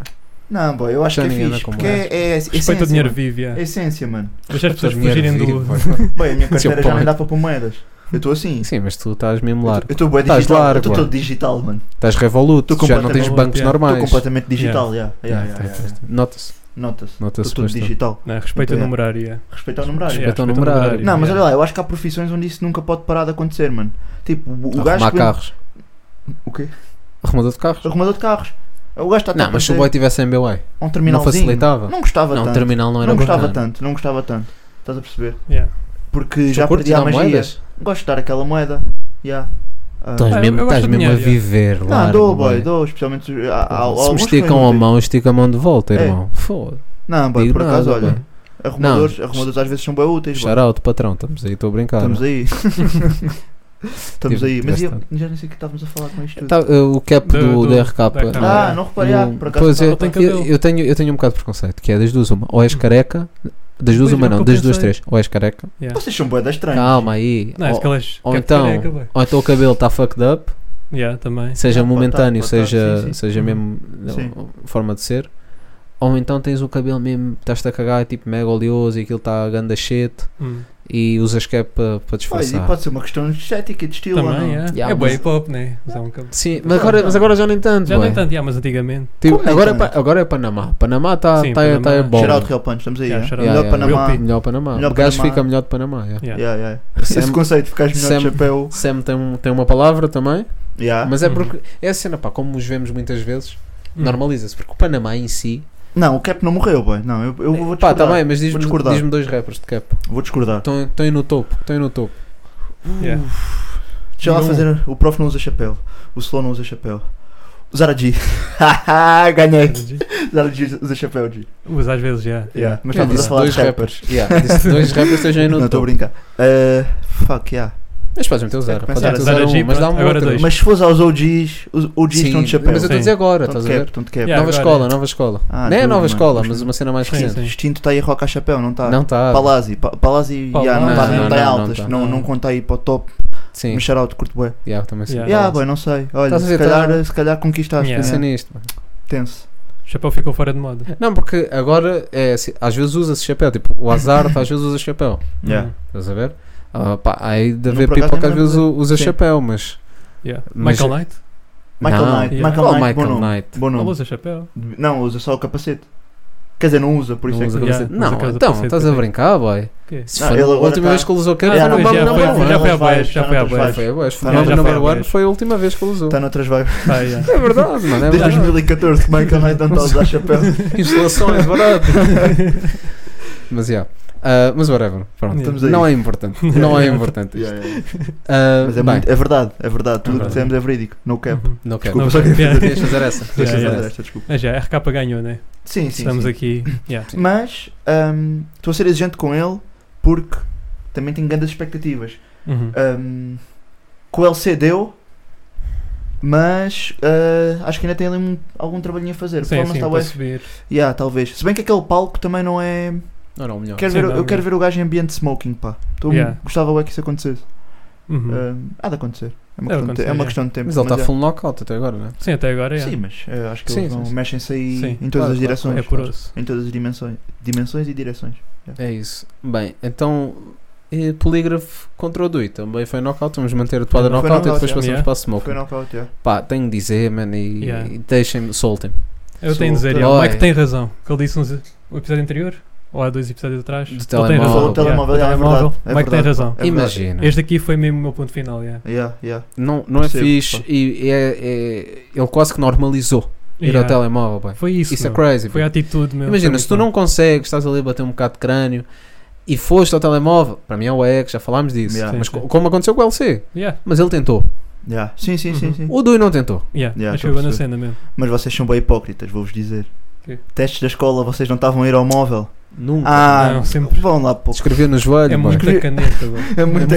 Speaker 5: Não, boy, eu acho
Speaker 6: Já
Speaker 5: que é
Speaker 6: ninguém anda
Speaker 5: fixe.
Speaker 6: com
Speaker 5: Porque é, é,
Speaker 7: Respeito
Speaker 5: essência.
Speaker 7: ao dinheiro
Speaker 5: mano.
Speaker 7: vivo, yeah.
Speaker 5: É essência, mano.
Speaker 7: Deixar as pessoas
Speaker 6: Dinheiro
Speaker 7: fugirem
Speaker 6: vivo,
Speaker 7: do.
Speaker 6: boy.
Speaker 5: Bem, a minha
Speaker 6: Seu
Speaker 5: carteira já
Speaker 6: pai.
Speaker 5: nem dá para pôr moedas. Eu estou assim.
Speaker 6: Sim, mas tu estás mesmo
Speaker 5: Eu
Speaker 6: largo.
Speaker 5: estou bué
Speaker 6: Estás
Speaker 5: digital.
Speaker 6: largo,
Speaker 5: eu estou
Speaker 6: boy.
Speaker 5: todo digital, mano.
Speaker 6: Estás revoluto.
Speaker 5: Tu
Speaker 6: Já não tens
Speaker 7: completamente-
Speaker 6: bancos
Speaker 7: Yeah.
Speaker 5: Estou
Speaker 6: normais.
Speaker 5: completamente digital, já. já,
Speaker 6: Yeah,
Speaker 5: já, já, já.
Speaker 6: Nota-se.
Speaker 5: Nota-se.
Speaker 6: Nota-se
Speaker 5: Estou todo
Speaker 6: bastante.
Speaker 5: digital.
Speaker 7: Não, respeito ao
Speaker 5: Então, é.
Speaker 7: numerário. yeah.
Speaker 5: Respeito ao numerário.
Speaker 7: Yeah,
Speaker 6: Respeito ao
Speaker 7: respeito ao
Speaker 6: numerário.
Speaker 7: numerário.
Speaker 5: Não, mas
Speaker 7: yeah.
Speaker 5: olha lá, eu acho que há profissões onde isso nunca pode parar de acontecer, mano. Tipo, o, o gajo
Speaker 6: Arrumar
Speaker 5: que vende-
Speaker 6: carros.
Speaker 5: O quê?
Speaker 6: Arrumador de carros.
Speaker 5: Arrumador de carros. O gajo está
Speaker 6: Não, mas se o boy tivesse MBWay,
Speaker 5: um
Speaker 6: não
Speaker 5: terminalzinho.
Speaker 6: facilitava.
Speaker 5: Não gostava
Speaker 6: Não, o
Speaker 5: tanto.
Speaker 6: terminal não era
Speaker 5: Não
Speaker 6: né?
Speaker 5: gostava
Speaker 6: bacana.
Speaker 5: tanto, não gostava tanto. Estás a perceber?
Speaker 7: Yeah.
Speaker 5: Porque
Speaker 6: Tu
Speaker 5: já
Speaker 6: curtes
Speaker 5: perdi a
Speaker 6: dar
Speaker 5: magia.
Speaker 6: moedas?
Speaker 5: Gosto de dar aquela moeda. Yeah. Ah,
Speaker 6: Estás
Speaker 7: Ah, eu-
Speaker 6: mesmo,
Speaker 7: eu
Speaker 6: estás
Speaker 7: gosto de
Speaker 6: mesmo a
Speaker 7: dinheiro,
Speaker 6: viver
Speaker 5: não,
Speaker 6: largo,
Speaker 5: dou, boy,
Speaker 6: boy.
Speaker 5: dou, especialmente há, há, há
Speaker 6: Se me
Speaker 5: alguns que são
Speaker 6: esticam a
Speaker 5: inúteis.
Speaker 6: mão, estica a mão de volta,
Speaker 5: É.
Speaker 6: irmão. Foda-se.
Speaker 5: Não, boy,
Speaker 6: Digo
Speaker 5: por acaso,
Speaker 6: nada,
Speaker 5: olha,
Speaker 6: boy.
Speaker 5: arrumadores, arrumadores às vezes são bem úteis, boy.
Speaker 6: Shout out, patrão. Estamos aí, estou a brincar.
Speaker 5: Estamos aí.
Speaker 6: Tipo,
Speaker 5: Estamos
Speaker 6: Tive-
Speaker 5: aí. Mas
Speaker 6: tiveste
Speaker 5: eu- já nem sei o que estávamos a falar com isto. tudo.
Speaker 6: Tá, uh, o cap
Speaker 7: Do-
Speaker 6: do,
Speaker 7: do-
Speaker 6: do RK.
Speaker 7: da RK.
Speaker 5: Ah,
Speaker 7: é.
Speaker 5: não reparei, ah,
Speaker 6: No-
Speaker 5: por acaso
Speaker 6: pois é,
Speaker 5: estava-
Speaker 7: tem
Speaker 6: eu,
Speaker 7: cabelo.
Speaker 6: eu tenho, eu tenho um bocado de preconceito, que é das duas uma. Ou
Speaker 5: Hum.
Speaker 6: és careca, das duas
Speaker 7: Pois,
Speaker 6: uma
Speaker 7: é o
Speaker 6: não,
Speaker 7: que eu
Speaker 6: das duas
Speaker 7: pensei.
Speaker 6: três. Ou és careca,
Speaker 5: Vocês são boedas estranhas.
Speaker 6: calma aí.
Speaker 7: Não,
Speaker 6: ou,
Speaker 7: é aquelas.
Speaker 6: ou
Speaker 7: que é
Speaker 6: então-
Speaker 7: careca, boy.
Speaker 6: ou então o cabelo está fucked up,
Speaker 7: Yeah, também.
Speaker 6: seja
Speaker 5: Ah, pode
Speaker 6: momentâneo,
Speaker 5: tá, pode tá,
Speaker 6: seja,
Speaker 5: sim, sim.
Speaker 6: seja mesmo não,
Speaker 5: Sim.
Speaker 6: forma de ser. Ou então tens o cabelo mesmo, estás-te a cagar, é tipo mega oleoso e aquilo está a ganda shit
Speaker 7: Hum.
Speaker 6: e usas cap para pa
Speaker 5: Olha,
Speaker 6: disfarçar.
Speaker 5: e pode ser uma questão de estética, de estilo, ou não?
Speaker 7: Também, yeah.
Speaker 6: Yeah,
Speaker 7: É boa
Speaker 6: mas-
Speaker 7: hip hop, né? Usar um cabelo.
Speaker 6: Sim, mas
Speaker 5: Não,
Speaker 6: agora,
Speaker 5: não.
Speaker 6: mas agora já nem tanto.
Speaker 7: Já
Speaker 6: bué.
Speaker 7: nem tanto, yeah, mas antigamente.
Speaker 6: Tipo,
Speaker 5: Como nem
Speaker 6: agora, é
Speaker 5: tanto?
Speaker 6: pa- agora é Panamá. Panamá está
Speaker 7: Sim,
Speaker 6: tá, é- tá é
Speaker 7: Panamá.
Speaker 6: bom.
Speaker 5: Shout out Real Punch, estamos aí.
Speaker 7: Yeah,
Speaker 5: yeah.
Speaker 7: shout
Speaker 6: Yeah,
Speaker 5: Melhor
Speaker 6: yeah.
Speaker 5: Panamá.
Speaker 7: Real P.
Speaker 6: Melhor Panamá.
Speaker 5: Melhor
Speaker 6: o gajo
Speaker 5: Panamá.
Speaker 6: fica melhor de Panamá. yeah.
Speaker 7: Yeah.
Speaker 5: Yeah, yeah. Esse
Speaker 6: Sam,
Speaker 5: conceito, ficares melhor
Speaker 6: Sam-
Speaker 5: de chapéu.
Speaker 6: Sam tem, um- tem uma palavra também,
Speaker 5: Yeah.
Speaker 6: mas é
Speaker 7: Uhum.
Speaker 6: porque é a cena, pá, como os vemos muitas vezes,
Speaker 7: Hum.
Speaker 6: normaliza-se. Porque o Panamá em si,
Speaker 5: Não, o Cap não morreu, boy. Não, eu, eu vou
Speaker 6: pá,
Speaker 5: discordar.
Speaker 6: tá bem, mas diz-me
Speaker 5: Vou discordar.
Speaker 6: diz-me dois rappers de cap.
Speaker 5: Vou discordar.
Speaker 6: Estão aí no topo, estão aí no topo.
Speaker 7: Yeah.
Speaker 5: Deixa lá
Speaker 6: Não.
Speaker 5: fazer. O prof não usa chapéu. O Slow não usa chapéu. O Zara G. Haha, ganhei. Zara G usa chapéu, G.
Speaker 7: Usa às vezes, já.
Speaker 5: Yeah. Mas
Speaker 6: Eu
Speaker 5: estamos
Speaker 6: disse
Speaker 5: a falar de
Speaker 6: dois
Speaker 5: rappers.
Speaker 6: Yeah, disse dois rappers estejam aí no
Speaker 5: Não, estou a
Speaker 6: topo.
Speaker 5: brincar. Eh, fuck, yeah.
Speaker 6: Mas podes meter o zero,
Speaker 5: É,
Speaker 6: podes
Speaker 5: começa
Speaker 6: meter o
Speaker 7: a dar
Speaker 6: zero a
Speaker 7: a
Speaker 6: um,
Speaker 7: Jeep,
Speaker 6: mas dá um
Speaker 7: agora
Speaker 6: outro.
Speaker 7: dois.
Speaker 5: Mas se fores aos OGs, os OGs
Speaker 6: Sim,
Speaker 5: estão de chapéu.
Speaker 6: mas eu estou a
Speaker 7: Sim.
Speaker 6: dizer agora,
Speaker 5: Estão
Speaker 6: estás
Speaker 5: de
Speaker 6: a
Speaker 5: cap,
Speaker 6: ver?
Speaker 5: estão de cap.
Speaker 7: Yeah.
Speaker 6: Nova
Speaker 7: agora
Speaker 6: escola,
Speaker 7: é.
Speaker 6: nova escola.
Speaker 5: Então, Ah,
Speaker 6: Não é
Speaker 5: tudo,
Speaker 6: nova
Speaker 5: mano,
Speaker 6: escola,
Speaker 5: mas
Speaker 6: mas uma cena mais
Speaker 7: Sim,
Speaker 6: recente.
Speaker 5: O Instinto está aí a rocar chapéu, não está?
Speaker 6: Não tá. está.
Speaker 5: Palazzi, pa Palazzi
Speaker 7: Palazzi.
Speaker 5: yeah, não está
Speaker 7: Não,
Speaker 5: não,
Speaker 7: não,
Speaker 5: tá em
Speaker 6: não,
Speaker 5: altas,
Speaker 6: não
Speaker 5: não,
Speaker 6: tá.
Speaker 5: não, conta aí para o top,
Speaker 6: Sim,
Speaker 5: mas shout-out, curto bué.
Speaker 6: yeah, também sim.
Speaker 7: Yeah.
Speaker 5: Yeah, boy, não sei, olha,
Speaker 6: Estás a ver,
Speaker 5: se calhar,
Speaker 6: tá-
Speaker 5: se calhar conquistaste,
Speaker 7: Yeah.
Speaker 6: Pensa
Speaker 5: yeah.
Speaker 6: nisto. mano.
Speaker 5: tenso.
Speaker 7: O chapéu ficou fora de moda.
Speaker 6: Não, porque agora é assim, às vezes usa-se chapéu, tipo, o azar às vezes usa chapéu.
Speaker 7: Hum.
Speaker 5: Yeah.
Speaker 6: Estás a ver? Ah, pá, aí de
Speaker 5: Não,
Speaker 6: haver
Speaker 5: por acaso
Speaker 6: people que às
Speaker 5: lembro-me
Speaker 6: vezes
Speaker 5: de-
Speaker 6: usa
Speaker 5: Sim.
Speaker 6: chapéu, mas
Speaker 7: Yeah.
Speaker 6: Mas-
Speaker 7: Michael Knight?
Speaker 5: Michael
Speaker 6: Não.
Speaker 5: Knight.
Speaker 7: Yeah.
Speaker 5: Michael
Speaker 6: Oh,
Speaker 5: Knight, bom
Speaker 6: Michael
Speaker 5: nome.
Speaker 6: Knight.
Speaker 5: Bom
Speaker 7: Não
Speaker 5: nome.
Speaker 7: usa chapéu.
Speaker 5: Não, usa só o capacete. Quer dizer, não usa, por isso
Speaker 6: Não
Speaker 5: é
Speaker 6: usa
Speaker 5: que.
Speaker 7: Yeah,
Speaker 6: capacete.
Speaker 7: usa
Speaker 6: Não,
Speaker 7: aquele
Speaker 6: então,
Speaker 7: capacete
Speaker 6: estás a
Speaker 7: também.
Speaker 6: brincar, boy.
Speaker 7: Ok.
Speaker 6: Se
Speaker 5: Não,
Speaker 6: foi-
Speaker 5: ele
Speaker 6: a
Speaker 5: agora
Speaker 6: última
Speaker 5: tá-
Speaker 6: vez que ele usou
Speaker 5: Ah,
Speaker 6: cana,
Speaker 5: não,
Speaker 6: não,
Speaker 7: já
Speaker 6: não,
Speaker 7: foi-
Speaker 6: não,
Speaker 7: já
Speaker 6: não.
Speaker 7: foi à
Speaker 5: vai,
Speaker 7: boia, já
Speaker 5: já
Speaker 7: foi à
Speaker 5: não
Speaker 7: boia.
Speaker 5: vai.
Speaker 6: Foi a boa,
Speaker 5: Tá,
Speaker 6: foi no
Speaker 5: já
Speaker 7: foi
Speaker 6: Number
Speaker 7: à
Speaker 6: One,
Speaker 7: vez.
Speaker 6: foi a última vez que ele usou.
Speaker 5: Está Tá noutras vibes.
Speaker 7: Ah, yeah.
Speaker 6: É verdade, mano, é
Speaker 5: Desde
Speaker 6: verdade.
Speaker 5: 2014 que Michael Knight não está a usar chapéu.
Speaker 6: Instalações, barato. é mas, yeah. Ah, mas whatever, pronto.
Speaker 5: Estamos aí.
Speaker 6: Não é importante. Não é importante. isto.
Speaker 5: Yeah, yeah.
Speaker 6: Ah,
Speaker 5: Mas é,
Speaker 6: bem,
Speaker 5: muito- é verdade, é verdade. Tudo o que
Speaker 7: verdade.
Speaker 5: dissemos é verídico. No cap.
Speaker 7: Uhum.
Speaker 6: não quero.
Speaker 5: Desculpa,
Speaker 7: Não
Speaker 5: só
Speaker 7: cap,
Speaker 5: queria
Speaker 7: yeah.
Speaker 5: fazer
Speaker 6: Deixa fazer essa.
Speaker 5: deixa
Speaker 6: Deixa
Speaker 5: fazer
Speaker 7: yeah.
Speaker 6: fazer essa.
Speaker 5: esta, desculpa.
Speaker 7: Mas já, a RK ganhou, né?
Speaker 5: Sim, sim.
Speaker 7: Estamos
Speaker 5: sim.
Speaker 7: aqui. Yeah.
Speaker 6: Sim.
Speaker 5: Mas hum, estou a ser exigente com ele porque também tenho grandes expectativas.
Speaker 7: Uhum.
Speaker 5: Hum, com o LC deu, mas ah, acho que ainda tem ali um- algum trabalhinho a fazer.
Speaker 7: Sim,
Speaker 5: Performance tá
Speaker 7: sim, para
Speaker 5: talvez.
Speaker 7: subir.
Speaker 5: Yeah, talvez. Se bem que aquele palco também não é.
Speaker 6: Não, não, melhor.
Speaker 5: Quero
Speaker 7: Sim,
Speaker 5: ver,
Speaker 7: não,
Speaker 5: eu quero
Speaker 7: não.
Speaker 5: ver o gajo em ambiente de smoking, pá. Tô-
Speaker 7: Yeah.
Speaker 5: Gostava bué que isso acontecesse.
Speaker 7: Uhum.
Speaker 5: Hum, há de acontecer. É uma,
Speaker 7: Deve
Speaker 5: questão, de, te- é
Speaker 7: acontecer,
Speaker 5: uma
Speaker 7: é.
Speaker 5: questão de tempo.
Speaker 6: Mas ele tá está
Speaker 5: é.
Speaker 6: full knockout até agora, não é?
Speaker 7: Sim, até agora, yeah.
Speaker 5: Sim, mas eh, acho que
Speaker 6: Sim,
Speaker 5: eles
Speaker 6: sim,
Speaker 5: vão-
Speaker 6: sim.
Speaker 5: mexem-se aí
Speaker 7: Sim,
Speaker 5: em todas
Speaker 6: claro,
Speaker 5: as
Speaker 6: claro,
Speaker 5: direções.
Speaker 7: é poroso.
Speaker 5: Em todas as dimensões, dimensões e direções.
Speaker 6: É isso. Bem, então. eh, Polígrafo contra o Dui também foi knockout. Vamos manter a toada
Speaker 5: Foi
Speaker 6: knockout e
Speaker 5: knockout,
Speaker 6: depois
Speaker 5: yeah.
Speaker 6: passamos
Speaker 7: Yeah.
Speaker 6: para a smoke.
Speaker 5: Foi knockout, yeah.
Speaker 6: Pá, tenho de dizer, man, e,
Speaker 7: Yeah.
Speaker 6: e deixem-me, soltem-me.
Speaker 7: Eu tenho de dizer,
Speaker 5: Solta-
Speaker 7: yeah, o Mike
Speaker 6: Oi.
Speaker 7: tem razão. O que ele disse no episódio anterior, ou há dois episódios atrás,
Speaker 6: Do
Speaker 7: ele tem
Speaker 6: telemóvel.
Speaker 7: razão.
Speaker 6: Do
Speaker 5: telemóvel,
Speaker 7: do
Speaker 5: é
Speaker 7: telemóvel.
Speaker 5: verdade, é
Speaker 7: O Mike tem
Speaker 5: verdade.
Speaker 7: razão.
Speaker 5: É verdade.
Speaker 6: Imagina.
Speaker 7: Este aqui foi mesmo o meu ponto final, yeah.
Speaker 5: Yeah, yeah.
Speaker 6: Não, não é
Speaker 5: Percebo,
Speaker 6: fixe
Speaker 5: pá.
Speaker 6: e e é, é- ele quase que normalizou ir ao
Speaker 7: Yeah.
Speaker 6: telemóvel, pá.
Speaker 7: Foi isso,
Speaker 6: Isso é
Speaker 7: meu.
Speaker 6: crazy.
Speaker 7: Foi a
Speaker 6: pá.
Speaker 7: atitude, meu.
Speaker 6: Imagina,
Speaker 7: Foi
Speaker 6: se tu
Speaker 7: muito
Speaker 6: não consegues, estás ali a bater um bocado de crânio e foste ao telemóvel, para mim é o EX, já falámos disso.
Speaker 5: Yeah.
Speaker 7: Sim,
Speaker 6: Mas
Speaker 7: sim.
Speaker 6: co- como aconteceu com o
Speaker 7: bom.
Speaker 6: LC,
Speaker 7: Yeah,
Speaker 6: mas ele tentou.
Speaker 5: Yeah. Sim, sim, sim,
Speaker 7: Uhum.
Speaker 5: sim.
Speaker 6: O Dui não tentou.
Speaker 7: yeah.
Speaker 5: Yeah,
Speaker 7: Acho que
Speaker 5: estou a
Speaker 7: foi na
Speaker 5: perceber.
Speaker 7: cena mesmo.
Speaker 5: Mas vocês são bem hipócritas, vou-vos dizer.
Speaker 7: Quê?
Speaker 5: Testes da escola, vocês não estavam a ir ao móvel?
Speaker 6: Nunca.
Speaker 5: Ah,
Speaker 7: Não, sempre.
Speaker 5: vão lá, pô.
Speaker 6: Escreveu no joelho,
Speaker 7: É
Speaker 6: pá.
Speaker 7: muita caneta, bro.
Speaker 5: É muita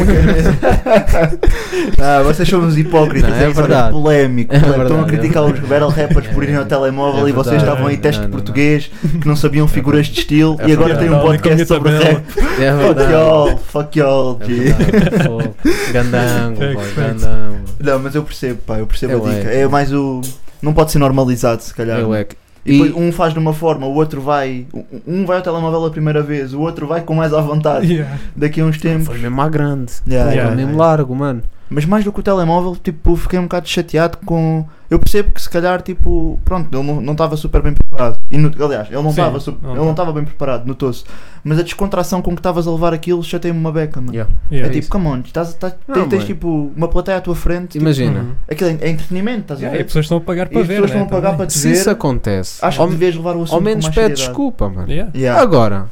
Speaker 5: caneta. ah, vocês são uns hipócritas.
Speaker 6: Não, é
Speaker 5: isso
Speaker 6: verdade.
Speaker 5: Polémico.
Speaker 6: É
Speaker 5: Estão a
Speaker 6: verdade, é
Speaker 5: criticar os battle rappers por irem ao
Speaker 6: É,
Speaker 5: telemóvel
Speaker 6: é
Speaker 5: e vocês
Speaker 6: verdade,
Speaker 5: estavam aí
Speaker 6: não,
Speaker 5: testes de
Speaker 6: não, não.
Speaker 5: português, que não sabiam figuras de estilo
Speaker 6: É
Speaker 5: e agora
Speaker 6: verdade.
Speaker 5: têm um
Speaker 7: Não,
Speaker 5: podcast
Speaker 7: com a
Speaker 5: sobre
Speaker 7: minha
Speaker 5: rap.
Speaker 6: É
Speaker 5: Fuck
Speaker 6: verdade.
Speaker 5: y'all, fuck y'all,
Speaker 6: É
Speaker 5: G.
Speaker 6: verdade. Fogo. Gandango,
Speaker 7: Thanks,
Speaker 6: pá,
Speaker 7: thanks.
Speaker 6: gandango.
Speaker 5: Não, mas eu percebo, pá, eu percebo
Speaker 6: Eu
Speaker 5: a
Speaker 6: é,
Speaker 5: dica.
Speaker 6: pá.
Speaker 5: É mais o. Não pode ser normalizado, se calhar.
Speaker 6: É o
Speaker 5: não é?
Speaker 6: EX.
Speaker 5: E
Speaker 6: E-
Speaker 5: depois um faz de uma forma, o outro vai. um- Um vai ao telemóvel a primeira vez, o outro vai com mais à vontade.
Speaker 7: Yeah.
Speaker 5: Daqui a uns tempos.
Speaker 6: Foi mesmo à grande.
Speaker 5: Yeah,
Speaker 6: Foi
Speaker 7: yeah,
Speaker 6: mesmo
Speaker 5: yeah.
Speaker 6: largo, mano.
Speaker 5: Mas mais do que o telemóvel, tipo, fiquei um bocado chateado com. Eu percebo que se calhar, tipo, pronto, ele não- não estava super bem preparado. E no- aliás, ele não
Speaker 7: Sim,
Speaker 5: estava su-
Speaker 7: não
Speaker 5: ele não estava bem preparado, notou-se. Mas a descontração com que estavas a levar aquilo chatei-me uma beca, mano.
Speaker 6: Yeah.
Speaker 5: É,
Speaker 7: Yeah.
Speaker 5: tipo, come on, estás, estás-
Speaker 6: Não,
Speaker 5: tens, tens,
Speaker 6: mano.
Speaker 5: tipo uma plateia à tua frente. tipo,
Speaker 6: Imagina.
Speaker 7: Uhum.
Speaker 5: aquilo é é entretenimento, estás
Speaker 7: Yeah, e as
Speaker 5: a ver?
Speaker 7: pessoas estão a pagar
Speaker 5: E
Speaker 7: para
Speaker 5: as
Speaker 7: ver.
Speaker 5: pessoas
Speaker 7: né,
Speaker 5: vão pagar
Speaker 7: também.
Speaker 5: para te
Speaker 6: Se isso
Speaker 5: ver.
Speaker 6: acontece,
Speaker 5: Acho
Speaker 6: ao,
Speaker 5: que devias levar o assunto
Speaker 6: ao
Speaker 5: com
Speaker 6: menos
Speaker 5: mais
Speaker 6: pede
Speaker 5: seriedade.
Speaker 6: desculpa, mano.
Speaker 7: Yeah.
Speaker 5: ah, Yeah.
Speaker 6: Agora,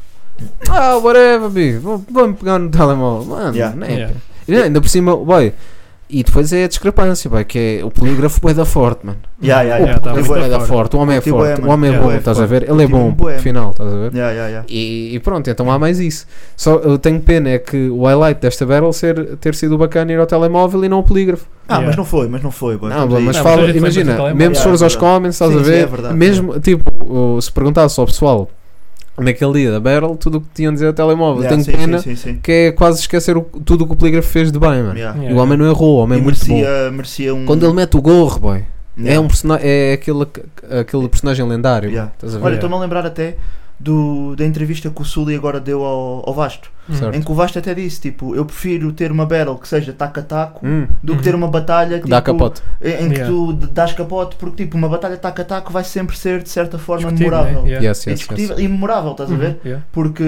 Speaker 6: ah, whatever, bi, vou- vou-me pegar no telemóvel, mano.
Speaker 5: Yeah.
Speaker 6: né?
Speaker 7: Yeah.
Speaker 6: E ainda por cima, boy, e depois é a discrepância, boy, que é o polígrafo bué da forte, mano.
Speaker 5: Yeah, yeah,
Speaker 6: o
Speaker 5: yeah, tá
Speaker 6: polígrafo
Speaker 5: bem.
Speaker 6: bué da forte. o homem é
Speaker 5: Tipo, é,
Speaker 6: forte, o
Speaker 5: mano.
Speaker 6: homem é
Speaker 7: Yeah.
Speaker 6: bom,
Speaker 5: É
Speaker 6: estás a
Speaker 5: forte.
Speaker 6: ver? Ele é
Speaker 5: Tipo,
Speaker 6: bom,
Speaker 5: bué, mano.
Speaker 6: final, estás a ver?
Speaker 5: Yeah, yeah, yeah.
Speaker 6: E, e pronto, então há mais isso. Só eu tenho pena é que o highlight desta battle ser, ter sido o bacana ir ao telemóvel e não o polígrafo.
Speaker 5: Ah,
Speaker 7: Yeah.
Speaker 5: mas não foi, mas não foi. boy.
Speaker 6: Não,
Speaker 5: Estamos aí.
Speaker 6: mas
Speaker 7: Não, mas a
Speaker 6: fala,
Speaker 7: gente foi
Speaker 6: imagina,
Speaker 7: muito ao
Speaker 6: mesmo se
Speaker 5: telemóvel.
Speaker 6: fores aos
Speaker 5: Yeah,
Speaker 6: comments, estás
Speaker 5: Sim,
Speaker 6: a
Speaker 5: sim,
Speaker 6: ver?
Speaker 5: é verdade.
Speaker 6: mesmo, tipo, o- se perguntasse ao pessoal naquele dia da battle, tudo o que tinham a dizer ao telemóvel.
Speaker 5: Yeah,
Speaker 6: tenho
Speaker 5: sim,
Speaker 6: pena
Speaker 5: sim, sim, sim.
Speaker 6: que é quase esquecer o- tudo o que o polígrafo fez de bem, mano.
Speaker 5: Yeah.
Speaker 6: E o homem não errou, o homem
Speaker 5: E
Speaker 6: é muito bom.
Speaker 5: merecia, merecia um.
Speaker 6: Quando ele mete o gorro, boy, é,
Speaker 5: Yeah. É.
Speaker 6: um persona- é aquele, aquele personagem lendário.
Speaker 5: Yeah.
Speaker 6: Estás a ver?
Speaker 5: Olha, estou-me a lembrar até do, da entrevista que o Sully agora deu ao, ao Vasto.
Speaker 6: Certo.
Speaker 7: Uhum.
Speaker 5: Em que o Vasto até disse: tipo, eu prefiro ter uma battle que seja taco a taco
Speaker 6: Hum,
Speaker 5: do que
Speaker 7: Uhum.
Speaker 5: ter uma batalha tipo,
Speaker 6: dá capote.
Speaker 5: em em que
Speaker 7: Yeah.
Speaker 5: tu d- dás capote, porque tipo, uma batalha taco a taco vai sempre ser de certa forma
Speaker 7: Discutível,
Speaker 5: memorável.
Speaker 7: né? Yeah.
Speaker 6: Yes,
Speaker 5: É
Speaker 6: yes, yes.
Speaker 5: discutível e memorável, estás a ver?
Speaker 7: Uhum, yeah.
Speaker 5: porque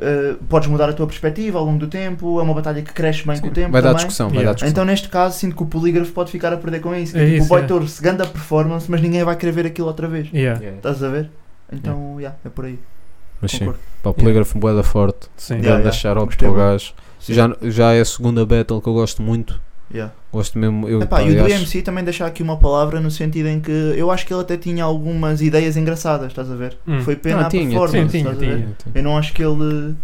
Speaker 5: eh, podes mudar a tua perspectiva ao longo do tempo, é uma batalha que cresce bem com o tempo
Speaker 6: Vai dar
Speaker 5: também.
Speaker 6: discussão, vai
Speaker 7: Yeah.
Speaker 6: dar discussão.
Speaker 5: Então neste caso sinto que o polígrafo pode ficar a perder com isso. que,
Speaker 7: É
Speaker 5: tipo,
Speaker 7: isso,
Speaker 5: o boy
Speaker 7: é.
Speaker 5: trouxe grande performance, mas ninguém vai querer ver aquilo outra vez.
Speaker 7: Yeah,
Speaker 5: Estás a ver? Então, yeah, é por aí.
Speaker 6: Mas sim,
Speaker 5: Concordo.
Speaker 6: para o polígrafo um boeda forte,
Speaker 7: Sim.
Speaker 5: Yeah,
Speaker 6: yeah,
Speaker 5: yeah.
Speaker 6: deixar ao
Speaker 5: Gostei muito.
Speaker 6: gajo.
Speaker 5: Sim,
Speaker 6: Já, já é a segunda battle que eu gosto muito.
Speaker 5: yeah.
Speaker 6: Gosto mesmo. Eu,
Speaker 5: Epá,
Speaker 6: pá,
Speaker 5: e o do
Speaker 6: eu acho-
Speaker 5: MC também deixar aqui uma palavra no sentido em que eu acho que ele até tinha algumas ideias engraçadas, estás a ver?
Speaker 7: Hum.
Speaker 5: Foi pena
Speaker 6: Não,
Speaker 5: a
Speaker 6: Ah, tinha,
Speaker 5: performance,
Speaker 7: tinha,
Speaker 5: estás a ver?
Speaker 7: tinha.
Speaker 6: é, então,
Speaker 5: Eu não acho que ele.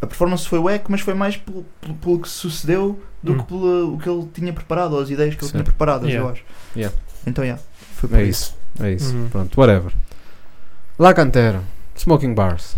Speaker 5: A performance foi wack, mas foi mais pelo, pelo- pelo que sucedeu do
Speaker 7: Hum.
Speaker 5: que pelo o que ele tinha preparado, ou as ideias que ele
Speaker 6: Certo.
Speaker 5: tinha preparadas,
Speaker 7: Yeah.
Speaker 5: eu acho.
Speaker 6: Yeah.
Speaker 5: Então, yeah, foi por
Speaker 6: É
Speaker 5: isso.
Speaker 6: isso, é isso.
Speaker 7: Uhum.
Speaker 6: Pronto, whatever. La Cantera, Smoking Bars.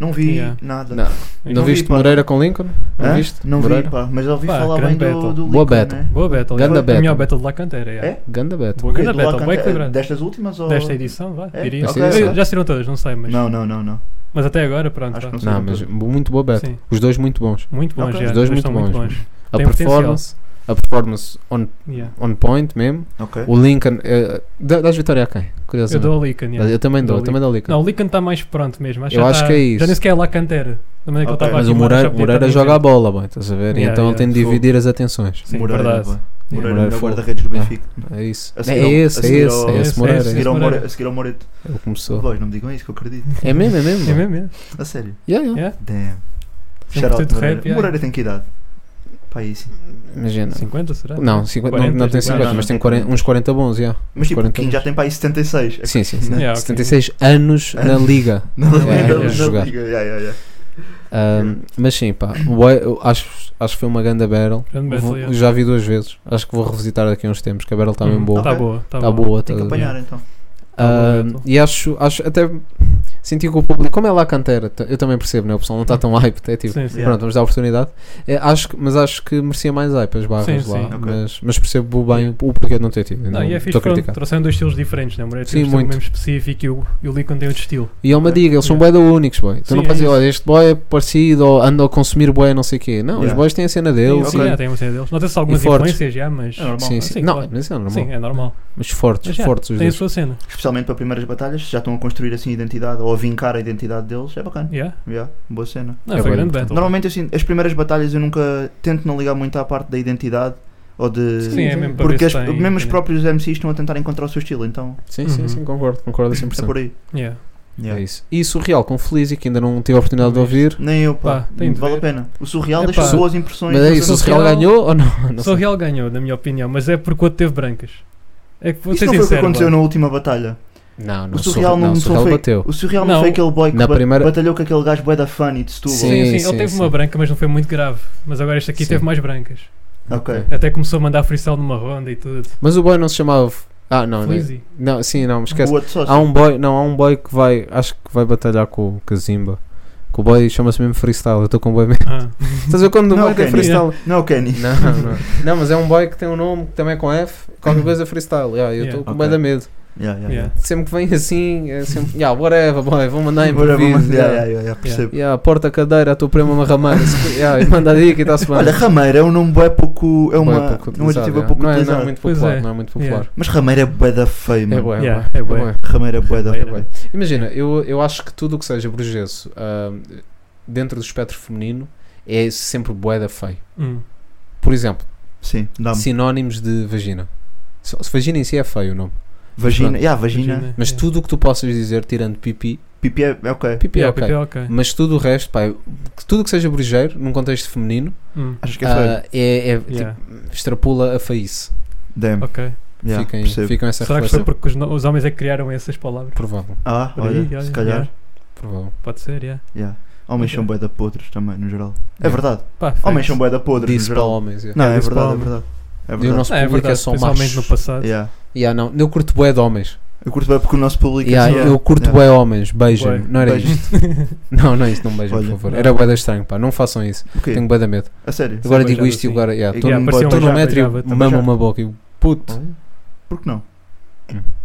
Speaker 5: Não vi
Speaker 7: Yeah.
Speaker 5: nada.
Speaker 6: Não,
Speaker 7: Eu
Speaker 6: não,
Speaker 7: não
Speaker 5: vi,
Speaker 6: viste
Speaker 5: pá.
Speaker 6: Moreira com Lincoln? Não
Speaker 5: Hã?
Speaker 6: viste?
Speaker 5: Não vi,
Speaker 6: Moreira?
Speaker 5: pá, mas ouvi
Speaker 7: Pá,
Speaker 5: falar
Speaker 7: grande
Speaker 5: bem do,
Speaker 7: battle.
Speaker 5: do
Speaker 6: Boa
Speaker 5: Lincoln,
Speaker 6: battle.
Speaker 5: né?
Speaker 7: Boa battle.
Speaker 6: Ganda
Speaker 7: Foi A melhor
Speaker 6: battle.
Speaker 7: battle de La Cantera. yeah.
Speaker 5: É?
Speaker 6: Ganda battle.
Speaker 7: Boa
Speaker 5: Ok,
Speaker 7: grande
Speaker 5: do
Speaker 7: battle. Bem
Speaker 5: Alcantara-
Speaker 7: equilibrado.
Speaker 5: Destas últimas ou.
Speaker 7: Desta edição, vá.
Speaker 5: É?
Speaker 7: Diria.
Speaker 5: Ok,
Speaker 6: Sim,
Speaker 7: Eu-
Speaker 6: sim.
Speaker 7: Já saíram todas, não sei, mas,
Speaker 5: Não, não, não, não.
Speaker 7: mas até agora, pronto.
Speaker 5: Acho
Speaker 7: vá.
Speaker 5: que não sei.
Speaker 6: Não, mas muito boa battle.
Speaker 7: Sim.
Speaker 6: Os dois muito bons.
Speaker 7: Muito bons,
Speaker 5: Ok.
Speaker 7: já.
Speaker 6: Os dois
Speaker 7: já
Speaker 6: muito
Speaker 7: estão
Speaker 6: bons.
Speaker 7: muito bons.
Speaker 6: A
Speaker 7: Tem um
Speaker 6: performance. a performance on,
Speaker 7: Yeah.
Speaker 6: on point mesmo.
Speaker 5: Ok.
Speaker 6: O Lincoln. eh, dá- dás vitória a quem?
Speaker 7: Eu
Speaker 6: Curiosamente.
Speaker 7: dou a Lican, yeah.
Speaker 6: Eu também dou,
Speaker 7: Dou
Speaker 6: eu também dou Lincoln.
Speaker 7: Não, o Lican está mais pronto mesmo. Acho
Speaker 6: Eu acho
Speaker 7: tá-
Speaker 6: que é isso.
Speaker 7: Já nem sequer é lá cantera. Da maneira que ele
Speaker 5: Ok.
Speaker 7: estava
Speaker 6: Mas
Speaker 7: aqui,
Speaker 6: o Moreira,
Speaker 7: já podia
Speaker 6: Moreira
Speaker 7: estar
Speaker 6: joga a
Speaker 7: diferente.
Speaker 6: bola, boy, estás a ver? E
Speaker 7: Yeah,
Speaker 6: então
Speaker 7: yeah,
Speaker 6: ele tem de
Speaker 5: fogo.
Speaker 6: dividir as atenções.
Speaker 7: Sim,
Speaker 5: Moreira,
Speaker 7: verdade.
Speaker 5: pá.
Speaker 7: Yeah.
Speaker 5: Moreira,
Speaker 6: Moreira,
Speaker 5: guarda-redes do Benfica.
Speaker 6: É isso.
Speaker 5: A
Speaker 6: É
Speaker 5: seguir ao-
Speaker 6: esse,
Speaker 5: a
Speaker 6: é
Speaker 5: seguir
Speaker 6: esse,
Speaker 5: ao-
Speaker 6: é esse Moreira.
Speaker 5: A
Speaker 6: é
Speaker 5: seguir
Speaker 6: esse.
Speaker 5: ao
Speaker 7: Moreira.
Speaker 5: More- a seguir ao Moreto.
Speaker 6: Ele começou.
Speaker 5: Vós, não me digam isso que eu acredito.
Speaker 6: É mesmo, é mesmo.
Speaker 7: É mesmo, é.
Speaker 5: A sério.
Speaker 6: Yeah, yeah.
Speaker 7: Yeah.
Speaker 5: Damn.
Speaker 7: Tem
Speaker 5: Shout out
Speaker 7: curtido
Speaker 5: Moreira.
Speaker 7: rap, yeah.
Speaker 5: Moreira tem que idade? Pá, isso.
Speaker 6: Imagina.
Speaker 7: 50 será?
Speaker 6: Não, 50, não- não,
Speaker 7: 40,
Speaker 6: tem 50,
Speaker 5: não,
Speaker 6: mas
Speaker 5: não.
Speaker 6: tem 40, uns 40 bons, yeah.
Speaker 5: Mas tipo,
Speaker 6: 40
Speaker 5: quem já tem para aí 76. É
Speaker 6: Sim, sim, sim.
Speaker 5: Não.
Speaker 7: Yeah, ok.
Speaker 6: 76 anos na liga.
Speaker 5: Não, não,
Speaker 7: É,
Speaker 5: não,
Speaker 7: é,
Speaker 5: não,
Speaker 6: jogar.
Speaker 5: diga, yeah, yeah, yeah.
Speaker 6: Ahm, mas sim, pá, o- eu acho, acho que foi uma grande battle.
Speaker 7: Grande battle,
Speaker 6: Vou-
Speaker 7: yeah.
Speaker 6: Já vi duas vezes. Acho que vou revisitar daqui a uns tempos, que a battle está
Speaker 7: Uhum.
Speaker 6: bem boa.
Speaker 7: Tá
Speaker 5: Ok.
Speaker 7: boa, tá
Speaker 6: Está
Speaker 7: boa.
Speaker 6: boa, tá
Speaker 5: Tem que
Speaker 6: boa.
Speaker 5: apanhar então.
Speaker 6: Ah,
Speaker 7: Tá bom,
Speaker 6: e acho, acho até senti que o público, como é lá a cantera, t- eu também percebo, né? o pessoal não está tão hype, é tipo,
Speaker 7: Sim, sim.
Speaker 6: pronto, vamos dar a oportunidade. É, acho que- mas acho que merecia mais hype as barras
Speaker 7: Sim,
Speaker 6: lá,
Speaker 7: sim.
Speaker 5: Ok.
Speaker 6: mas, mas percebo bem o porquê de não ter tido.
Speaker 7: Não,
Speaker 6: Não,
Speaker 7: e é
Speaker 6: estou
Speaker 7: fixe,
Speaker 6: a
Speaker 7: pronto,
Speaker 6: criticar.
Speaker 7: trouxeram dois estilos diferentes, não é?
Speaker 6: Sim,
Speaker 7: Sim,
Speaker 6: muito.
Speaker 7: muito. mesmo específico e o, e o Lincoln tem outro estilo.
Speaker 6: E é uma diga, eles são bué da únicos, boy. Tu
Speaker 7: Sim,
Speaker 6: não
Speaker 7: é
Speaker 6: podes dizer,
Speaker 7: isso.
Speaker 6: olha, este boy é parecido ou anda a consumir boy, não sei o quê. Não, os
Speaker 5: Yeah.
Speaker 6: boys têm a cena
Speaker 7: Sim,
Speaker 6: deles.
Speaker 7: sim,
Speaker 5: ok.
Speaker 7: yeah, tem uma cena deles. Nota-se algumas
Speaker 6: É, E fortes.
Speaker 7: influências, já, mas.
Speaker 5: É normal.
Speaker 6: Sim,
Speaker 5: não é?
Speaker 6: sim.
Speaker 7: Sim,
Speaker 6: Não,
Speaker 7: claro.
Speaker 6: mas isso é normal.
Speaker 7: Sim, é normal.
Speaker 6: Mas fortes,
Speaker 7: Mas já,
Speaker 6: fortes os
Speaker 7: tem a
Speaker 6: dois.
Speaker 7: sua cena.
Speaker 5: Especialmente para primeiras batalhas, já estão a construir assim a identidade ou a vincar a identidade deles, é bacana.
Speaker 7: Yeah.
Speaker 5: Yeah, boa cena.
Speaker 7: Não,
Speaker 6: É
Speaker 7: foi
Speaker 6: bom.
Speaker 7: grande battle.
Speaker 5: Normalmente assim, as primeiras batalhas eu nunca tento não ligar muito à parte da identidade ou de.
Speaker 7: Sim, é mesmo para
Speaker 5: porque
Speaker 7: ver se
Speaker 5: as-
Speaker 7: tem-
Speaker 5: mesmo os
Speaker 7: tem-
Speaker 5: próprios MCs estão a tentar encontrar o seu estilo, então
Speaker 6: Sim, sim,
Speaker 7: Uhum.
Speaker 6: sim, concordo, concordo a 100%.
Speaker 5: é por aí.
Speaker 7: Yeah.
Speaker 5: Yeah.
Speaker 6: É isso. E surreal com Feliz, que ainda não tive a oportunidade
Speaker 7: é
Speaker 6: de ouvir.
Speaker 5: Nem eu, pá.
Speaker 7: Pá, tem de
Speaker 5: vale a
Speaker 7: ver.
Speaker 5: pena. O surreal
Speaker 7: É
Speaker 5: deixa
Speaker 7: pá.
Speaker 5: boas impressões.
Speaker 6: Mas é
Speaker 5: nos
Speaker 6: isso, o
Speaker 5: anos-
Speaker 6: Surreal
Speaker 7: Surreal-
Speaker 6: ganhou ou não? Não
Speaker 7: Só o
Speaker 6: sei.
Speaker 7: Real ganhou, na minha opinião, mas é porque o outro teve brancas. É que vou
Speaker 5: Isso
Speaker 7: ser
Speaker 5: não foi o que
Speaker 7: sincero.
Speaker 5: aconteceu
Speaker 7: mano.
Speaker 5: na última batalha.
Speaker 6: Não, não,
Speaker 5: O surreal não,
Speaker 6: não,
Speaker 5: não
Speaker 6: Surreal
Speaker 5: foi.
Speaker 6: bateu.
Speaker 5: O surreal não,
Speaker 7: Não.
Speaker 5: foi aquele boy que
Speaker 6: Na
Speaker 5: ba-
Speaker 6: primeira-
Speaker 5: batalhou com aquele gajo bué da funny de Setúbal.
Speaker 6: Sim,
Speaker 7: Sim, sim,
Speaker 6: sim,
Speaker 7: ele teve
Speaker 6: sim.
Speaker 7: uma branca, mas não foi muito grave. Mas agora este aqui
Speaker 6: Sim.
Speaker 7: teve mais brancas.
Speaker 5: Ok.
Speaker 7: Até começou a mandar freestyle numa ronda e tudo.
Speaker 6: Mas o boy não se chamava. Ah, não, não,
Speaker 7: Flizzy.
Speaker 6: não sim, não, me
Speaker 5: O
Speaker 6: esquece.
Speaker 5: outro sócio.
Speaker 6: Há um boy, não, há um boy que vai, acho que vai batalhar com o Kazimba. Que o boy chama-se mesmo freestyle, eu estou com o boy mesmo.
Speaker 7: Ah,
Speaker 6: Estás a ver quando o
Speaker 5: Não,
Speaker 6: boy tem
Speaker 5: Kenny.
Speaker 6: freestyle?
Speaker 5: Não, é o Kenny.
Speaker 6: Não, não. Não, mas é um boy que tem um nome que também é com F, qualquer coisa freestyle. Yeah, eu estou
Speaker 7: Yeah.
Speaker 6: com bué da medo.
Speaker 5: Yeah, yeah,
Speaker 7: yeah.
Speaker 5: yeah.
Speaker 6: Sempre que vem assim, é sempre. Yeah, whatever, boy, vou mandar
Speaker 5: Agora
Speaker 6: é improviso.
Speaker 5: vamos- yeah,
Speaker 6: yeah.
Speaker 5: yeah, yeah, yeah, percebo.
Speaker 6: Yeah, porta a cadeira, a tua prima uma rameira. se- yeah, manda a dica e está-se bem.
Speaker 5: Olha, rameiro é um nome bué pouco. É
Speaker 6: Não
Speaker 5: uma,
Speaker 6: pouco
Speaker 5: um
Speaker 6: utilizado,
Speaker 5: adjetivo
Speaker 6: é.
Speaker 5: é pouco
Speaker 6: não, é, não é
Speaker 5: utilizado.
Speaker 6: muito
Speaker 7: Pois
Speaker 6: popular,
Speaker 7: é.
Speaker 6: não é muito popular.
Speaker 5: Mas rameiro é bué da feio,
Speaker 6: É
Speaker 5: mano.
Speaker 6: bué, é
Speaker 7: Yeah,
Speaker 6: bué,
Speaker 7: é
Speaker 6: é
Speaker 7: bué.
Speaker 6: bué.
Speaker 5: Rameiro é bué da
Speaker 7: Rameiro é
Speaker 5: feio.
Speaker 7: bué.
Speaker 6: Imagina, eu, eu acho que tudo o que seja burgesso ahm, dentro do espectro feminino é sempre bué da feio.
Speaker 7: hum.
Speaker 6: Por exemplo,
Speaker 5: Sim, dá-me.
Speaker 6: sinónimos de vagina. Se- se Vagina em si é feio o nome.
Speaker 5: Vagina.
Speaker 6: Pronto.
Speaker 5: Yeah, vagina.
Speaker 6: Mas
Speaker 7: yeah.
Speaker 6: tudo o que tu possas dizer tirando pipi,
Speaker 5: Pipi é é ok.
Speaker 6: pipi é
Speaker 7: Yeah,
Speaker 6: ok.
Speaker 7: PP É. é ok.
Speaker 6: Mas tudo o resto, pá, que- tudo o que seja brejeiro, num contexto feminino,
Speaker 7: Hum,
Speaker 5: Acho que é feio.
Speaker 6: ah, é, é,
Speaker 7: yeah,
Speaker 6: tipo, extrapola a feice.
Speaker 5: Damn.
Speaker 7: ok.
Speaker 5: Yeah,
Speaker 6: Fiquem,
Speaker 5: percebo.
Speaker 6: ficam essa
Speaker 7: Será que
Speaker 6: reflexão.
Speaker 7: foi porque os, no- os homens é que criaram essas palavras?
Speaker 6: Provável,
Speaker 5: Ah,
Speaker 7: Por aí,
Speaker 5: olha,
Speaker 7: olha,
Speaker 5: se calhar.
Speaker 7: yeah.
Speaker 6: provável.
Speaker 7: Pode ser, yeah.
Speaker 5: Yeah. Homens
Speaker 7: Ok.
Speaker 5: são bué da podres também, no geral. É
Speaker 6: Yeah.
Speaker 5: verdade.
Speaker 7: Pá,
Speaker 5: Homens
Speaker 7: facts.
Speaker 5: são bué da podres, no
Speaker 6: Disse para
Speaker 5: geral.
Speaker 6: homens. Yeah.
Speaker 5: Não, é
Speaker 7: Yeah,
Speaker 5: verdade, é
Speaker 7: disse
Speaker 5: verdade. É
Speaker 6: E o
Speaker 5: verdade.
Speaker 6: nosso
Speaker 7: Não, é
Speaker 6: público é,
Speaker 7: verdade,
Speaker 6: só
Speaker 7: principalmente no
Speaker 6: machos.
Speaker 7: passado.
Speaker 5: Yeah.
Speaker 6: Yeah, não, eu curto bué de homens.
Speaker 5: Eu curto bem porque o nosso público
Speaker 6: Yeah,
Speaker 5: é assim,
Speaker 6: Eu curto
Speaker 5: yeah.
Speaker 6: bué homens, beijem.
Speaker 7: Bué.
Speaker 6: Não era
Speaker 5: Beijem.
Speaker 6: isto. Não, não é isto, não beijem,
Speaker 5: Olha.
Speaker 6: por favor. Era bué da estranho, pá. Não façam isso.
Speaker 5: O quê?
Speaker 6: Tenho bué da medo.
Speaker 5: A sério?
Speaker 6: Agora
Speaker 7: beijar
Speaker 6: digo isto e
Speaker 7: assim.
Speaker 6: agora.
Speaker 5: E
Speaker 6: Yeah, tô
Speaker 5: yeah,
Speaker 6: num-
Speaker 5: parecia um
Speaker 6: tô no
Speaker 7: beijar,
Speaker 6: metro
Speaker 7: beijava
Speaker 6: e
Speaker 7: também.
Speaker 6: mama
Speaker 5: Beijar.
Speaker 6: uma boca. E puto,
Speaker 5: Olha, Então, Por que não?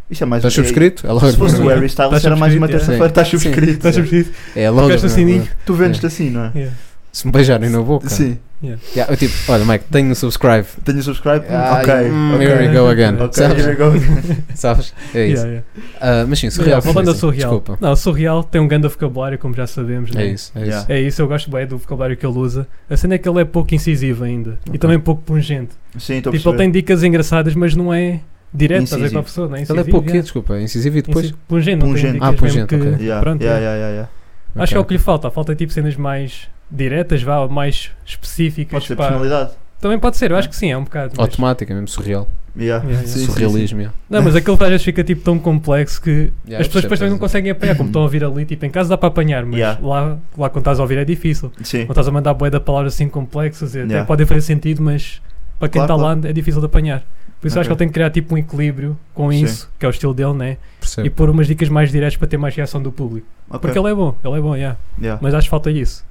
Speaker 5: Isso é mais
Speaker 6: estás
Speaker 5: é-
Speaker 6: subscrito? É logo.
Speaker 5: Se fosse o Harry Styles,
Speaker 7: Estás
Speaker 5: era mais uma
Speaker 7: subscrito, é.
Speaker 5: terça-feira, estás
Speaker 6: Sim.
Speaker 5: subscrito.
Speaker 7: Estás a perceber?
Speaker 6: É logo.
Speaker 7: Ficaste assim,
Speaker 6: não é?
Speaker 7: ninho.
Speaker 5: Tu vendes-te assim, não é?
Speaker 7: Yeah.
Speaker 6: Se me beijarem na boca.
Speaker 5: Sim.
Speaker 6: Yeah, eu tipo, olha, Mike, tenho um subscribe.
Speaker 5: Tenho subscribe?
Speaker 6: Ah,
Speaker 5: ok.
Speaker 6: hum,
Speaker 5: ok.
Speaker 6: Here we go again.
Speaker 5: Ok,
Speaker 6: Sabes?
Speaker 5: here we go.
Speaker 6: Sabes? É isso.
Speaker 7: Yeah, yeah.
Speaker 6: Ah, mas sim,
Speaker 7: Mas, yeah,
Speaker 6: surreal.
Speaker 7: Voltando ao
Speaker 6: sim,
Speaker 7: surreal.
Speaker 6: Desculpa.
Speaker 7: Não, o surreal tem um grande vocabulário, como já sabemos.
Speaker 6: É
Speaker 7: né?
Speaker 6: isso, é
Speaker 5: Yeah.
Speaker 6: isso.
Speaker 7: É isso, eu gosto bem do vocabulário que ele usa. A cena é que ele é pouco incisivo ainda
Speaker 6: Ok.
Speaker 7: e também pouco pungente.
Speaker 5: Sim, estou a
Speaker 7: Tipo, ele
Speaker 5: perceber.
Speaker 7: tem dicas engraçadas, mas não é direto, estás a ver com
Speaker 5: Incisivo.
Speaker 7: a pessoa, não é?
Speaker 6: Ele é
Speaker 7: Incisivo,
Speaker 6: pouco, quê?
Speaker 7: yeah.
Speaker 6: desculpa. Incisivo e depois.
Speaker 7: Incisivo. Pungente, não
Speaker 5: Pungente.
Speaker 7: tem dicas
Speaker 6: Ah,
Speaker 7: mesmo
Speaker 6: pungente,
Speaker 7: que-
Speaker 6: ok.
Speaker 5: Yeah,
Speaker 7: Pronto,
Speaker 5: yeah,
Speaker 7: é.
Speaker 5: yeah, yeah, yeah.
Speaker 6: Ok.
Speaker 7: Acho que é o que lhe falta. Falta tipo cenas mais diretas, vá, ou mais específicas.
Speaker 5: Pode ser
Speaker 7: pá.
Speaker 5: personalidade.
Speaker 7: Também pode ser, eu acho que sim, é um bocado. mas-
Speaker 6: Automática, mesmo surreal.
Speaker 5: Yeah.
Speaker 7: Yeah, yeah.
Speaker 5: Sim, sim,
Speaker 6: Surrealismo. yeah.
Speaker 7: Não, mas aquilo às vezes fica tipo tão complexo que as
Speaker 6: Yeah, eu
Speaker 7: pessoas
Speaker 6: percebo,
Speaker 7: depois também não
Speaker 6: estás a
Speaker 7: conseguem apanhar. Como estão a ouvir ali, tipo, em casa dá para apanhar, mas
Speaker 5: Yeah.
Speaker 7: lá, lá quando estás a ouvir é difícil.
Speaker 5: sim. Sim.
Speaker 7: Quando estás a mandar boia de palavras assim complexas, até
Speaker 5: Yeah.
Speaker 7: podem fazer sentido, mas para quem está
Speaker 5: Claro,
Speaker 7: lá é difícil de apanhar. Por isso eu acho que
Speaker 5: Ok.
Speaker 7: ele tem que criar tipo um equilíbrio com
Speaker 5: Sim.
Speaker 7: isso, que é o estilo dele, né?
Speaker 6: dizer. Percebo.
Speaker 7: E pôr umas dicas mais diretas para ter mais reação do público.
Speaker 5: Ok.
Speaker 7: Porque ele é bom, ele é bom, yeah.
Speaker 5: Yeah.
Speaker 7: mas acho que falta isso.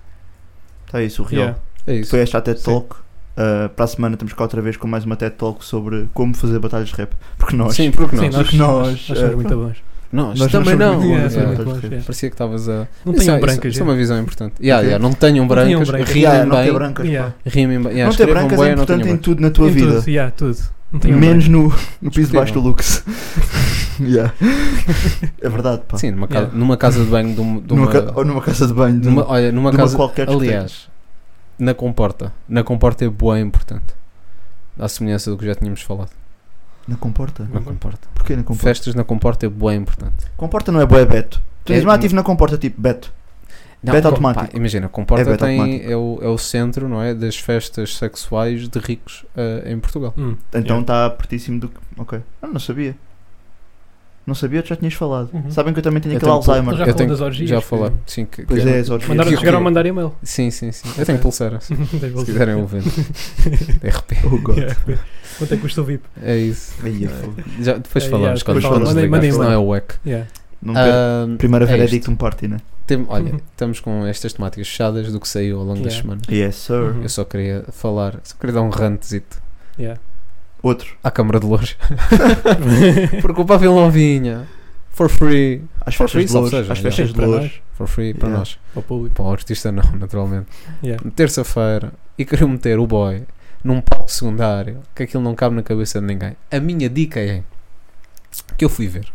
Speaker 5: Tá aí, surreal.
Speaker 7: Yeah.
Speaker 6: É isso.
Speaker 5: Foi esta a TED
Speaker 6: Sim.
Speaker 5: Talk. Uh, para a semana estamos cá outra vez com mais uma TED Talk sobre como fazer batalhas de rap. Porque nós.
Speaker 6: Sim, porque não?
Speaker 7: Sim, nós,
Speaker 5: Porque nós,
Speaker 7: nós, nós somos
Speaker 5: eh,
Speaker 7: muito bons.
Speaker 6: Nós,
Speaker 5: Nós
Speaker 6: também
Speaker 5: somos
Speaker 6: não.
Speaker 5: muito
Speaker 7: Yeah,
Speaker 5: bons,
Speaker 7: foi
Speaker 5: yeah.
Speaker 7: muito bons, yeah.
Speaker 6: Parecia que estavas a.
Speaker 7: Não
Speaker 6: Isso é-
Speaker 7: tenham
Speaker 6: isso-
Speaker 7: brancas.
Speaker 6: Isso é
Speaker 7: yeah.
Speaker 6: uma visão importante. Yeah,
Speaker 5: Ok.
Speaker 6: yeah, não tenham brancas,
Speaker 7: brancas.
Speaker 5: Yeah,
Speaker 6: riem
Speaker 5: não ter
Speaker 6: bem.
Speaker 5: brancas.
Speaker 7: Yeah.
Speaker 6: Riem bem. Yeah,
Speaker 5: não ter
Speaker 6: escrevam
Speaker 5: brancas
Speaker 6: bem
Speaker 5: é
Speaker 6: ou não
Speaker 5: importante
Speaker 6: tenham
Speaker 5: em
Speaker 6: brancas.
Speaker 5: tudo na tua
Speaker 7: Em
Speaker 5: vida.
Speaker 7: Tudo, yeah, tudo. Não
Speaker 6: um
Speaker 7: tenham
Speaker 5: Menos no, no piso
Speaker 6: Discutível.
Speaker 5: baixo do luxo. yeah. É verdade, pá.
Speaker 6: Sim, numa,
Speaker 7: Yeah.
Speaker 6: casa, numa casa de banho de uma. de
Speaker 5: numa,
Speaker 6: uma-
Speaker 5: ca- ou numa casa de banho de,
Speaker 6: numa- olha, numa
Speaker 5: de uma
Speaker 6: casa.
Speaker 5: qualquer discoteca.
Speaker 6: Aliás, na comporta. Na comporta é boa e importante. À semelhança do que já tínhamos falado.
Speaker 5: Na comporta?
Speaker 6: Na comporta.
Speaker 5: Porquê na Uhum. comporta?
Speaker 6: Festas na comporta é boa e importante.
Speaker 5: Comporta não é boé Beto. Tu
Speaker 6: É-
Speaker 5: dizes, "Ah, estive na comporta, tipo Beto. Beta
Speaker 6: com-
Speaker 5: automático.
Speaker 6: pá, imagina,
Speaker 5: É
Speaker 6: comporta
Speaker 5: beta
Speaker 6: tem,
Speaker 5: automático.
Speaker 6: é, o, é o centro não é, das festas sexuais de ricos eh, em Portugal.
Speaker 7: Hum.
Speaker 5: Então
Speaker 7: Yeah.
Speaker 5: está pertíssimo do que. Ok. Ah, não sabia. Não sabia, tu já tinhas falado.
Speaker 7: Uhum.
Speaker 5: Sabem que eu também tenho
Speaker 6: Eu
Speaker 5: aquele
Speaker 6: tenho um
Speaker 5: Alzheimer.
Speaker 6: pouco-
Speaker 7: Já
Speaker 6: eu
Speaker 7: falou
Speaker 6: tenho,
Speaker 7: das orgias,
Speaker 6: Já
Speaker 7: que-
Speaker 6: falei. Sim, que,
Speaker 5: Pois
Speaker 6: que-
Speaker 5: é, só
Speaker 7: Mandaram,
Speaker 6: Que-
Speaker 7: chegaram a
Speaker 6: que-
Speaker 7: mandar e-mail.
Speaker 6: Sim, sim, sim. Eu tenho pulseira. Se
Speaker 7: Se
Speaker 6: quiserem ouvir. De repente.
Speaker 5: Oh, God.
Speaker 7: Quanto é que custa o VIP?
Speaker 6: É isso.
Speaker 5: Ai, fogo.
Speaker 6: Já, depois
Speaker 7: Eh,
Speaker 6: falamos.
Speaker 7: yeah,
Speaker 6: quando
Speaker 5: É, depois
Speaker 6: falamos.
Speaker 5: falamos.
Speaker 6: de
Speaker 5: Mandem- mandem
Speaker 6: ligar, senão
Speaker 5: lá.
Speaker 6: é o WEC.
Speaker 7: Yeah.
Speaker 5: Não quero-
Speaker 6: Ahm,
Speaker 5: Primeira
Speaker 6: é
Speaker 5: veredict
Speaker 6: isto.
Speaker 5: um party, né?
Speaker 6: tem- olha,
Speaker 7: Uhum.
Speaker 6: estamos com estas temáticas fechadas do que saiu ao longo das
Speaker 7: Yeah.
Speaker 6: semanas.
Speaker 5: Yes, sir.
Speaker 7: Uhum.
Speaker 6: Eu só queria falar, só queria dar um rantezito
Speaker 5: Uhum.
Speaker 7: Yeah.
Speaker 5: Outro.
Speaker 6: à Câmara de Lourdes. Porque o pavilhão Lovinha, for free,
Speaker 5: Às
Speaker 6: For free,
Speaker 5: festas de
Speaker 6: só
Speaker 5: Lourdes.
Speaker 6: seja,
Speaker 5: Às
Speaker 6: yeah.
Speaker 5: festas de
Speaker 7: Para
Speaker 5: Lourdes.
Speaker 7: nós,
Speaker 6: for free para
Speaker 5: Yeah.
Speaker 6: nós.
Speaker 7: para o público.
Speaker 6: Para o artista não, naturalmente.
Speaker 7: Yeah.
Speaker 6: Terça-feira, e queriam meter o boy num palco secundário, que aquilo não cabe na cabeça de ninguém. A minha dica é, que eu fui ver,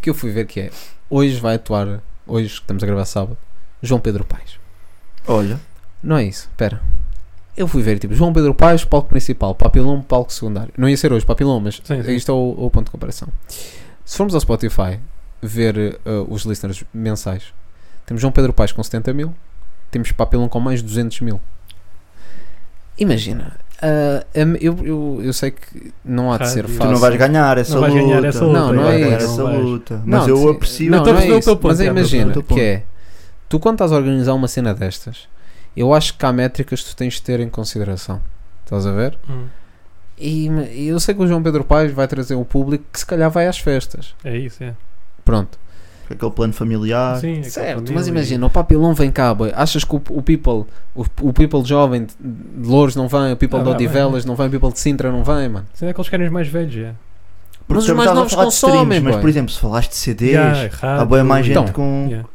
Speaker 6: que eu fui ver que é, hoje vai atuar, hoje que estamos a gravar sábado, João Pedro Paes.
Speaker 5: Olha.
Speaker 6: Não é isso, espera. Eu fui ver, tipo, João Pedro Paes, palco principal, Papilão, palco secundário. Não ia ser hoje, Papilão, mas
Speaker 7: Sim, sim.
Speaker 6: isto é o, o ponto de comparação. Se formos ao Spotify ver eh, os listeners mensais, temos João Pedro Paes com 70 mil, temos Papilão com mais 200 mil. Imagina, ah, em- eu, eu, eu sei que não há de ser
Speaker 7: Rádio.
Speaker 6: fácil.
Speaker 5: Tu não vais ganhar essa
Speaker 7: Não vais
Speaker 5: luta.
Speaker 7: ganhar essa
Speaker 6: luta,
Speaker 5: Não, não é
Speaker 6: não
Speaker 5: ganhar
Speaker 6: vais.
Speaker 5: essa
Speaker 7: Não vais.
Speaker 5: luta. Mas eu
Speaker 6: sim,
Speaker 5: aprecio.
Speaker 6: Não,
Speaker 7: Eu tô a
Speaker 6: não é
Speaker 7: perceber o
Speaker 6: isso,
Speaker 7: teu ponto,
Speaker 6: mas
Speaker 7: é, eu tô a perceber
Speaker 6: imagina
Speaker 5: o teu
Speaker 6: que
Speaker 5: ponto.
Speaker 6: é tu quando estás a organizar uma cena destas, eu acho que há métricas que tu tens de ter em consideração. Estás a ver?
Speaker 7: Hum.
Speaker 6: E, e eu sei que o João Pedro Paes vai trazer um público que se calhar vai às festas.
Speaker 7: É isso, é.
Speaker 6: Pronto.
Speaker 5: Aquele plano familiar.
Speaker 7: Sim, é com a
Speaker 6: certo,
Speaker 7: família
Speaker 6: mas
Speaker 7: e-
Speaker 6: imagina, o papilão vem cá, boy. Achas que o, o people, o, o people jovem de de Louros não vem, o people
Speaker 7: Ah,
Speaker 6: de
Speaker 7: vai,
Speaker 6: Odivelas não vem, o people de Sintra não vem, mano.
Speaker 7: Sendo aqueles caras mais velhos, é.
Speaker 5: Porque
Speaker 6: Mas os
Speaker 5: estamos
Speaker 6: mais
Speaker 5: a
Speaker 6: novos
Speaker 5: falar de streams,
Speaker 6: consomem,
Speaker 5: Mas,
Speaker 6: boy.
Speaker 5: por exemplo, se falaste de CDs,
Speaker 7: Yeah,
Speaker 5: há
Speaker 7: rádio,
Speaker 5: bem mais gente
Speaker 6: Então,
Speaker 5: com.
Speaker 7: yeah.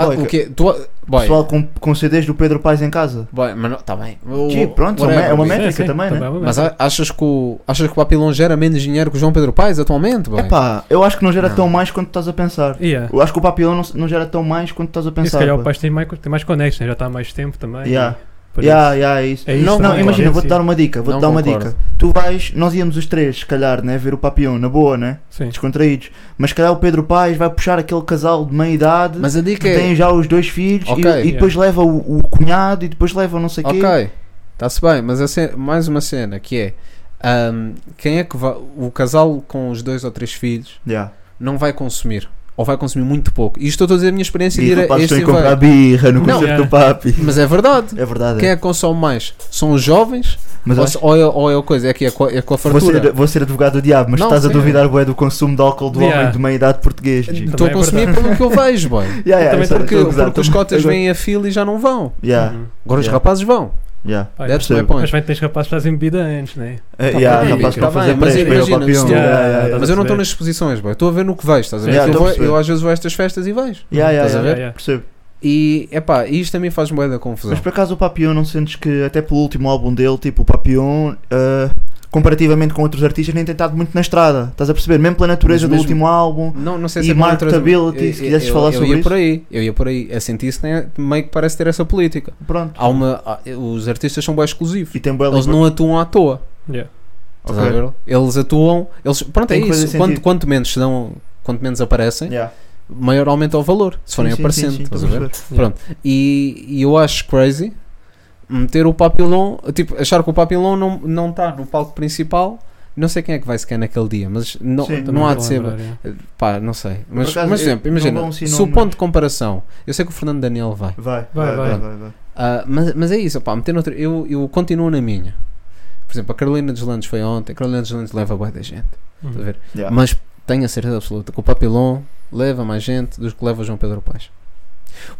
Speaker 6: Ah,
Speaker 5: Boy,
Speaker 6: o
Speaker 5: que-
Speaker 6: quê? Tu, boy,
Speaker 5: Pessoal com, com CDs do Pedro Paes em casa.
Speaker 6: boy, mas não, tá bem. O-
Speaker 5: Sim, pronto, é uma-
Speaker 6: whatever,
Speaker 5: é uma
Speaker 6: boy.
Speaker 5: merda. métrica também, né?
Speaker 7: é uma
Speaker 6: Mas
Speaker 7: métrica.
Speaker 6: a- achas que, o, achas que o papilão gera menos dinheiro que o João Pedro Paes atualmente, boy?
Speaker 5: É pá, eu acho que não gera
Speaker 6: Não.
Speaker 5: tão mais quanto estás a pensar.
Speaker 7: Yeah.
Speaker 5: Eu acho que o papilão não, não gera tão mais quanto estás a
Speaker 7: E se
Speaker 5: pensar.
Speaker 7: calhar o
Speaker 5: pá.
Speaker 7: Paz tem mais, tem mais connection, já está há mais tempo também.
Speaker 5: Yeah.
Speaker 7: e por
Speaker 5: Yeah, yeah, é isso.
Speaker 7: É isso
Speaker 5: não,
Speaker 7: também,
Speaker 5: não, imagina,
Speaker 7: claro.
Speaker 5: vou-te dar uma dica, vou-te
Speaker 6: Não
Speaker 5: dar uma
Speaker 6: concordo.
Speaker 5: dica. Tu vais, nós íamos os três, se calhar, né, ver o Papião, na boa, né?
Speaker 7: isso. Sim.
Speaker 5: Descontraídos. Mas se calhar o Pedro Paes vai puxar aquele casal de meia idade
Speaker 6: Mas a
Speaker 5: que
Speaker 6: dica
Speaker 5: tem
Speaker 6: é.
Speaker 5: já os dois filhos
Speaker 6: Ok.
Speaker 5: e, e depois leva o, o cunhado e depois leva não sei o quê.
Speaker 6: Ok, está-se bem, mas a ce- mais uma cena que é. ahm, quem é que vai. O casal com os dois ou três filhos
Speaker 5: Yeah.
Speaker 6: não vai consumir. Ou vai consumir muito pouco. Isto eu estou a dizer a minha experiência
Speaker 5: E
Speaker 6: de ir a
Speaker 5: rapazes
Speaker 6: este
Speaker 5: estão a comprar
Speaker 6: evento.
Speaker 5: birra no
Speaker 6: Não.
Speaker 5: concerto
Speaker 7: Yeah.
Speaker 5: do Papi.
Speaker 6: Mas é verdade.
Speaker 5: É verdade.
Speaker 6: Quem
Speaker 5: é.
Speaker 6: é que consome mais? São os jovens?
Speaker 5: Mas
Speaker 6: ou,
Speaker 5: acho-
Speaker 6: ou é, ou é a coisa? É que é com a, é com a
Speaker 5: vou, ser,
Speaker 6: fartura.
Speaker 5: vou ser advogado do diabo, mas
Speaker 6: Não,
Speaker 5: estás a
Speaker 6: sim.
Speaker 5: duvidar bué, do consumo de álcool do
Speaker 7: Yeah.
Speaker 5: homem de meia idade português. G.
Speaker 6: Estou a
Speaker 7: Também é
Speaker 6: consumir pelo que eu vejo, boy.
Speaker 5: Yeah, é yeah,
Speaker 7: Também
Speaker 5: eu sei,
Speaker 6: Então, Porque,
Speaker 5: estou a gozar,
Speaker 6: porque os
Speaker 5: estou-
Speaker 6: cotas
Speaker 5: agora-
Speaker 6: vêm a fila e já não vão.
Speaker 5: Yeah,
Speaker 7: Uhum.
Speaker 6: Agora os
Speaker 5: Yeah.
Speaker 6: rapazes vão.
Speaker 5: yeah.
Speaker 7: Pá,
Speaker 6: That's my
Speaker 5: percebo.
Speaker 6: point.
Speaker 7: Mas bem, tens rapazes que fazem bebida antes, né?
Speaker 5: Eh,
Speaker 6: Tá
Speaker 5: yeah,
Speaker 6: bem,
Speaker 5: rapaz,
Speaker 6: tá
Speaker 5: para fazer
Speaker 6: bem, mas
Speaker 5: press, para ir ao
Speaker 6: imagina,
Speaker 5: Papião.
Speaker 6: se-
Speaker 5: Yeah, yeah, yeah,
Speaker 7: Estás
Speaker 6: Mas
Speaker 7: a
Speaker 6: eu não estou
Speaker 7: perceber?
Speaker 6: nas exposições, boy. Estou a ver no que vejo, estás a ver?
Speaker 5: Yeah,
Speaker 6: Que eu,
Speaker 5: estou a
Speaker 6: vou-
Speaker 5: perceber.
Speaker 6: eu às vezes vejo estas festas e vejo.
Speaker 5: Yeah, yeah,
Speaker 6: Estás a
Speaker 5: yeah,
Speaker 7: ver?
Speaker 5: yeah, Percebo.
Speaker 6: E, epá, isto a mim faz bué da confusão.
Speaker 5: Mas por acaso o Papião não sentes que até pelo último álbum dele, tipo, o Papião, ah, comparativamente com outros artistas, nem tem estado muito na estrada. Estás a perceber? Mesmo pela natureza
Speaker 6: Mas
Speaker 5: do
Speaker 6: mesmo-
Speaker 5: último álbum.
Speaker 6: Não, não sei
Speaker 5: E
Speaker 6: se é por
Speaker 5: marketability,
Speaker 6: outras-
Speaker 5: se quisesses
Speaker 6: eu,
Speaker 5: falar
Speaker 6: eu
Speaker 5: sobre
Speaker 6: ia
Speaker 5: isso.
Speaker 6: por aí, eu ia por aí. A sentir-se né, meio que parece ter essa política.
Speaker 5: Pronto.
Speaker 6: Há uma, há- os artistas são bem exclusivos.
Speaker 5: E tem bué
Speaker 6: Eles
Speaker 5: liber-
Speaker 6: não atuam à toa.
Speaker 7: Yeah.
Speaker 6: Estás
Speaker 5: Ok.
Speaker 6: a ver? Eles atuam. Eles, pronto,
Speaker 5: Tem
Speaker 6: é
Speaker 5: que fazer
Speaker 6: isso. Quanto,
Speaker 5: sentido.
Speaker 6: quanto menos se dão, quanto menos aparecem,
Speaker 5: Yeah.
Speaker 6: maior aumenta o valor. Se forem
Speaker 5: Sim, sim,
Speaker 6: aparecendo.
Speaker 5: sim, sim,
Speaker 6: estás a
Speaker 5: estou
Speaker 6: ver?
Speaker 5: perceber.
Speaker 7: Yeah.
Speaker 6: Pronto. E, e eu acho crazy meter o papilão, tipo, achar que o papilão não está não tá no palco principal. Não sei quem é que vai sequer naquele dia, mas não,
Speaker 5: Sim.
Speaker 6: não
Speaker 7: Também
Speaker 6: há de ser.
Speaker 7: vou lembrar,
Speaker 6: Pá, não sei. Mas,
Speaker 5: acaso,
Speaker 6: mas
Speaker 5: eu-
Speaker 6: exemplo,
Speaker 5: não
Speaker 6: imagina,
Speaker 5: vão assim
Speaker 6: se o
Speaker 5: nomes.
Speaker 6: ponto de comparação, eu sei que o Fernando Daniel vai,
Speaker 5: Vai,
Speaker 7: Vai,
Speaker 5: vai,
Speaker 7: vai.
Speaker 5: vai, vai, vai.
Speaker 6: Ah, mas, mas é isso, pá, meter noutro- eu, eu continuo na minha. Por exemplo, a Carolina dos Landes foi ontem, a Carolina dos Landes leva boa da gente,
Speaker 7: Uhum.
Speaker 6: estás a ver?
Speaker 5: Yeah.
Speaker 6: Mas tenho a certeza absoluta que o Papilon leva mais gente do que leva o João Pedro Paes.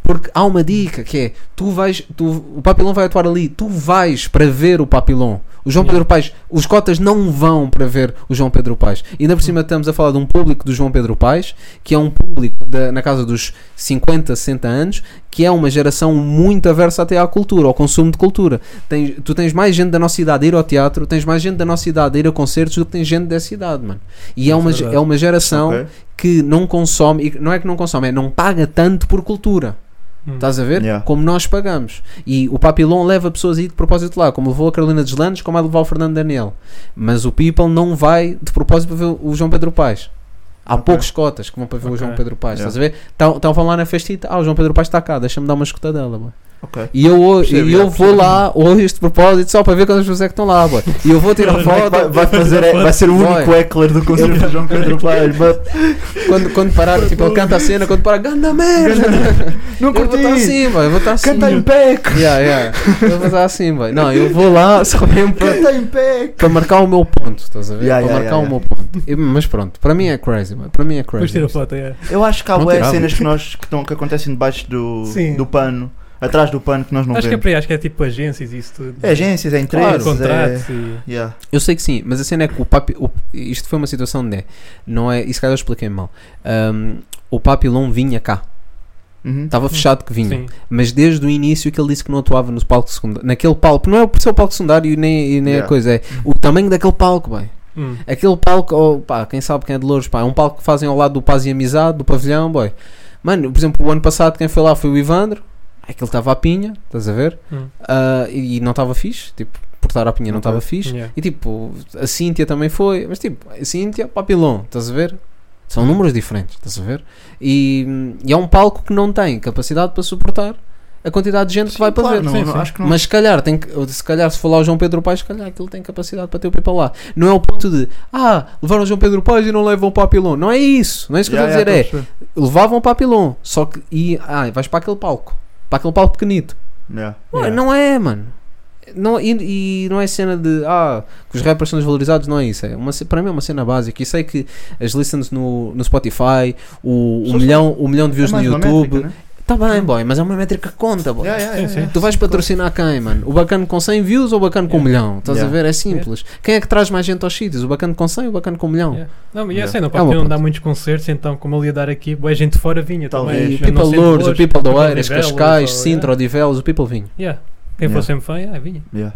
Speaker 6: Porque há uma dica que é: tu vais, tu, o Papilon vai atuar ali, tu vais para ver o Papilon. O O João Pedro Paes, os cotas não vão para ver o João Pedro Paes. E ainda por cima estamos a falar de um público do João Pedro Paes, que é um público da- na casa dos 50, 60 anos, que é uma geração muito aversa até à cultura, ao consumo de cultura. Tens- tu tens mais gente da nossa idade a ir ao teatro, tens mais gente da nossa idade a ir a concertos do que tens gente dessa idade, mano. E é uma, ge-
Speaker 7: verdade.
Speaker 6: é uma geração
Speaker 5: Ok?
Speaker 6: que não consome, e que- não é que não consome, é não paga tanto por cultura.
Speaker 7: Hum.
Speaker 6: Estás a ver?
Speaker 5: Yeah.
Speaker 6: Como nós pagamos. E o Papilon leva pessoas aí de propósito lá, como levou a Carolina Deslandes, como vai levar o Fernando Daniel. Mas o People não vai de propósito para ver o João Pedro Paes. Há poucos cotas que vão para ver o
Speaker 7: Ok.
Speaker 6: João Pedro Paes.
Speaker 5: Yeah.
Speaker 6: Estás a ver? Estão- Estão lá na festita. Ah, o João Pedro Paes está cá, deixa-me dar uma escutadela. Boy.
Speaker 5: Ok.
Speaker 6: E eu, ho-
Speaker 5: Percebo,
Speaker 6: e
Speaker 5: yeah,
Speaker 6: eu vou
Speaker 5: percebo.
Speaker 6: lá hoje de propósito só para ver quantas pessoas é que estão lá. Boy. E eu vou
Speaker 5: Vai,
Speaker 6: tirar
Speaker 5: vai-
Speaker 6: foto.
Speaker 5: vai fazer, é- vai ser o
Speaker 6: Vai.
Speaker 5: único heckler do concerto do João Pedro Paes. Mas
Speaker 6: Quando, quando parar, tipo, ele canta a cena, quando parar, ganda merda!
Speaker 5: não
Speaker 6: Eu vou estar
Speaker 5: curti!
Speaker 6: assim, boy, eu vou estar assim.
Speaker 5: Canta em pé!
Speaker 6: Yeah, yeah. Eu vou estar assim, boy. Não, eu vou lá só mesmo para,
Speaker 5: Canta em pé!
Speaker 6: para marcar o meu ponto, estás a ver?
Speaker 5: Yeah,
Speaker 6: para
Speaker 5: yeah,
Speaker 6: marcar
Speaker 5: yeah,
Speaker 6: o meu ponto. E- mas pronto, para mim é crazy, boy. Para mim é
Speaker 7: Depois
Speaker 6: crazy.
Speaker 7: tira a foto, é.
Speaker 5: Eu acho que há
Speaker 6: Não
Speaker 5: bué
Speaker 6: tirava.
Speaker 5: cenas que, nós, que, estão, que acontecem debaixo do,
Speaker 7: Sim.
Speaker 5: do pano, atrás do pano que nós não
Speaker 7: Acho que é
Speaker 5: vemos.
Speaker 7: por aí, acho que é tipo agências e isso tudo.
Speaker 5: É agências, é interesses, é...
Speaker 7: contratos e.
Speaker 5: Yeah.
Speaker 6: Eu sei que sim, mas a cena é que o papi. o- isto foi uma situação de. Não é. Isso calhar eu expliquei mal. Ahm, o Papilon vinha cá.
Speaker 5: Uhum.
Speaker 6: Estava fechado que vinha.
Speaker 7: Sim.
Speaker 6: Mas desde o início que ele disse que não atuava no palco secundário. Naquele palco. Não é por ser o palco secundário e nem, e nem
Speaker 5: Yeah.
Speaker 6: a coisa. É o tamanho daquele palco, bem.
Speaker 7: Hum.
Speaker 6: Aquele palco, oh, pá, quem sabe quem é de Louros, pá, é um palco que fazem ao lado do Paz e Amizade, do Pavilhão, boy. Mano, por exemplo, o ano passado quem foi lá foi o Ivandro, é que ele estava à pinha, estás a ver?
Speaker 7: Hum.
Speaker 6: Ah, e, e não estava fixe, tipo, portar à pinha não estava fixe.
Speaker 7: Yeah.
Speaker 6: E tipo, a Cíntia também foi, mas tipo, a Cíntia, Papilon, estás a ver? São números diferentes, estás a ver? E, e é um palco que não tem capacidade para suportar a quantidade de gente que vai para
Speaker 5: Claro,
Speaker 6: ver.
Speaker 5: não,
Speaker 7: Sim,
Speaker 5: não,
Speaker 7: sim.
Speaker 5: acho que não.
Speaker 6: Mas se calhar, tem que, se calhar se for lá o João Pedro Paes, se calhar aquilo tem capacidade para ter o Pipa lá. Não é o ponto de, ah, levaram o João Pedro Paes e não levam o Papilon. Não é isso. Não é isso que
Speaker 5: Yeah,
Speaker 6: eu estou a
Speaker 5: yeah,
Speaker 6: dizer.
Speaker 5: estou a perceber.
Speaker 6: É, levavam o Papilon, só que, e, ah, vais para aquele palco. Para aquele palco pequenito.
Speaker 5: Yeah.
Speaker 6: Ué,
Speaker 7: Yeah.
Speaker 6: Não é, mano. Não, e, e não é cena de ah, que os rappers são desvalorizados, não é isso. É uma, ce- para mim é uma cena básica. E sei que as listens no, no Spotify, o, o, milhão, o milhão de views
Speaker 5: É
Speaker 6: no
Speaker 5: mais uma
Speaker 6: YouTube.
Speaker 5: métrica, né?
Speaker 6: Tá bem, boy, mas é uma métrica que conta, boy.
Speaker 5: Yeah, yeah, yeah,
Speaker 7: Sim,
Speaker 5: yeah.
Speaker 6: Tu vais patrocinar quem, mano? O bacano com 100 views ou o bacano com um milhão? Estás
Speaker 5: Yeah.
Speaker 6: a ver? É simples. Quem é que traz mais gente aos sítios? O bacano com 100 ou o bacano com um milhão?
Speaker 7: Yeah. Não, mas é
Speaker 5: Yeah.
Speaker 7: assim, não,
Speaker 6: É uma
Speaker 7: porque não dá
Speaker 6: ponte.
Speaker 7: muitos concertos, então como ele ia dar aqui, boa gente de fora vinha
Speaker 5: Talvez.
Speaker 7: também.
Speaker 6: E
Speaker 7: mesmo não
Speaker 6: People
Speaker 7: sendo
Speaker 6: Lourdes, o
Speaker 7: Lourdes,
Speaker 6: People do Oeiras,
Speaker 7: de Velas,
Speaker 6: Cascais,
Speaker 7: ou- é?
Speaker 6: Sintra, Odivelas, o People vinho.
Speaker 7: Yeah. Quem
Speaker 5: Yeah.
Speaker 7: fosse sempre fã, yeah, é vinha.
Speaker 5: Yeah.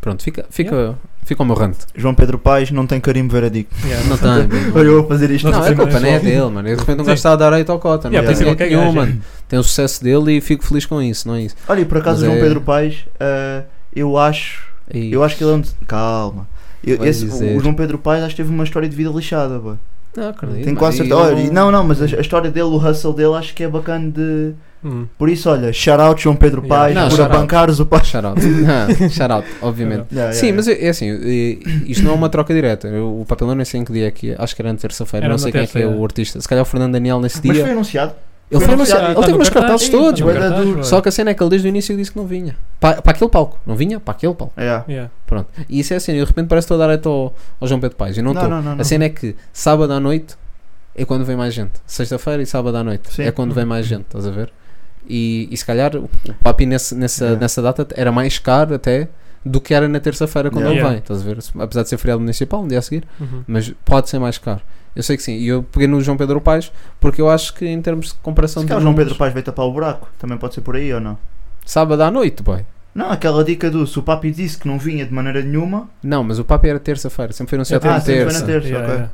Speaker 6: Pronto, fica, fica, fica o meu rant.
Speaker 5: João Pedro Paes não tem carimbo veredicto.
Speaker 7: Yeah,
Speaker 6: Não tem. bem,
Speaker 5: Olha, eu vou fazer isto.
Speaker 7: Não,
Speaker 6: Ah, é Não,
Speaker 7: Nossa,
Speaker 6: a culpa
Speaker 7: mas
Speaker 6: nem é
Speaker 7: só-
Speaker 6: dele, mano. E de repente um
Speaker 7: Sim.
Speaker 6: gajo está a dar aí ao cota. Não
Speaker 7: Yeah,
Speaker 6: tem
Speaker 5: por isso
Speaker 6: dinheiro
Speaker 7: é que é
Speaker 6: nenhum,
Speaker 7: gajo,
Speaker 6: mano. Tem o sucesso dele e fico feliz com isso, não é isso?
Speaker 5: Olha, e por acaso o
Speaker 6: Mas
Speaker 5: João
Speaker 6: é-
Speaker 5: Pedro Paes, ah, eu acho
Speaker 6: E-
Speaker 5: Eu acho que ele é um. des- Calma. Eu-
Speaker 6: Vai
Speaker 5: esse-
Speaker 6: dizer.
Speaker 5: o João Pedro Paes acho que teve uma história de vida lixada, pô.
Speaker 6: Não, acredito,
Speaker 5: Tenho
Speaker 6: mano.
Speaker 5: quase
Speaker 6: E
Speaker 5: certeza. Olha,
Speaker 6: eu-
Speaker 5: e Não, não, mas a, a história dele, o hustle dele, acho que é bacana de.
Speaker 7: Hum.
Speaker 5: Por isso, olha, shout out João Pedro
Speaker 7: Yeah.
Speaker 5: Paes
Speaker 6: Não,
Speaker 5: por
Speaker 6: shout out.
Speaker 5: abancares o Paes.
Speaker 6: Shout out. Não, Shout out, obviamente.
Speaker 5: Yeah, yeah,
Speaker 6: Sim,
Speaker 5: yeah.
Speaker 6: mas é é assim, é- isto não é uma troca direta. Eu- O papelão nem sei em que dia é que é. Acho que era na terça-feira,
Speaker 7: Era
Speaker 6: não
Speaker 7: na
Speaker 6: sei quem é que é
Speaker 7: terça, é.
Speaker 6: o artista. Se calhar o Fernando Daniel nesse
Speaker 5: Mas
Speaker 6: dia.
Speaker 5: foi anunciado.
Speaker 6: ele foi
Speaker 5: foi anunciado,
Speaker 6: anunciado,
Speaker 5: tá
Speaker 6: ele teve
Speaker 7: no
Speaker 6: meus
Speaker 7: cartaz,
Speaker 6: cartazes
Speaker 7: sim,
Speaker 6: todos.
Speaker 7: tá
Speaker 6: bué.
Speaker 7: no
Speaker 5: bué da
Speaker 7: cartaz,
Speaker 5: duro.
Speaker 7: bué.
Speaker 6: Só que a cena é que ele desde o início disse que não vinha. Para aquele palco, não vinha? Para aquele palco.
Speaker 5: Yeah.
Speaker 7: Yeah.
Speaker 6: Pronto. E isso é assim, eu de repente parece que estou a dar direito ao, ao João Pedro Paes. E não
Speaker 5: Não,
Speaker 6: estou.
Speaker 5: não, não, não.
Speaker 6: A cena é que sábado à noite é quando vem mais gente. Sexta-feira e sábado à noite
Speaker 5: Sim. Uhum.
Speaker 6: é quando vem mais gente, estás a ver? E, e se calhar o o papi nesse- nessa,
Speaker 5: Yeah.
Speaker 6: nessa data era mais caro até do que era na terça-feira quando
Speaker 5: Yeah.
Speaker 6: ele
Speaker 7: Yeah.
Speaker 6: vem, estás a ver? Apesar de ser feriado municipal, no dia a seguir,
Speaker 7: Uhum.
Speaker 6: mas pode ser mais caro. Eu sei que sim. E eu peguei no João Pedro Paes porque eu acho que em termos de comparação
Speaker 5: Se
Speaker 6: de
Speaker 5: calhar o João
Speaker 6: números,
Speaker 5: Pedro Paes veio tapar o buraco. Também pode ser por aí ou não?
Speaker 6: sábado à noite, boy.
Speaker 5: Não, aquela dica do se o papi disse que não vinha de maneira nenhuma.
Speaker 6: Não, mas o papi era terça-feira, sempre foi anunciado
Speaker 5: Ah,
Speaker 6: na
Speaker 5: sempre foi
Speaker 6: terça.
Speaker 5: na terça,
Speaker 7: Yeah,
Speaker 5: ok.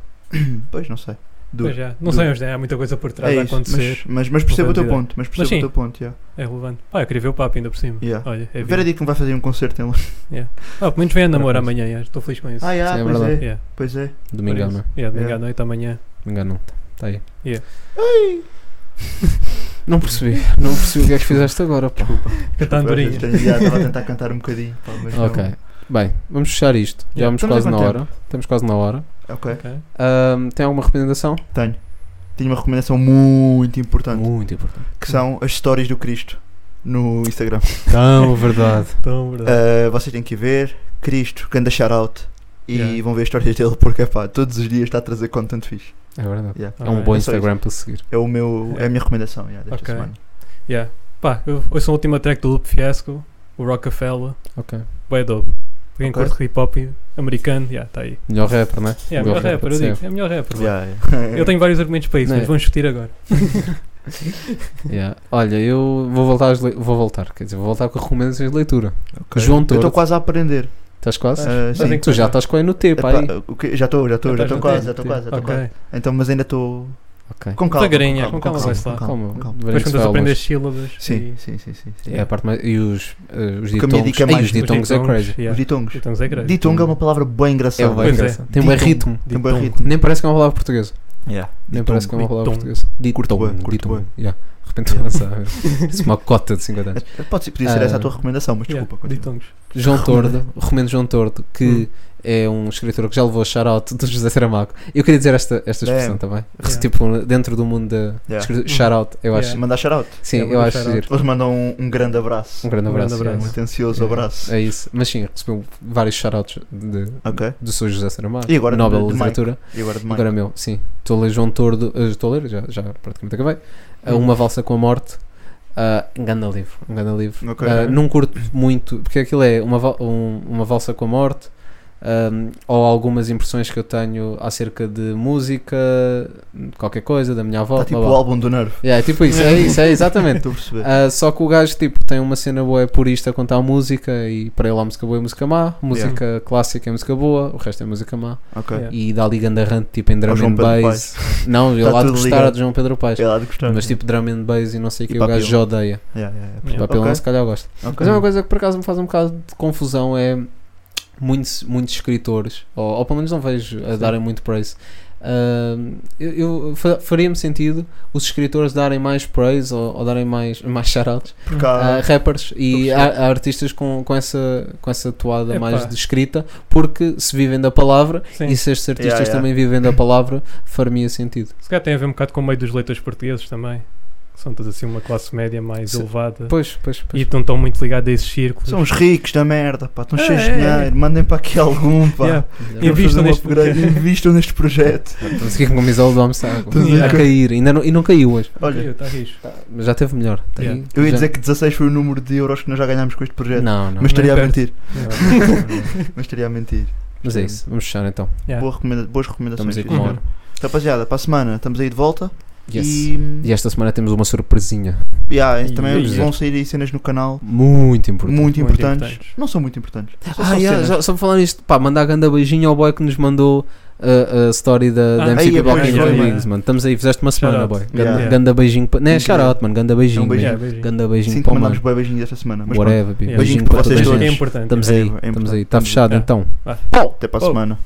Speaker 7: yeah.
Speaker 5: Pois não sei. Duro.
Speaker 7: Pois é. Não
Speaker 5: Duro.
Speaker 7: sei, mas há muita coisa por
Speaker 5: É
Speaker 7: trás a
Speaker 5: isso,
Speaker 7: acontecer.
Speaker 5: mas, mas, mas percebo o teu
Speaker 7: Probabilidade.
Speaker 5: ponto. Mas percebo
Speaker 7: sim.
Speaker 5: o teu ponto, yeah.
Speaker 7: É relevante. Pá, eu queria ver o papo ainda por cima.
Speaker 5: Yeah.
Speaker 7: Olha, é vida.
Speaker 5: Veredicto não vai fazer um concerto em Londres.
Speaker 7: Ah, pelo menos vem a namorar
Speaker 6: Por
Speaker 7: amanhã, yeah. estou feliz com isso.
Speaker 5: Ah, yeah,
Speaker 6: Sim, é
Speaker 5: pois,
Speaker 6: verdade.
Speaker 5: é.
Speaker 7: Yeah.
Speaker 5: pois é.
Speaker 6: Domingo,
Speaker 7: Por
Speaker 6: não é?
Speaker 7: isso. Yeah, domingo
Speaker 5: Yeah.
Speaker 7: à noite, amanhã.
Speaker 6: Me enganou. Tá aí.
Speaker 7: Yeah.
Speaker 6: Não percebi. Não percebi o que é que fizeste agora, pá.
Speaker 7: Cantar andorinha.
Speaker 5: é, Estava a tentar cantar um bocadinho. pá, mas não.
Speaker 6: Ok. Bem, vamos fechar isto.
Speaker 7: Yeah,
Speaker 6: Já vamos
Speaker 5: estamos
Speaker 6: quase
Speaker 5: a
Speaker 6: na
Speaker 5: quanto
Speaker 6: hora. Estamos quase na hora.
Speaker 5: Ok.
Speaker 7: Ok.
Speaker 6: Ahm, tem alguma recomendação?
Speaker 5: Tenho. Tenho uma recomendação muito importante.
Speaker 6: Muito importante.
Speaker 5: Que são as stories do Cristo no Instagram.
Speaker 6: Tão verdade.
Speaker 7: Então, verdade.
Speaker 5: Uh, vocês têm que ir ver. Cristo, ganda shoutout. E
Speaker 7: Yeah.
Speaker 5: vão ver as histórias dele porque pá, todos os dias está a trazer content fixe.
Speaker 6: É verdade.
Speaker 5: Yeah.
Speaker 6: É um
Speaker 7: Alright.
Speaker 6: bom
Speaker 5: É só
Speaker 6: Instagram para seguir.
Speaker 5: É, o meu, é a minha recomendação yeah, desta
Speaker 7: Ok.
Speaker 5: semana.
Speaker 7: Yeah. Pá, eu ouço a última track do Loop Fiasco, o Rockefeller.
Speaker 6: Ok.
Speaker 7: Bué dope. Alguém
Speaker 5: Ok.
Speaker 7: curte hip hop americano, já, está aí.
Speaker 6: Melhor rapper, não é?
Speaker 7: É, melhor rapper, eu digo. É melhor rapper.
Speaker 5: Yeah, yeah.
Speaker 7: Eu tenho vários argumentos para isso,
Speaker 6: Não
Speaker 7: mas
Speaker 6: é?
Speaker 7: vamos discutir agora.
Speaker 6: Yeah. Olha, eu vou voltar, às le- vou voltar, quer dizer, vou voltar com recomendações de leitura.
Speaker 5: Ok.
Speaker 6: João
Speaker 5: Eu estou
Speaker 6: Tordo.
Speaker 5: quase a aprender.
Speaker 6: Estás quase?
Speaker 5: Ah, sim.
Speaker 7: Fazem
Speaker 6: tu já estás com aí no T, pá. aí.
Speaker 5: Epá, o quê? Já estou, já estou,
Speaker 7: Já
Speaker 5: já
Speaker 7: estás
Speaker 5: estou
Speaker 7: no
Speaker 5: quase,
Speaker 6: tempo.
Speaker 5: já estou quase, já estou
Speaker 7: Ok.
Speaker 5: quase. Então, mas ainda estou.
Speaker 6: Ok.
Speaker 5: Com calma.
Speaker 7: Devagarinho, com calma, vai-se lá.
Speaker 6: Calma,
Speaker 7: Depois
Speaker 6: veremos se
Speaker 7: quando
Speaker 6: vai
Speaker 7: eles
Speaker 6: ao
Speaker 7: aprendem
Speaker 6: longe.
Speaker 7: as sílabas.
Speaker 5: Sim,
Speaker 7: e-
Speaker 5: sim, sim, sim. sim.
Speaker 6: É a parte mais. E os, eh, os
Speaker 5: Porque a minha
Speaker 6: ditongos.
Speaker 5: dica é
Speaker 6: Ei,
Speaker 5: mais-
Speaker 6: os ditongos é crazy.
Speaker 7: yeah.
Speaker 5: Os ditongos.
Speaker 7: Ditongos é grande.
Speaker 5: Ditongo é uma palavra bem
Speaker 6: É
Speaker 5: engraçada.
Speaker 6: bem
Speaker 7: Pois é.
Speaker 6: engraçado. Tem bem
Speaker 5: Ditongo.
Speaker 6: ritmo.
Speaker 5: Tem bem
Speaker 7: Ditongo.
Speaker 5: ritmo.
Speaker 6: Nem parece que é uma palavra portuguesa.
Speaker 5: Yeah.
Speaker 6: Nem parece que é uma palavra
Speaker 7: ditongo.
Speaker 6: portuguesa. Ditongo.
Speaker 5: bué, curto
Speaker 6: Ditongo.
Speaker 5: bué.
Speaker 6: Yeah. De repente
Speaker 5: Yeah.
Speaker 6: lança- Isso é uma cota de 50 anos.
Speaker 5: Pode ser, podia ser
Speaker 6: Ah.
Speaker 5: essa a tua recomendação, mas
Speaker 7: Yeah,
Speaker 5: desculpa. continua.
Speaker 7: Ditongos.
Speaker 6: João Tordo, recomendo João Tordo,
Speaker 5: Hum.
Speaker 6: que é um escritor que já levou shout-out do José Saramago. Eu queria dizer esta, esta
Speaker 5: Damn.
Speaker 6: expressão também.
Speaker 7: Yeah.
Speaker 6: Tipo, dentro do mundo da
Speaker 5: Yeah. Hum.
Speaker 6: escritura, shout-out, eu acho.
Speaker 7: Yeah.
Speaker 5: Mandar shout-out.
Speaker 6: Sim,
Speaker 7: Yeah,
Speaker 6: eu
Speaker 7: vou
Speaker 6: acho
Speaker 7: shout-out.
Speaker 6: giro.
Speaker 5: Eles mandam um, um grande abraço.
Speaker 6: Um grande
Speaker 7: Um grande
Speaker 6: abraço.
Speaker 7: abraço.
Speaker 5: Um atencioso
Speaker 6: Yeah.
Speaker 5: abraço.
Speaker 6: É isso. Mas sim, recebeu vários shout-outs de,
Speaker 5: Ok.
Speaker 6: do Sr. José Saramago.
Speaker 5: E agora
Speaker 6: Nobel
Speaker 5: de- de
Speaker 6: Literatura.
Speaker 5: E agora de
Speaker 6: Agora é meu, sim. Estou a ler João Tordo, eh, estou a ler, já, já praticamente acabei. Eh,
Speaker 5: Uhum.
Speaker 6: Uma Valsa com a Morte. Ah, um grande livro, um grande livro.
Speaker 5: Ok. Tá
Speaker 6: Ah, não curto muito, porque aquilo é uma, val- um- uma valsa com a morte, ahm, ou algumas impressões que eu tenho acerca de música, qualquer coisa, da minha avó.
Speaker 5: Está tipo
Speaker 6: blá,
Speaker 5: o
Speaker 6: blá.
Speaker 5: álbum do Nerve.
Speaker 6: Yeah, é tipo isso, é isso, é exatamente.
Speaker 5: Estou a perceber.
Speaker 6: Ah, só que o gajo tipo, tem uma cena boa purista quanto à música e para ele há música boa e música má, música clássica é música boa, o resto é música má
Speaker 5: Ok.
Speaker 7: Yeah.
Speaker 6: e dá ligando a rant tipo em
Speaker 5: Ao
Speaker 6: drum
Speaker 5: João
Speaker 6: and
Speaker 5: Pedro
Speaker 6: bass.
Speaker 5: Paes.
Speaker 6: Não, eu
Speaker 5: Tá
Speaker 6: lá de
Speaker 5: tudo
Speaker 6: gostar
Speaker 5: ligado.
Speaker 6: de João Pedro Paes.
Speaker 5: É lá de gostar.
Speaker 6: Mas tipo drum and bass e não sei o que,
Speaker 5: E
Speaker 6: o gajo
Speaker 5: papilão.
Speaker 6: já odeia.
Speaker 5: Yeah, yeah, yeah.
Speaker 7: Yeah.
Speaker 6: Papelão
Speaker 5: Ok.
Speaker 6: se calhar gosta.
Speaker 5: Ok.
Speaker 6: Mas é uma coisa que por acaso me faz um bocado de confusão é muitos, muitos escritores, ou, ou pelo menos não vejo a darem muito praise. Ahm, eu, eu- fa- faria-me sentido os escritores darem mais praise ou, ou darem mais, mais shoutouts
Speaker 5: Porque
Speaker 6: a
Speaker 5: há-
Speaker 6: rappers e
Speaker 5: estou a
Speaker 6: a, a artistas com, com, essa, com essa toada
Speaker 7: Epá.
Speaker 6: mais de escrita porque se vivem da palavra
Speaker 7: Sim.
Speaker 6: e se estes artistas
Speaker 5: Yeah, yeah.
Speaker 6: também vivem da palavra, faria sentido.
Speaker 7: Se calhar tem a ver um bocado com o meio dos leitores portugueses também. que São todos assim uma classe média mais
Speaker 6: Se-
Speaker 7: elevada.
Speaker 6: Pois, pois,
Speaker 7: E
Speaker 6: pois.
Speaker 7: não estão muito ligados a esses círculos.
Speaker 5: São os ricos da merda, pá. Estão
Speaker 7: É,
Speaker 5: cheios de
Speaker 7: é, é.
Speaker 5: dinheiro. Mandem para aqui algum, pá.
Speaker 7: Yeah.
Speaker 5: Queremos
Speaker 7: Invistam
Speaker 5: fazer um
Speaker 7: neste-
Speaker 5: upgrade. Invistam neste projeto.
Speaker 6: Estamos aqui com o camisola do Amsterdam.
Speaker 5: Estamos
Speaker 6: A
Speaker 7: aqui.
Speaker 6: cair, ainda não, e não caiu hoje. Ah,
Speaker 5: Olha,
Speaker 7: Está tá rijo.
Speaker 6: Mas já teve melhor. Tem-
Speaker 7: Yeah.
Speaker 5: eu ia
Speaker 6: já-
Speaker 5: dizer que 16 foi o número de euros que nós já ganhámos com este projeto.
Speaker 6: Não, não.
Speaker 5: Mas
Speaker 6: é Mas,
Speaker 5: estaria a
Speaker 7: Nem perto.
Speaker 5: mentir. Mas estaria a mentir.
Speaker 6: é isso, vamos fechar então.
Speaker 7: Yeah.
Speaker 5: Boa recomenda- Boas
Speaker 6: Estamos
Speaker 5: recomendações.
Speaker 6: aí com uma
Speaker 5: Filipe.
Speaker 6: hora.
Speaker 5: Rapaziada, para a semana estamos aí de volta.
Speaker 6: Yes. E...
Speaker 5: E,
Speaker 6: esta semana temos uma surpresinha
Speaker 5: yeah,
Speaker 7: E-
Speaker 5: também
Speaker 6: e-
Speaker 5: vão sair aí cenas no canal
Speaker 6: muito importante.
Speaker 5: muito,
Speaker 7: Muito
Speaker 5: importantes.
Speaker 7: importantes.
Speaker 5: Não são muito importantes. São
Speaker 6: Ah,
Speaker 5: só
Speaker 6: yeah,
Speaker 5: cenas.
Speaker 6: já, só para falar nisto, pá, mandar a grande beijinho ao boy que nos mandou uh, a, a story da, da
Speaker 7: Ah,
Speaker 6: MCP
Speaker 5: aí é
Speaker 6: Balkan
Speaker 5: bem,
Speaker 6: Rings,
Speaker 5: bem,
Speaker 7: bem.
Speaker 6: mano. Estamos aí, fizeste uma semana,
Speaker 7: Shout
Speaker 6: boy.
Speaker 7: out.
Speaker 6: Ganda,
Speaker 5: Yeah.
Speaker 6: ganda beijinho. pa- Não é
Speaker 5: Incrível.
Speaker 6: shout-out, mano. Ganda beijinho.
Speaker 5: É um beijinho.
Speaker 6: mesmo.
Speaker 7: Yeah, beijinho.
Speaker 6: Ganda beijinho
Speaker 5: Sinto que
Speaker 6: para o mano.
Speaker 5: mandamos bem beijinhos esta semana. Mas pronto,
Speaker 6: Whatever,
Speaker 7: Yeah.
Speaker 6: beijinho
Speaker 5: Beijinho
Speaker 6: para
Speaker 5: para
Speaker 6: toda a
Speaker 5: vocês
Speaker 6: gente.
Speaker 5: todos.
Speaker 7: É importante.
Speaker 6: Estamos
Speaker 5: É,
Speaker 6: aí,
Speaker 5: é
Speaker 6: estamos aí.
Speaker 5: importante.
Speaker 6: Está fechado
Speaker 7: Yeah.
Speaker 6: então.
Speaker 7: Vá.
Speaker 5: até para a
Speaker 7: Oh.
Speaker 5: semana.